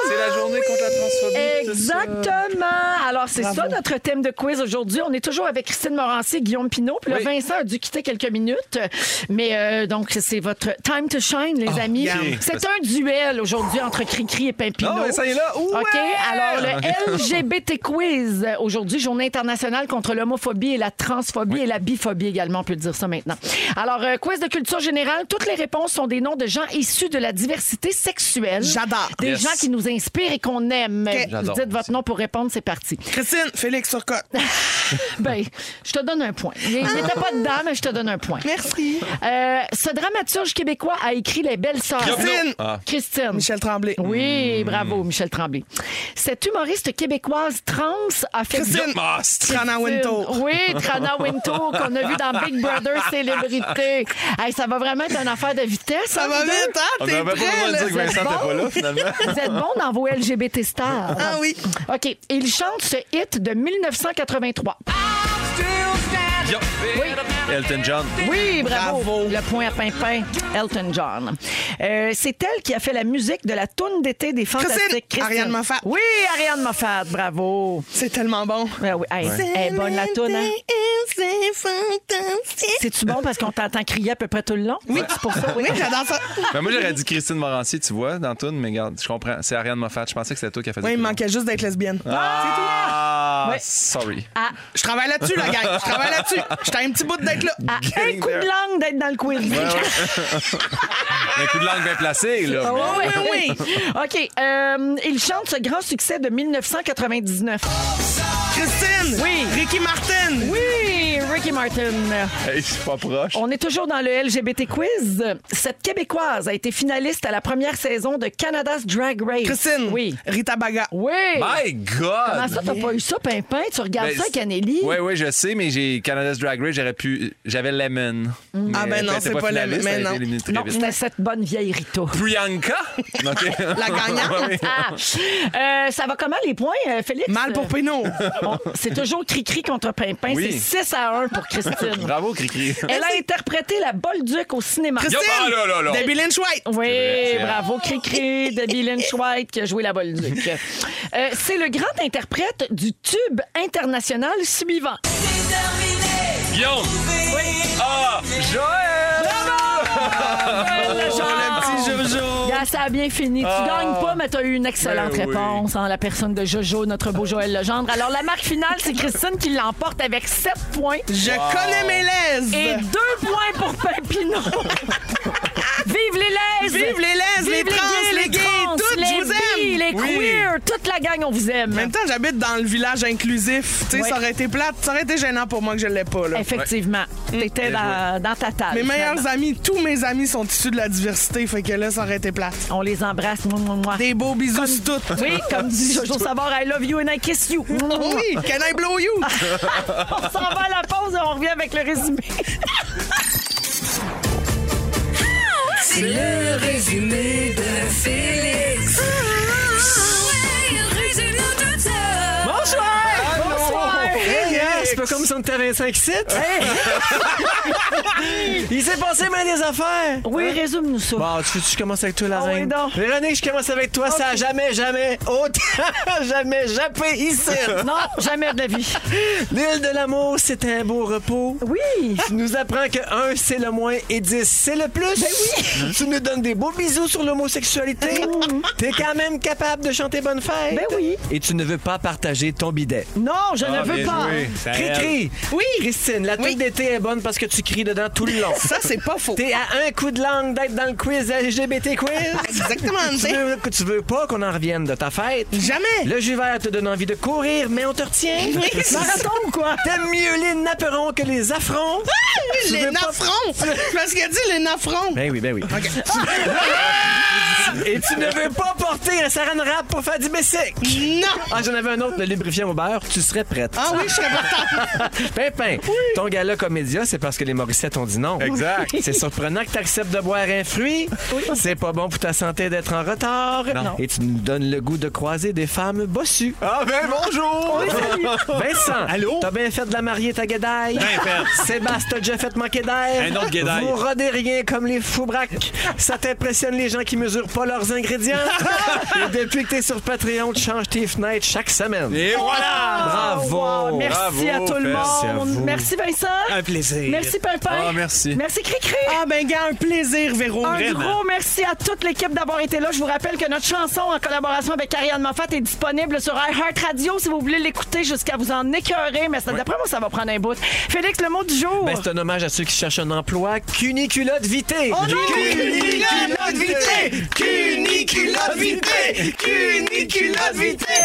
Speaker 5: C'est la journée contre la transphobie. tout ça.
Speaker 4: Exactement. Alors, c'est ça notre thème de quiz aujourd'hui. On est toujours avec Christine Morancy, Guillaume Pinot. Puis là, Vincent a dû quitter quelques minutes. Mais euh, donc, c'est votre time to shine, les
Speaker 5: Oh,
Speaker 4: amis.
Speaker 5: ok.
Speaker 4: C'est un duel aujourd'hui entre Cricri et Pimpinot.
Speaker 5: Non, mais ça y est là. Oh, Ouais! Ah,
Speaker 4: OK. Alors, le LGBT quiz aujourd'hui, journée internationale contre l'homophobie et la transphobie et la biphobie également, on peut le dire ça maintenant. Alors, euh, quiz de culture générale. Toutes les réponses sont des noms de gens issus de la diversité sexuelle.
Speaker 7: J'adore.
Speaker 4: Des
Speaker 5: Yes.
Speaker 4: gens qui nous inspirent et qu'on aime. Vous
Speaker 5: J'adore.
Speaker 4: dites votre nom pour répondre, c'est parti.
Speaker 7: Christine, Félix Turcotte.
Speaker 4: Ben, je te donne un point. Il n'était pas dedans, mais je te donne un point.
Speaker 7: Ah. Merci.
Speaker 4: Euh, ce dramaturge québécois a écrit Les Belles Sœurs.
Speaker 7: Christine.
Speaker 5: Ah. Hmm.
Speaker 4: Christine.
Speaker 7: Michel Tremblay.
Speaker 4: Oui, bravo, Michel Tremblay. Cette humoriste québécoise trans a fait...
Speaker 7: Christine.
Speaker 5: Must.
Speaker 7: Trana Wintour.
Speaker 4: Oui, Trana Wintour, qu'on a vu dans Big Brother Célébrité. Hey, ça va vraiment être une affaire de vitesse.
Speaker 7: Ça
Speaker 4: hein,
Speaker 7: va
Speaker 4: vous deux?
Speaker 7: vite, hein?
Speaker 5: On
Speaker 7: T'es
Speaker 5: n'avait pas le droit
Speaker 7: prêt,
Speaker 5: de
Speaker 7: là?
Speaker 5: dire que Vincent
Speaker 4: êtes
Speaker 5: n'était pas
Speaker 4: bon?
Speaker 5: là, finalement.
Speaker 4: Vous êtes bons dans vos LGBT stars.
Speaker 7: Ah oui.
Speaker 4: OK. Il chante ce hit de 1983.
Speaker 5: Elton John.
Speaker 4: Oui, bravo. Le point à Pimpin, Elton John. Euh, c'est elle qui a fait la musique de la toune d'été des Fantastiques.
Speaker 7: Ariane Moffat.
Speaker 4: Oui, Ariane Moffat, bravo.
Speaker 7: C'est tellement bon.
Speaker 4: Ben oui, hey, hey, bonne la toune, hein?
Speaker 7: C'est fantastique.
Speaker 4: C'est-tu bon parce qu'on t'entend crier à peu près tout le long? Oui. C'est pour ça, oui.
Speaker 7: Oui, j'adore ça.
Speaker 5: Ben, moi, j'aurais dit Christine Morancy, tu vois, dans Toon, mais regarde, je comprends. C'est Ariane Moffat. Je pensais que c'était toi qui a fait
Speaker 7: Oui, il me manquait juste d'être lesbienne.
Speaker 5: Ah,
Speaker 4: Ouais.
Speaker 5: sorry.
Speaker 7: Je travaille là-dessus, la gang. Je travaille là-dessus. J'étais un petit bout d'être là.
Speaker 4: À un coup de langue d'être dans le quiz.
Speaker 5: Un coup de langue bien placé, là.
Speaker 4: Ah oui, oui, oui. OK. euh, il chante ce grand succès de 1999.
Speaker 7: Christine.
Speaker 4: Oui.
Speaker 7: Ricky Martin.
Speaker 4: Oui, Ricky Martin.
Speaker 5: Hey, je suis pas proche.
Speaker 4: On est toujours dans le LGBT quiz. Cette Québécoise a été finaliste à la première saison de Canada's Drag Race.
Speaker 7: Christine.
Speaker 4: Oui.
Speaker 7: Rita Baga.
Speaker 4: Oui.
Speaker 5: My
Speaker 4: Comment
Speaker 5: God! Ben,
Speaker 4: ça, t'as pas eu ça, Pimpin? Tu regardes ça avec Anneli?
Speaker 5: Oui, oui, je sais, mais j'ai Canada's Drag Race, j'aurais pu. J'avais Lemon.
Speaker 7: Ah, ben non,
Speaker 5: elle était
Speaker 7: c'est pas
Speaker 5: finaliste,
Speaker 7: Lemon,
Speaker 5: elle
Speaker 7: mais
Speaker 5: a été
Speaker 7: non.
Speaker 5: éliminée très
Speaker 4: Non,
Speaker 5: vite.
Speaker 4: c'était cette bonne vieille Rito.
Speaker 5: Priyanka?
Speaker 7: La gagnante.
Speaker 4: Ah. Euh, ça va comment les points, euh, Félix?
Speaker 7: Mal pour Pino.
Speaker 4: Bon, c'est toujours Cricri contre Pimpin.
Speaker 5: Oui.
Speaker 4: C'est 6 à 1 pour Christine.
Speaker 5: Bravo, Cricri.
Speaker 4: Elle a interprété la Bolduc au cinéma.
Speaker 5: Ah, là, là, là.
Speaker 7: Debbie Lynch White.
Speaker 4: Oui,
Speaker 5: vrai.
Speaker 4: bravo, Cricri, Debbie Lynch White qui a joué la Bolduc. Euh, c'est le grand interprète du tube international suivant.
Speaker 5: Guillaume! Ah! Joël!
Speaker 7: Ah, Le petit Jojo. Ah.
Speaker 4: Gars, ça a bien fini. Tu gagnes pas, mais tu as eu une excellente
Speaker 5: Ben oui.
Speaker 4: réponse en la personne de Jojo, notre beau Joël Legendre. Alors, la marque finale, c'est Christine qui l'emporte avec 7 points
Speaker 7: Je connais mes lèses.
Speaker 4: et 2 points pour Pimpinon. Vive les lèses!
Speaker 7: Vive les lèses, les trans,
Speaker 4: gays,
Speaker 7: les gays,
Speaker 4: trans,
Speaker 7: toutes,
Speaker 4: les
Speaker 7: je vous
Speaker 4: bi,
Speaker 7: aime.
Speaker 4: Les
Speaker 5: Oui.
Speaker 4: queers, toute la gang, on vous aime.
Speaker 7: En même temps, j'habite dans le village inclusif. Tu sais,
Speaker 4: Ouais.
Speaker 7: ça aurait été plate. Ça aurait été gênant pour moi que je l'ai pas, là.
Speaker 4: Effectivement. T'étais dans, dans ta table.
Speaker 7: Mes
Speaker 4: finalement.
Speaker 7: meilleurs amis, tous mes amis sont issus de la diversité, fait que là, ça aurait été plate.
Speaker 4: On les embrasse. Mouah, mouah, mouah.
Speaker 7: Des beaux bisous sur toutes.
Speaker 4: Oui, comme dit Jojo Savard, I love you and I kiss you. Mouah, mouah, mouah.
Speaker 10: Ah.
Speaker 7: Oui, can I blow you?
Speaker 4: On s'en va à la pause et on revient avec le résumé.
Speaker 6: C'est le résumé de Félix.
Speaker 11: Bonsoir! Bonsoir!
Speaker 10: Hey, hein, c'est pas comme si on était 25 sites. Il s'est passé bien des affaires.
Speaker 4: Oui, résume-nous ça.
Speaker 10: Bon, tu veux que je commence avec toi, la
Speaker 4: Ah oui,
Speaker 10: reine?
Speaker 4: donc.
Speaker 10: Véronique, je commence avec toi. Ça a jamais, jamais, autant, jamais jappé ici.
Speaker 4: Non, jamais de la vie.
Speaker 10: L'île de l'amour, c'est un beau repos.
Speaker 4: Oui.
Speaker 10: Tu nous apprends que 1, c'est le moins et 10, c'est le plus.
Speaker 4: Ben
Speaker 10: oui. Tu nous donnes des beaux bisous sur l'homosexualité. T'es quand même capable de chanter Bonne Fête.
Speaker 4: Mm. Ben oui.
Speaker 10: Et tu ne veux pas partager ton bidet.
Speaker 4: Non, je
Speaker 3: Ah,
Speaker 4: ne veux
Speaker 3: bien
Speaker 4: pas.
Speaker 3: joué. Ça aide.
Speaker 10: Cri-cri. Oui. Christine, la toute
Speaker 7: Oui.
Speaker 10: d'été est bonne parce que tu cries dedans tout le long.
Speaker 7: Ça, c'est pas faux.
Speaker 10: T'es à un coup de langue d'être dans le quiz LGBT quiz.
Speaker 7: Exactement,
Speaker 10: tu
Speaker 7: t'sais.
Speaker 10: veux, tu veux pas qu'on en revienne de ta fête.
Speaker 7: Jamais.
Speaker 10: Le jus vert te donne envie de courir, mais on te retient.
Speaker 4: Marathon ou quoi?
Speaker 10: T'aimes mieux les napperons que les affronts. Tu
Speaker 7: Les
Speaker 10: veux pas-
Speaker 7: nafrons! Parce qu'elle dit les nafrons.
Speaker 10: Ben oui, ben oui. Et tu ne veux pas porter un saran wrap pour faire du bicycle.
Speaker 7: Non!
Speaker 10: Ah, j'en avais un autre, le lubrifiant au beurre. Tu serais prête.
Speaker 7: Ah oui, je serais partant.
Speaker 10: Pimpin, ton gala comédia, c'est parce que les Morissettes ont dit non.
Speaker 5: Exact.
Speaker 10: C'est surprenant que tu acceptes de boire un fruit. C'est pas bon pour ta santé d'être en retard. Et tu nous donnes le goût de croiser des femmes bossues.
Speaker 5: Ah ben bonjour!
Speaker 10: Vincent,
Speaker 3: Allô?
Speaker 10: t'as bien fait de la marier ta guédaille.
Speaker 3: Bien fait.
Speaker 10: Sébastien, t'as déjà fait manquer d'air.
Speaker 3: Un autre guédaille.
Speaker 10: Vous rodez rien comme les fous braques. Ça t'impressionne les gens qui mesurent pas leurs ingrédients. Et depuis que t'es sur Patreon, tu changes tes fenêtres chaque semaine.
Speaker 3: Et voilà!
Speaker 10: Bravo!
Speaker 4: Wow, merci
Speaker 5: Bravo,
Speaker 4: à tout le
Speaker 5: merci à
Speaker 4: monde.
Speaker 10: vous.
Speaker 4: Merci, Vincent.
Speaker 3: Un plaisir.
Speaker 4: Merci, Pimpin.
Speaker 5: Ah, merci.
Speaker 4: Merci, Cricri.
Speaker 7: Ah, ben, gars, un plaisir, Véro.
Speaker 4: Un
Speaker 3: vraiment.
Speaker 4: gros merci à toute l'équipe d'avoir été là. Je vous rappelle que notre chanson en collaboration avec Ariane Moffat est disponible sur iHeartRadio si vous voulez l'écouter jusqu'à vous en écœurer. Mais ça, d'après moi, ça va prendre un bout. Félix, le mot du jour.
Speaker 10: Ben, c'est un hommage à ceux qui cherchent un emploi. Cuniculotte vitée!
Speaker 4: Oh non!
Speaker 10: Cuniculotte vitée! Cuniculotte vitée! Cuniculotte vitée!